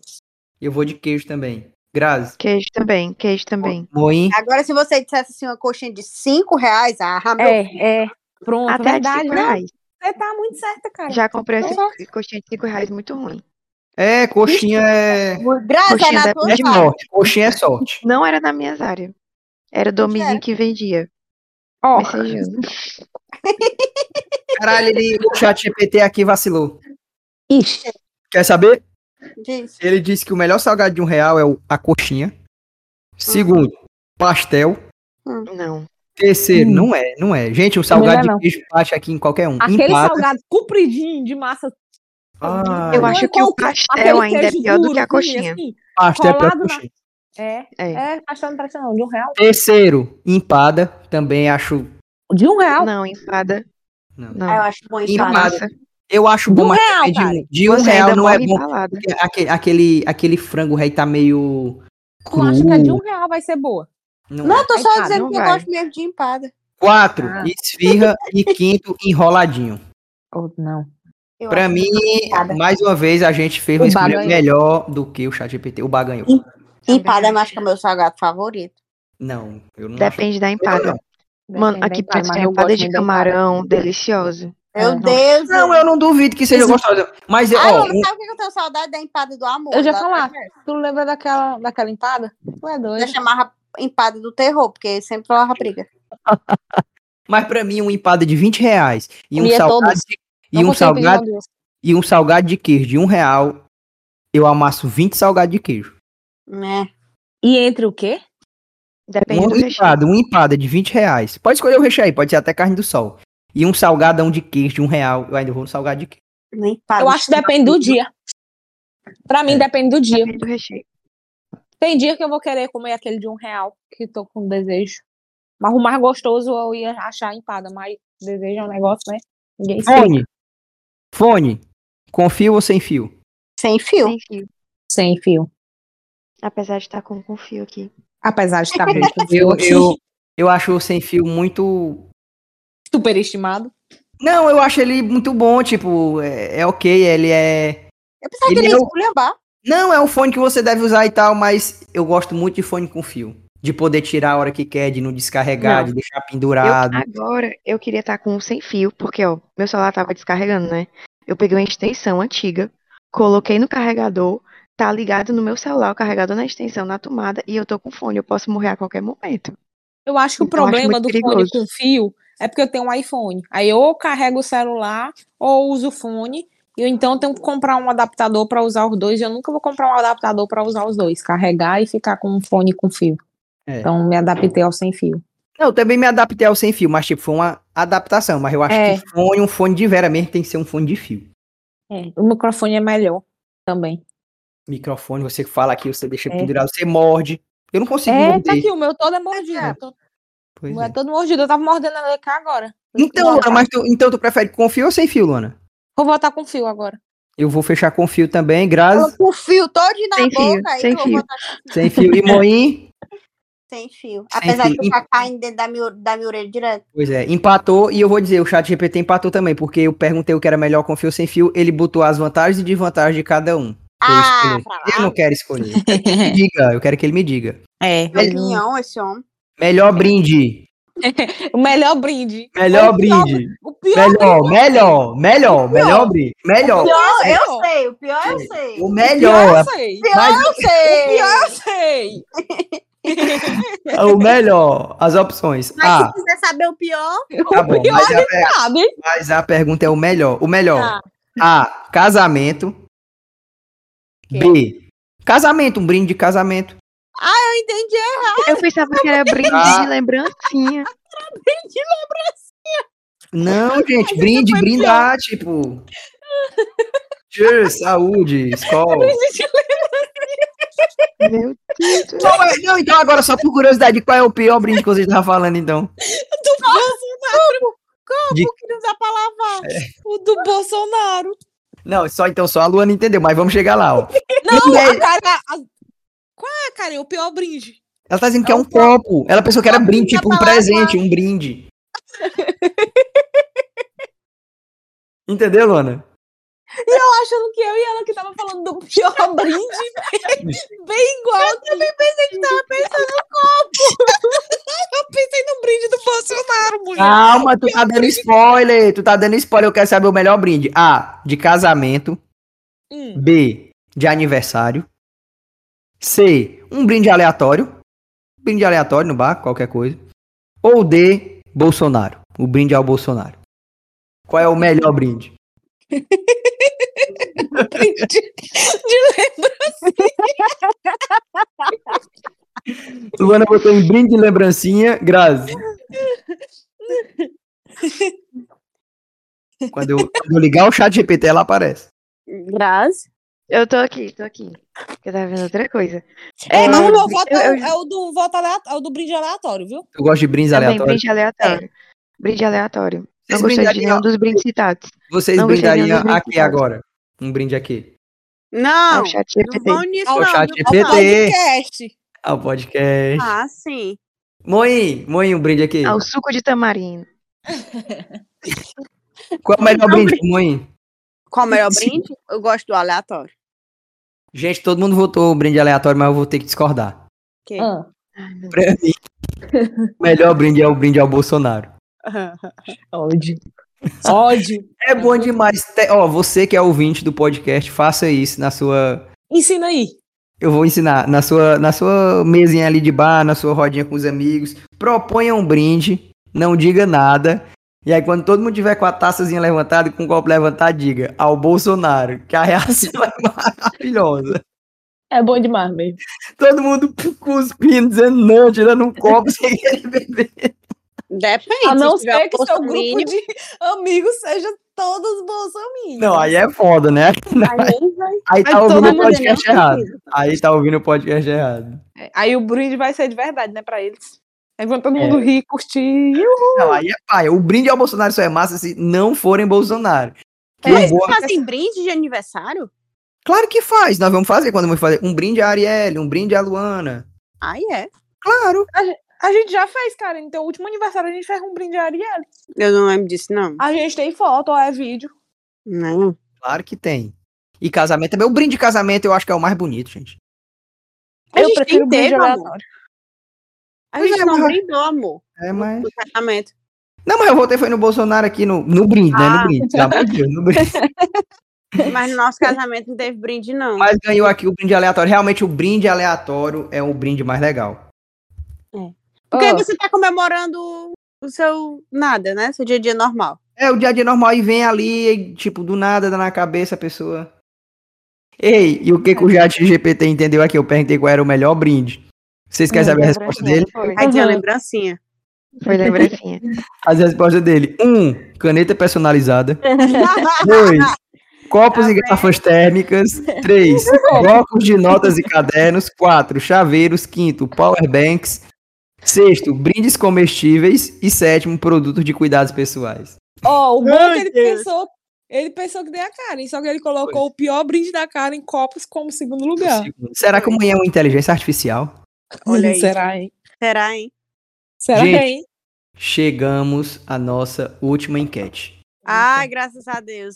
Speaker 2: Eu vou de queijo também. Grazi.
Speaker 3: Queijo também, queijo também.
Speaker 2: Moim.
Speaker 4: Agora, se você dissesse assim, uma coxinha de 5 reais, ah, meu
Speaker 5: É, é. Pronto,
Speaker 3: né? Até de
Speaker 5: verdade.
Speaker 3: 5
Speaker 5: Não,
Speaker 3: reais.
Speaker 5: você tá muito certa, cara.
Speaker 3: Já comprei
Speaker 5: Não
Speaker 3: essa coxinha de 5 reais muito ruim.
Speaker 2: É, coxinha é.
Speaker 4: graças
Speaker 3: Coxinha
Speaker 4: na
Speaker 3: da-
Speaker 4: tua
Speaker 2: É de
Speaker 4: cara.
Speaker 2: morte. Coxinha é sorte.
Speaker 3: Não era na minhas áreas. Era do homenzinho que vendia.
Speaker 5: Ó,
Speaker 3: Mas seja, né?
Speaker 2: Caralho, ele, o chat GPT aqui vacilou.
Speaker 5: Ixi.
Speaker 2: Quer saber?
Speaker 4: Diz.
Speaker 2: Ele disse que o melhor salgado de um real é o- a coxinha. Segundo, pastel.
Speaker 3: Não.
Speaker 2: Terceiro, não é, não é. Gente, o salgado
Speaker 5: Hum. não é,
Speaker 2: de queijo bate aqui em qualquer um.
Speaker 5: Aquele
Speaker 2: Empata.
Speaker 5: salgado compridinho de massa.
Speaker 2: Ah,
Speaker 3: Eu
Speaker 5: Não é
Speaker 3: acho que o
Speaker 5: qualquer-
Speaker 3: pastel
Speaker 5: aquele
Speaker 3: É, ainda é
Speaker 5: queijo
Speaker 3: pior do
Speaker 5: duro,
Speaker 3: que
Speaker 5: firme,
Speaker 3: a coxinha.
Speaker 5: assim.
Speaker 2: pastel pra
Speaker 5: colado na-
Speaker 2: coxinha.
Speaker 5: É,
Speaker 3: É.
Speaker 5: é, pastel não presta não. De um real.
Speaker 2: Terceiro, empada. Também acho.
Speaker 5: De um real.
Speaker 3: Não, empada.
Speaker 2: Não.
Speaker 4: Ah, eu
Speaker 3: Não.
Speaker 4: acho bom
Speaker 2: Empada.
Speaker 4: empada.
Speaker 2: Eu acho
Speaker 5: Do
Speaker 2: bom, mas
Speaker 5: real,
Speaker 2: também de,
Speaker 5: cara.
Speaker 2: um- de um
Speaker 3: Você
Speaker 2: real
Speaker 3: ainda
Speaker 2: não é
Speaker 3: morre
Speaker 2: bom.
Speaker 3: empalada.
Speaker 2: porque Aquele, aquele, aquele frango rei tá meio.
Speaker 5: Tu acha que é de um real, vai ser boa.
Speaker 2: Não, é.
Speaker 4: Não, eu tô
Speaker 5: Ai,
Speaker 4: só
Speaker 5: cara,
Speaker 4: dizendo
Speaker 3: não
Speaker 4: que eu
Speaker 3: vai.
Speaker 4: gosto mesmo de empada.
Speaker 2: Quatro, esfirra. E quinto, enroladinho.
Speaker 7: Ou não.
Speaker 4: Eu
Speaker 2: Pra
Speaker 4: acho.
Speaker 2: mim,
Speaker 4: empada.
Speaker 2: mais uma vez, a gente fez
Speaker 5: O
Speaker 2: uma
Speaker 5: Bá
Speaker 2: escolha
Speaker 5: ganhou.
Speaker 2: melhor do que o ChatGPT. O Bar ganhou.
Speaker 4: Empada eu acho que é o meu salgado favorito.
Speaker 2: Não, eu não acho.
Speaker 3: Depende da empada.
Speaker 5: Depende
Speaker 3: Mano,
Speaker 5: da
Speaker 3: aqui
Speaker 5: empada,
Speaker 3: pode
Speaker 5: mas
Speaker 3: ser
Speaker 5: eu
Speaker 3: empada
Speaker 5: gosto
Speaker 3: de
Speaker 5: muito da
Speaker 3: camarão, deliciosa.
Speaker 4: Meu
Speaker 5: não.
Speaker 4: Deus.
Speaker 2: Não, eu não duvido que seja gostosa. Mas,
Speaker 4: Ah,
Speaker 2: ó,
Speaker 4: não,
Speaker 2: um-
Speaker 4: sabe o que eu tenho saudade da empada do amor?
Speaker 5: Eu já
Speaker 4: da-
Speaker 5: falar.
Speaker 3: é
Speaker 5: Tu lembra daquela, daquela empada? Tu é
Speaker 4: Eu
Speaker 5: doido.
Speaker 4: chamava empada do terror, porque sempre falava briga.
Speaker 2: mas pra mim, uma empada de 20 reais e um
Speaker 5: Comia
Speaker 2: salgado
Speaker 5: todos.
Speaker 2: de, e um salgado, e um salgado de queijo de um real, eu amasso 20 salgados de queijo.
Speaker 4: Né?
Speaker 5: E entre o quê?
Speaker 3: Depende do
Speaker 2: Uma
Speaker 3: recheio.
Speaker 2: Um empada, uma empada de 20 reais. Pode escolher o recheio, pode ser até carne do sol. E um salgadão de queijo de um real, eu ainda vou no salgado de queijo.
Speaker 4: Uma
Speaker 3: Ah,
Speaker 4: empada. né?
Speaker 5: Eu
Speaker 3: um
Speaker 5: acho que depende do dia. Pra mim,
Speaker 2: É.
Speaker 5: depende do dia.
Speaker 3: Depende do recheio.
Speaker 5: Tem dia que eu vou querer comer aquele de um real, que tô com desejo. Mas o mais gostoso eu ia achar a empada, mas desejo é um negócio, né? Ninguém sabe.
Speaker 2: Fone. Fone. Com fio ou sem fio?
Speaker 4: Sem fio.
Speaker 3: Sem fio.
Speaker 5: Sem fio.
Speaker 3: Apesar de estar com, com fio aqui.
Speaker 5: Apesar de tá estar bem com fio
Speaker 2: Eu,
Speaker 5: aqui,
Speaker 2: eu, eu acho o sem fio muito.
Speaker 5: superestimado.
Speaker 2: Não, eu acho ele muito bom, tipo, é, é ok, ele é.
Speaker 4: Eu pensava que
Speaker 2: Ele
Speaker 4: ele ia
Speaker 2: não-
Speaker 4: esculhambar.
Speaker 2: Não, é um fone que você deve usar e tal, mas eu gosto muito de fone com fio. De poder tirar a hora que quer, de não descarregar,
Speaker 3: Não.
Speaker 2: de deixar
Speaker 3: Eu-
Speaker 2: pendurado.
Speaker 3: agora eu queria estar com um sem fio, porque ó, meu celular tava descarregando, né? Eu peguei uma extensão antiga, coloquei no carregador, tá ligado no meu celular, o carregador na extensão, na tomada, e eu tô com fone, eu posso morrer a qualquer momento.
Speaker 5: Eu acho que o
Speaker 3: Então, eu acho
Speaker 5: problema
Speaker 3: muito
Speaker 5: do fone
Speaker 3: perigoso.
Speaker 5: com fio é porque eu tenho um iPhone. Aí eu ou carrego o celular ou uso o fone. E eu, então eu tenho que comprar um adaptador para usar os dois. E eu nunca vou comprar um adaptador para usar os dois. Carregar e ficar com um fone com fio.
Speaker 2: É.
Speaker 5: Então me adaptei ao sem fio.
Speaker 2: Não, eu também me adaptei ao sem fio, mas tipo, foi uma adaptação. Mas eu acho
Speaker 5: É.
Speaker 2: que fone, um fone de vera mesmo tem que ser um fone de fio.
Speaker 5: O microfone é melhor também.
Speaker 2: Microfone, você fala aqui, você deixa
Speaker 5: É.
Speaker 2: pendurado, você morde. Eu não consigo
Speaker 5: É,
Speaker 2: morder.
Speaker 5: tá aqui, o meu todo é mordido.
Speaker 2: É,
Speaker 5: Todo-
Speaker 2: Pois
Speaker 5: é
Speaker 2: é.
Speaker 5: todo mordido. Eu tava mordendo a cá agora.
Speaker 2: Então, Luana,
Speaker 5: Não,
Speaker 2: mas tu, então tu prefere com fio ou sem fio, Luana?
Speaker 5: Vou voltar com fio agora.
Speaker 2: Eu vou fechar com fio também, Grazi.
Speaker 4: Ela Com o fio todo na
Speaker 3: Sem fio,
Speaker 4: boca. aí Tá
Speaker 3: sem
Speaker 4: eu vou
Speaker 3: fio.
Speaker 4: botar
Speaker 2: Sem fio e moim.
Speaker 4: sem fio.
Speaker 2: Sem
Speaker 4: Apesar
Speaker 2: fio.
Speaker 4: de eu ficar caindo dentro da minha, da minha orelha direto.
Speaker 2: Pois é, empatou e eu vou dizer, o chat GPT empatou também, porque eu perguntei o que era melhor com fio ou sem fio, ele botou as vantagens e desvantagens de cada um. Eu
Speaker 4: Ah,
Speaker 2: escolhi.
Speaker 4: pra lá.
Speaker 2: eu não quero escolher. É. Eu quero que ele me diga, eu quero que ele me diga.
Speaker 5: É.
Speaker 4: Meu guinhão, esse homem.
Speaker 2: Melhor brinde.
Speaker 5: O melhor brinde.
Speaker 2: Melhor
Speaker 5: O pior-
Speaker 2: brinde.
Speaker 5: O pior
Speaker 2: Melhor, melhor, melhor, melhor, brinde. Melhor.
Speaker 4: Pior,
Speaker 5: Melhor.
Speaker 4: eu sei, o pior eu sei.
Speaker 2: O
Speaker 5: Pior
Speaker 2: melhor.
Speaker 5: eu sei.
Speaker 4: Pior
Speaker 2: Mas-
Speaker 4: eu
Speaker 5: O
Speaker 4: sei.
Speaker 5: pior eu sei.
Speaker 2: é O melhor. As opções.
Speaker 6: Mas
Speaker 2: Ah,
Speaker 6: se quiser saber o pior,
Speaker 2: tá bom.
Speaker 5: o pior é
Speaker 2: Mas a, per-
Speaker 5: sabe?
Speaker 2: mas a pergunta é o melhor. O melhor.
Speaker 5: Tá.
Speaker 2: A. Casamento. B. Casamento, um brinde de casamento.
Speaker 6: eu entendi.
Speaker 5: é
Speaker 3: Eu pensava que era brinde
Speaker 2: Ah.
Speaker 3: de lembrancinha.
Speaker 2: Não, gente, brinde,
Speaker 6: foi
Speaker 2: brindar, tipo. Cheers, saúde, escola.
Speaker 3: Meu Deus. do céu.
Speaker 2: Qual é- Não, então agora só por curiosidade, qual é o pior brinde que vocês estavam falando, então?
Speaker 5: né? Tipo,
Speaker 6: que não dá pra lavar.
Speaker 2: É.
Speaker 5: O do Bolsonaro.
Speaker 2: Não, só então só a Luana entendeu, mas vamos chegar lá, ó.
Speaker 5: Não,
Speaker 2: é-
Speaker 5: a cara. a- Qual é, Karen? O pior brinde.
Speaker 2: Ela tá dizendo que é um copo. Ela pensou que era brinde, tipo um presente, um brinde. Entendeu, Luana?
Speaker 5: Tô achando que eu e ela que tava falando do pior brinde. Bem, bem igual. Eu também pensei que tava pensando no copo. eu pensei no brinde do Bolsonaro, mulher.
Speaker 2: Calma, tu tá dando spoiler. Tu tá dando spoiler. Eu quero saber o melhor brinde. A. De casamento.
Speaker 5: Hum.
Speaker 2: B. De aniversário. C. Um brinde aleatório. Brinde aleatório no bar, qualquer coisa. Ou D. Bolsonaro. O brinde ao Bolsonaro. Qual é o melhor brinde?
Speaker 5: brinde de
Speaker 2: Luana botou um brinde de lembrancinha, Grazi. Quando eu, quando eu ligar o chat GPT, ela aparece.
Speaker 6: Grazi.
Speaker 3: Eu tô aqui, tô aqui. Eu tava vendo outra coisa.
Speaker 5: É, mas o meu
Speaker 3: brin-
Speaker 5: voto
Speaker 3: eu-
Speaker 5: é o-
Speaker 3: eu-
Speaker 5: é o do voto aleatório, é o do brinde aleatório, viu?
Speaker 2: Eu gosto de brindes
Speaker 3: Também,
Speaker 2: aleatórios.
Speaker 3: brinde aleatório. Brinde aleatório. Não
Speaker 2: Vocês
Speaker 3: gostei de
Speaker 2: brindariam-
Speaker 3: nenhum dos brindes citados.
Speaker 2: Vocês
Speaker 3: não gostei de
Speaker 2: brindariam
Speaker 3: nenhum dos
Speaker 2: aqui
Speaker 3: brindes.
Speaker 2: agora. Um brinde aqui.
Speaker 3: Ah,
Speaker 6: Não,
Speaker 3: o chat
Speaker 6: não
Speaker 3: GPT.
Speaker 6: vão nisso,
Speaker 5: Ao
Speaker 6: não.
Speaker 2: O chat
Speaker 6: viu?
Speaker 5: Ao
Speaker 2: GPT.
Speaker 5: É podcast.
Speaker 2: Ao podcast.
Speaker 6: Ah, sim.
Speaker 2: Moinho, Moinho, um brinde aqui.
Speaker 3: Ah, o suco de tamarindo.
Speaker 2: Qual é o melhor brinde, Moinho?
Speaker 6: Qual é o melhor brinde? Eu gosto do aleatório.
Speaker 2: Gente, todo mundo votou o brinde aleatório, mas eu vou ter que discordar.
Speaker 6: Ok.
Speaker 5: Ah.
Speaker 3: Ai, meu
Speaker 2: Pra mim, o melhor brinde é o brinde ao Bolsonaro.
Speaker 7: Ódio.
Speaker 5: Ódio.
Speaker 2: É bom demais. Te- Ó, você que é ouvinte do podcast, faça isso na sua.
Speaker 5: Ensina aí.
Speaker 2: Eu vou ensinar. Na sua, na sua mesinha ali de bar, na sua rodinha com os amigos. Proponha um brinde, não diga nada. E aí, quando todo mundo tiver com a taçazinha levantada e com o copo levantado, diga ao Bolsonaro, que a reação é maravilhosa.
Speaker 5: É bom demais mesmo.
Speaker 2: Todo mundo cuspindo, dizendo não, tirando um copo sem ele beber.
Speaker 6: Depende.
Speaker 5: A não
Speaker 6: se tiver
Speaker 5: ser que seu grupo
Speaker 6: bolsominion,
Speaker 5: de amigos seja todos bolsominions.
Speaker 2: Não, aí é foda, né? Aí tá
Speaker 3: Aí
Speaker 2: ouvindo
Speaker 3: todo
Speaker 2: o
Speaker 3: mundo
Speaker 2: podcast errado. Aí tá ouvindo o podcast errado.
Speaker 5: Aí o brinde vai ser de verdade, né, pra eles. Aí vão todo mundo rir, curtir.
Speaker 2: Não, aí é pai. O brinde ao Bolsonaro só é massa se não forem Bolsonaro. Que eu
Speaker 6: Mas
Speaker 2: vou-
Speaker 6: fazem brinde de aniversário?
Speaker 2: Claro que faz. Nós vamos fazer quando vamos fazer um brinde a Arielle, um brinde a Luana.
Speaker 6: Ah, é.
Speaker 2: Claro.
Speaker 5: A gente já fez, cara. Então, o último aniversário a gente fez um brinde a Ariel.
Speaker 6: Eu não lembro disso, não.
Speaker 5: A gente tem foto, ó, é vídeo.
Speaker 6: Não.
Speaker 2: Claro que tem. E casamento também. O brinde de casamento eu acho que é o mais bonito, gente.
Speaker 6: A gente
Speaker 5: prefiro
Speaker 6: nem teve,
Speaker 5: brinde
Speaker 6: amor.
Speaker 5: aleatório.
Speaker 6: A
Speaker 2: Pois
Speaker 6: gente
Speaker 2: é,
Speaker 6: não
Speaker 2: mas-
Speaker 6: brindou, amor.
Speaker 2: É, mas.
Speaker 6: No casamento.
Speaker 2: Não, mas eu voltei foi no Bolsonaro aqui, no, no brinde, né? No
Speaker 6: Ah.
Speaker 2: brinde. Pelo amor de Deus, no brinde.
Speaker 6: Mas no nosso casamento não teve brinde, não.
Speaker 2: Mas ganhou aqui o brinde aleatório. Realmente, o brinde aleatório é o brinde mais legal.
Speaker 6: Porque
Speaker 5: Ó.
Speaker 6: você tá comemorando o seu nada, né? Seu dia a dia normal.
Speaker 2: É o dia a dia normal e vem ali, e, tipo, do nada dá na cabeça a pessoa. Ei, e o que, que o chat GPT entendeu aqui? Eu perguntei qual era o melhor brinde. Vocês querem saber a resposta dele?
Speaker 3: Foi,
Speaker 6: Aí tem a
Speaker 5: Uhum.
Speaker 6: lembrancinha.
Speaker 3: foi lembrancinha.
Speaker 2: As respostas dele: um, caneta personalizada. dois, Copos e garrafas térmicas. três, Blocos de notas e cadernos. quatro, Chaveiros. Quinto, powerbanks. Sexto, brindes comestíveis. E sétimo, produtos de cuidados pessoais.
Speaker 5: Ó, o bom é que ele
Speaker 6: Deus.
Speaker 5: pensou. Ele pensou que deu a Karen, só que ele colocou o pior brinde da Karen em copos como segundo lugar. Hum,
Speaker 2: Será que amanhã é uma inteligência artificial?
Speaker 6: Olha aí.
Speaker 5: Será, hein?
Speaker 6: Será, hein?
Speaker 5: Será
Speaker 2: Gente,
Speaker 5: que é, hein?
Speaker 2: Chegamos à nossa última enquete.
Speaker 6: Ah, graças a Deus.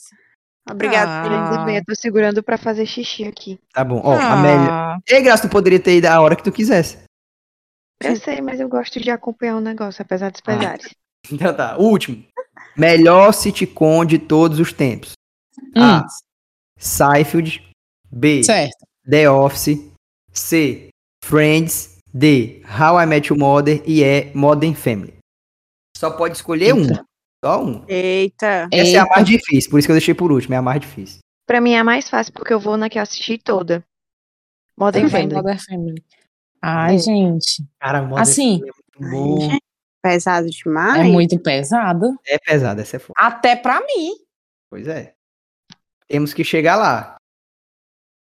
Speaker 6: Obrigada.
Speaker 3: Eu ainda bem, eu tô segurando pra fazer xixi aqui.
Speaker 2: Tá bom. Ó, Amélia. Ei, Graça, tu poderia ter ido a hora que tu quisesse.
Speaker 3: Eu sei, mas eu gosto de acompanhar o negócio, apesar
Speaker 2: Ah.
Speaker 3: dos pesares.
Speaker 2: Então tá, o último. Melhor sitcom de todos os tempos.
Speaker 5: Hum,
Speaker 2: A. Seinfeld. B.
Speaker 7: Certo.
Speaker 2: The Office. C. Friends. D. How I Met Your Mother. E E. Modern Family. Só pode escolher um.
Speaker 7: Eita.
Speaker 2: Só um.
Speaker 6: Eita.
Speaker 2: Essa é a
Speaker 7: Eita.
Speaker 2: mais difícil, por isso que eu deixei por último. É a mais difícil.
Speaker 3: Pra mim é mais fácil, porque eu vou na que eu assisti toda. Modern
Speaker 5: Também,
Speaker 3: Family.
Speaker 5: Modern Family. Ai,
Speaker 3: É.
Speaker 5: gente.
Speaker 2: Cara, Modern
Speaker 5: Assim.
Speaker 2: Family é muito bom.
Speaker 6: Pesado demais.
Speaker 5: É muito pesado.
Speaker 2: É pesado, essa é foda.
Speaker 5: Até pra mim.
Speaker 2: Pois é. Temos que chegar lá.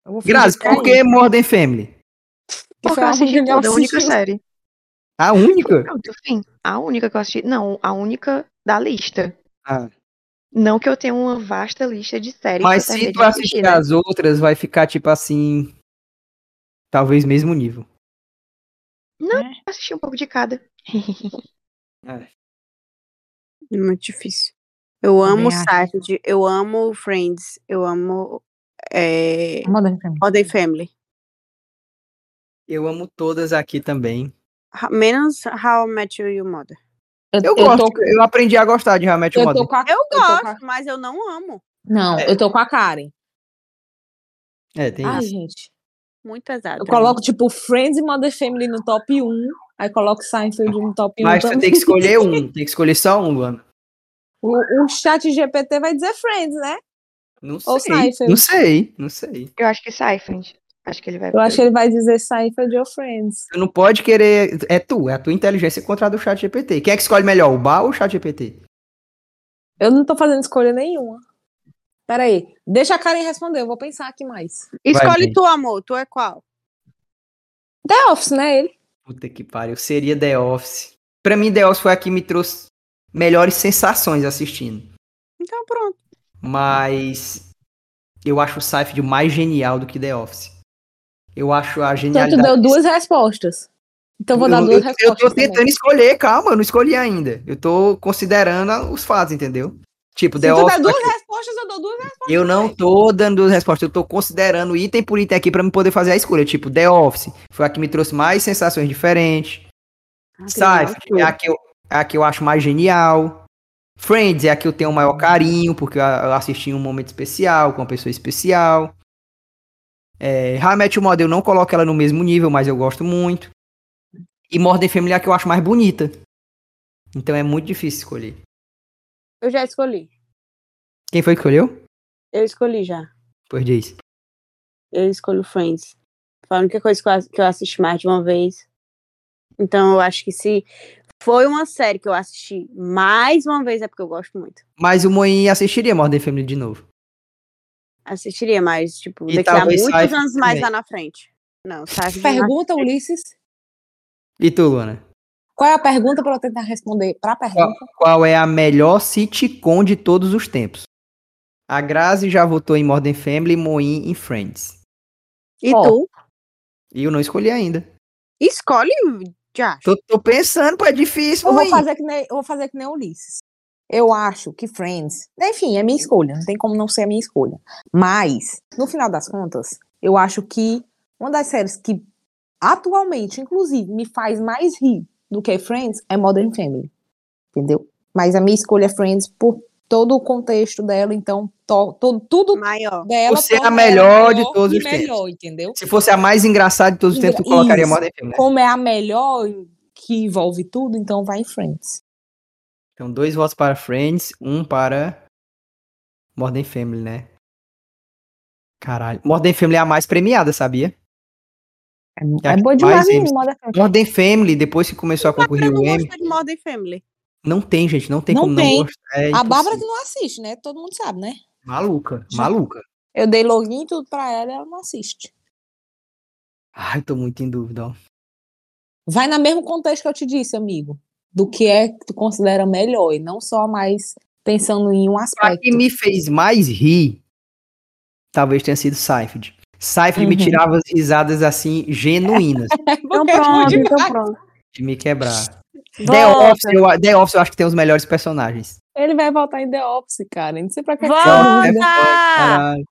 Speaker 5: Eu vou fingir
Speaker 2: Grazi,
Speaker 5: que é
Speaker 2: por que Modern Family?
Speaker 5: Que
Speaker 3: Porque
Speaker 5: foi
Speaker 3: eu
Speaker 5: algo que
Speaker 3: assisti
Speaker 5: ele
Speaker 3: toda, a única
Speaker 5: assistiu.
Speaker 3: série.
Speaker 2: A única?
Speaker 3: Pronto, fim. A única que eu assisti. Não, a única da lista.
Speaker 2: Ah,
Speaker 3: Não que eu tenha uma vasta lista de séries.
Speaker 2: mas
Speaker 3: que eu
Speaker 2: se
Speaker 3: terminei
Speaker 2: tu
Speaker 3: de assistir,
Speaker 2: assistir
Speaker 3: né?
Speaker 2: as outras, vai ficar tipo assim. Talvez mesmo nível.
Speaker 3: Não, eu assisti um pouco de cada.
Speaker 2: É.
Speaker 6: É Muito difícil. Eu amo
Speaker 5: Também acho.
Speaker 6: Seinfeld, eu amo Friends, eu amo é,
Speaker 5: Modern Family.
Speaker 6: Modern Family.
Speaker 2: Eu amo todas aqui também.
Speaker 6: Ha- Menos How I Met Your Mother.
Speaker 2: Eu, gosto,
Speaker 5: tô-
Speaker 2: eu aprendi a gostar de Realmente
Speaker 5: Eu tô
Speaker 2: Modern.
Speaker 5: com a,
Speaker 6: Eu
Speaker 5: tô com a-
Speaker 6: gosto, mas eu não amo.
Speaker 5: não, eu tô com a Karen.
Speaker 2: É, tem
Speaker 5: Ai,
Speaker 2: isso.
Speaker 5: gente.
Speaker 6: Muito pesado.
Speaker 5: Eu coloco, tipo, Friends e Mother Family no top 1. Aí coloco Seinfeld no top 1.
Speaker 2: Mas tu
Speaker 5: também.
Speaker 2: tem que escolher um, tem que escolher só um, Luana.
Speaker 5: o, o chat GPT vai dizer Friends, né?
Speaker 2: Não sei.
Speaker 5: Ou Seinfeld.
Speaker 2: Não sei, não sei.
Speaker 3: Eu acho que Seinfeld. Acho que ele vai.
Speaker 5: Eu acho que ele vai dizer Seinfeld ou Friends.
Speaker 2: Tu não pode querer. É tu, é a tua inteligência contra a do chat GPT. Quem é que escolhe melhor, o bar ou o chat GPT?
Speaker 5: Eu não tô fazendo escolha nenhuma. Peraí, deixa a Karen responder, eu vou pensar aqui mais.
Speaker 6: Escolhe
Speaker 2: bem.
Speaker 6: tu, amor. Tu é qual?
Speaker 5: The Office, né, ele?
Speaker 2: Puta que pariu, seria The Office. Pra mim, The Office foi a que me trouxe melhores sensações assistindo.
Speaker 6: Então pronto.
Speaker 2: Mas eu acho o Seinfeld mais genial do que The Office. Eu acho a
Speaker 5: Então tu
Speaker 2: genialidade.
Speaker 5: deu duas respostas. Então eu vou dar
Speaker 2: eu,
Speaker 5: duas
Speaker 2: eu, eu
Speaker 5: respostas.
Speaker 2: tô
Speaker 5: também.
Speaker 2: tentando escolher, calma, eu não escolhi ainda. Eu tô considerando os fatos, entendeu? Tipo,
Speaker 5: Se
Speaker 2: The
Speaker 5: tu
Speaker 2: Office.
Speaker 5: der duas respostas, eu dou duas respostas.
Speaker 2: Eu não tô dando duas respostas, eu tô considerando item por item aqui pra me poder fazer a escolha. Tipo, The Office foi a que me trouxe mais sensações diferentes.
Speaker 6: Ah,
Speaker 2: Seinfeld é a que eu, é a que eu acho mais genial. Friends é a que eu tenho o
Speaker 6: Hum.
Speaker 2: maior carinho, porque eu eu assisti em um momento especial, com uma pessoa especial. É, How I Met Your Mother, eu não coloco ela no mesmo nível, mas eu gosto muito. E Modern Family é a que eu acho mais bonita. Então é muito difícil escolher.
Speaker 6: Eu já escolhi.
Speaker 2: Quem foi que escolheu?
Speaker 6: Eu escolhi já.
Speaker 2: Pois diz.
Speaker 6: Eu escolho Friends. Foi a única coisa que eu, ass- que eu assisti mais de uma vez. Então eu acho que se foi uma série que eu assisti mais uma vez é porque eu gosto muito.
Speaker 2: Mas o Moin assistiria Modern Family de novo.
Speaker 6: Assistiria mais, tipo,
Speaker 2: E
Speaker 6: daqui a
Speaker 2: talvez
Speaker 6: muitos
Speaker 2: Seinfeld
Speaker 6: anos mais
Speaker 2: também.
Speaker 6: lá na frente. Não, sabe?
Speaker 5: Pergunta, Ulisses.
Speaker 2: E tu, Luana?
Speaker 5: Qual é a pergunta pra eu tentar responder? Pra pergunta.
Speaker 2: Qual é a melhor sitcom de todos os tempos? A Grazi já votou em Modern Family, Moin em Friends.
Speaker 6: E
Speaker 5: Ó.
Speaker 6: tu?
Speaker 2: E eu não escolhi ainda.
Speaker 6: Escolhe, já.
Speaker 2: Tô, tô pensando, pô, é difícil,
Speaker 5: Eu vou,
Speaker 2: Moin.
Speaker 5: fazer que nem, eu vou fazer que nem Ulisses. Eu acho que Friends. Enfim, é minha escolha. Não tem como não ser a minha escolha. Mas, no final das contas, eu acho que uma das séries que atualmente, inclusive, me faz mais rir do que Friends é Modern Family. Entendeu? Mas a minha escolha é Friends por todo o contexto dela, então, to, to- tudo
Speaker 6: Maior.
Speaker 5: dela.
Speaker 2: Você é a
Speaker 5: torna
Speaker 2: melhor
Speaker 5: ela
Speaker 2: de todos
Speaker 5: e
Speaker 2: os tempos.
Speaker 5: melhor, entendeu?
Speaker 2: Se fosse a mais engraçada de todos os tempos, tu
Speaker 5: Isso.
Speaker 2: colocaria Modern Family. né?
Speaker 5: Como é a melhor que envolve tudo, então vai em Friends.
Speaker 2: Então, dois votos para Friends, um para Modern Family, né? Caralho. Modern Family é a mais premiada, sabia?
Speaker 5: É,
Speaker 2: a
Speaker 5: é
Speaker 2: que
Speaker 5: boa
Speaker 2: mais
Speaker 5: demais, menino,
Speaker 2: Emmys-
Speaker 5: Modern Family.
Speaker 2: Modern Family, depois que começou a
Speaker 6: Eu
Speaker 2: concorrer
Speaker 6: não
Speaker 2: o Emmy,
Speaker 6: gosto de Modern Family.
Speaker 2: não tem, gente, não tem
Speaker 5: Não
Speaker 2: como
Speaker 5: tem. tipo
Speaker 2: não gostar. É
Speaker 5: A
Speaker 2: impossível.
Speaker 5: Bárbara que não assiste, né? Todo mundo sabe, né?
Speaker 2: Maluca,
Speaker 5: Já-
Speaker 2: maluca.
Speaker 5: Eu dei login e tudo pra ela e ela não assiste.
Speaker 2: Ai, tô muito em dúvida, ó.
Speaker 5: Vai no mesmo contexto que eu te disse, amigo. Do que é que tu considera melhor e não só mais pensando em um
Speaker 2: A
Speaker 5: aspecto.
Speaker 2: que me fez mais rir, talvez tenha sido Seinfeld. Seinfeld me
Speaker 5: Uhum.
Speaker 2: tirava as risadas assim, genuínas,
Speaker 6: Então pronto, então pronto.
Speaker 2: de me quebrar. The
Speaker 6: Volta.
Speaker 2: Office, eu, a- The Office eu acho que tem os melhores personagens.
Speaker 5: Ele vai voltar em The Office, cara. Não sei pra que que
Speaker 2: Volta!
Speaker 5: você manda. Ah,
Speaker 2: Caralho.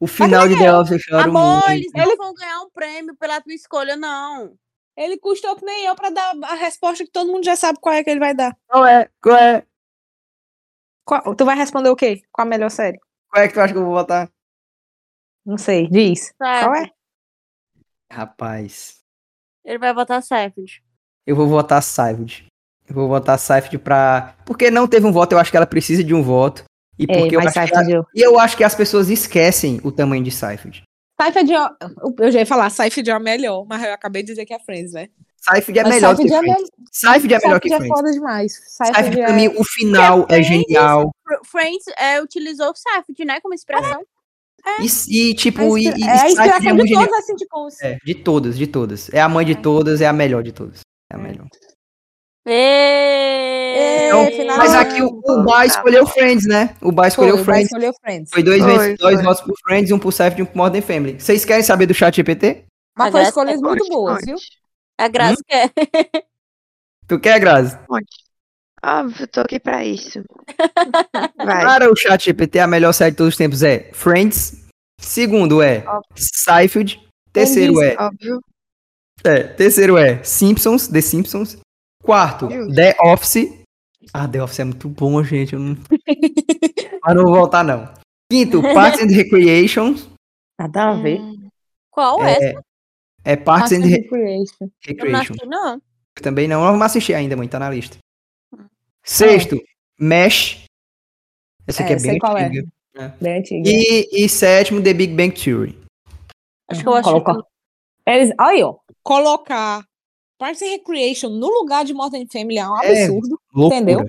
Speaker 2: O final de The Office eu choro
Speaker 6: Amor, eles
Speaker 2: muito.
Speaker 6: não vão ganhar um prêmio pela tua escolha, não.
Speaker 5: Ele custou que nem eu pra dar a resposta que todo mundo já sabe qual é que ele vai dar.
Speaker 2: Qual é? Qual é?
Speaker 5: Qual- tu vai responder o quê? Qual a melhor série?
Speaker 2: Qual é que tu acha que eu vou votar?
Speaker 5: Não sei, diz. Qual é?
Speaker 2: Rapaz,
Speaker 6: Ele vai votar Seinfeld.
Speaker 2: eu vou votar Seinfeld. Eu vou votar Seinfeld pra... Porque não teve um voto, eu acho que ela precisa de um voto. E porque eu acho, que a-
Speaker 5: É, eu...
Speaker 2: e eu acho que as pessoas esquecem o tamanho de Seinfeld.
Speaker 5: Seinfeld, é- eu já ia falar, Seinfeld é a melhor, mas eu acabei de dizer que é Friends, né?
Speaker 2: Seinfeld é
Speaker 5: Mas
Speaker 2: melhor que
Speaker 5: Seinfeld é
Speaker 2: Friends. Seinfeld é melhor que
Speaker 5: Seinfeld é
Speaker 2: Friends.
Speaker 5: foda demais.
Speaker 2: Seinfeld,
Speaker 5: Seinfeld
Speaker 2: pra
Speaker 5: é...
Speaker 2: mim, o final é
Speaker 6: Friends-
Speaker 2: genial.
Speaker 6: Friends é, utilizou o Seinfeld, né, como expressão.
Speaker 2: E, e, tipo, e,
Speaker 5: é
Speaker 2: e- e
Speaker 5: a
Speaker 2: Seinfeld
Speaker 5: inspiração
Speaker 2: muito
Speaker 5: de
Speaker 2: genial.
Speaker 5: todas as sitcoms.
Speaker 2: É, de todas, de todas. É a mãe de todas, é a melhor de todas. É a melhor.
Speaker 6: Ê!
Speaker 5: Então,
Speaker 6: final-
Speaker 2: Mas aqui o, o Bar escolheu Friends, né? O Bar escolheu
Speaker 5: tá. Foi, vai
Speaker 2: Friends.
Speaker 5: escolher o Friends.
Speaker 2: Foi dois,
Speaker 3: Foi,
Speaker 2: vezes, dois
Speaker 3: foi.
Speaker 2: votos pro Friends, um pro Seth e um pro Modern Family. Vocês querem saber do chat GPT?
Speaker 5: Mas foram
Speaker 6: Agora-
Speaker 5: escolhas muito boas, viu?
Speaker 6: A Graça é quer.
Speaker 2: Tu quer, Grazi?
Speaker 3: Óbvio, tô aqui pra isso. Vai.
Speaker 2: Para o chat GPT, a melhor série de todos os tempos é Friends. Segundo é Seinfeld. Terceiro
Speaker 5: Ah,
Speaker 2: é,
Speaker 3: Óbvio.
Speaker 2: é, terceiro é Simpsons, The Simpsons. Quarto,
Speaker 3: Justo.
Speaker 2: The Office. Ah, The Office é muito bom, gente. Eu não... Mas não vou voltar, não. Quinto, Parks and Recreation.
Speaker 7: Nada
Speaker 5: Hum.
Speaker 7: a ver.
Speaker 3: Hum,
Speaker 6: Qual é?
Speaker 2: É, é Parks and Re-
Speaker 5: Recreation.
Speaker 6: Eu não
Speaker 2: Recreation.
Speaker 6: assisti, não.
Speaker 2: Também não, vamos assistir ainda, mãe, tá na lista. Sexto, Mesh. Essa aqui
Speaker 5: É,
Speaker 2: é,
Speaker 5: eu sei
Speaker 2: bem
Speaker 5: qual é.
Speaker 2: antiga.
Speaker 5: Bem antiga.
Speaker 2: E, e sétimo, The Big Bang Theory.
Speaker 6: Acho que eu acho
Speaker 7: Coloca-
Speaker 5: Eles, aí, ó, colocar Parks and Recreation no lugar de Modern Family é um
Speaker 2: É,
Speaker 5: absurdo.
Speaker 2: Loucura.
Speaker 5: Entendeu?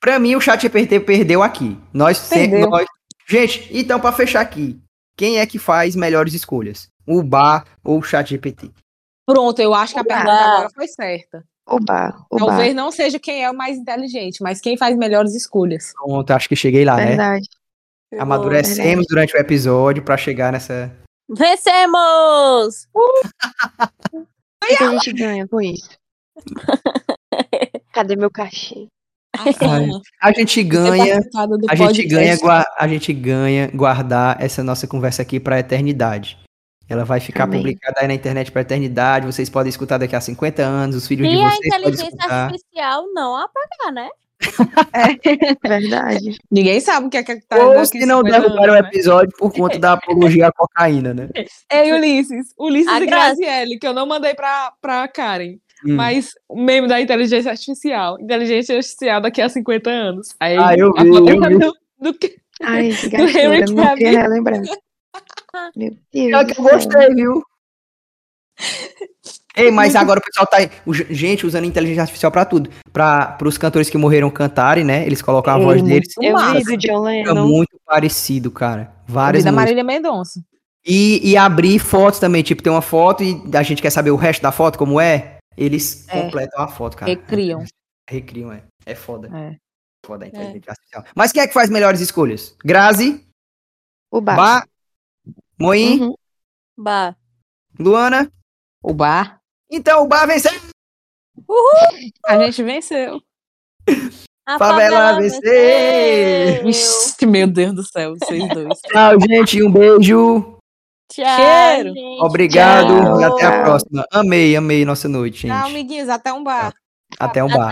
Speaker 2: Pra mim, o chat GPT perdeu aqui. Nós, se-
Speaker 5: Perdeu.
Speaker 2: nós- Gente, então, pra fechar aqui, quem é que faz melhores escolhas? O bar ou o chat GPT?
Speaker 5: Pronto, eu acho que a pergunta
Speaker 6: Ah.
Speaker 5: agora foi certa.
Speaker 3: O bar. O bar.
Speaker 5: Talvez não seja quem é o mais inteligente, mas quem faz melhores escolhas.
Speaker 2: Pronto, acho que cheguei lá, né?
Speaker 3: Verdade.
Speaker 6: que-
Speaker 2: Amadurecemos
Speaker 3: Verdade.
Speaker 2: durante o episódio pra chegar nessa.
Speaker 6: Vencemos!
Speaker 3: O que que a gente ganha com isso? Cadê meu cachê?
Speaker 5: A fama.
Speaker 2: A gente
Speaker 5: ter
Speaker 2: ganha.
Speaker 5: participado do
Speaker 2: A gente,
Speaker 5: podcast.
Speaker 2: ganha guar- a gente ganha guardar essa nossa conversa aqui pra eternidade. Ela vai ficar
Speaker 3: Amém.
Speaker 2: publicada aí na internet pra eternidade. Vocês podem escutar daqui a 50 anos. Os
Speaker 6: E
Speaker 2: filhos de
Speaker 4: é
Speaker 6: a
Speaker 2: vocês podem
Speaker 6: inteligência
Speaker 2: escutar.
Speaker 6: artificial não apagar, né?
Speaker 3: Verdade.
Speaker 5: Ninguém sabe o que é que tá
Speaker 2: Ou
Speaker 5: daqui
Speaker 2: se não
Speaker 5: 50
Speaker 2: derrubaram o
Speaker 5: anos, né?
Speaker 2: episódio por conta da apologia à cocaína, né?
Speaker 5: Ei, Ulisses. Ulisses
Speaker 6: A
Speaker 5: e
Speaker 6: Grazi.
Speaker 5: Graziele, que eu não mandei pra, pra Karen.
Speaker 2: Hum.
Speaker 5: Mas o meme da inteligência artificial. Inteligência artificial daqui a 50 anos. Aí,
Speaker 2: Ah, eu
Speaker 5: a
Speaker 2: vi,
Speaker 5: foto
Speaker 2: eu vi.
Speaker 5: do- do que-
Speaker 3: Ai, que
Speaker 5: Do Henry
Speaker 3: gastura. Não
Speaker 5: Cavill.
Speaker 3: queria relembrar. Meu Deus.
Speaker 2: Pior que eu
Speaker 3: do céu.
Speaker 2: gostei, viu? Ei, mas agora o pessoal tá. aí- o ge- Gente, usando inteligência artificial pra tudo. Pra, pros cantores que morreram cantarem, né? Eles colocam a
Speaker 3: Ei,
Speaker 2: voz
Speaker 3: muito
Speaker 2: deles.
Speaker 3: Eu
Speaker 5: Massa.
Speaker 3: vi do John
Speaker 2: Fica
Speaker 3: Lennon.
Speaker 2: muito parecido, cara. Várias
Speaker 5: da
Speaker 2: músicas.
Speaker 5: Marília Mendonça.
Speaker 2: E, e abrir fotos também. Tipo, tem uma foto e a gente quer saber o resto da foto, como é. Eles
Speaker 5: É.
Speaker 2: completam a foto, cara.
Speaker 5: Recriam.
Speaker 2: Recriam, é. É foda.
Speaker 5: É.
Speaker 2: Foda a inteligência artificial. Mas quem é que faz melhores escolhas? Grazi,
Speaker 3: O bar.
Speaker 2: Bá, Moim,
Speaker 3: Uhum.
Speaker 6: Bah.
Speaker 2: Luana.
Speaker 5: O bar.
Speaker 2: Então o Bar venceu.
Speaker 5: A gente venceu.
Speaker 6: A
Speaker 2: Favela venceu!
Speaker 5: Ixi, meu Deus do céu, vocês dois.
Speaker 2: Tchau, gente. Um beijo.
Speaker 6: Tchau,
Speaker 5: Cheiro.
Speaker 6: gente.
Speaker 2: Obrigado
Speaker 3: Tchau.
Speaker 2: e até a próxima. Amei, amei nossa noite,
Speaker 5: Tchau,
Speaker 2: gente.
Speaker 5: amiguinhos. Até um bar.
Speaker 2: Até o bar.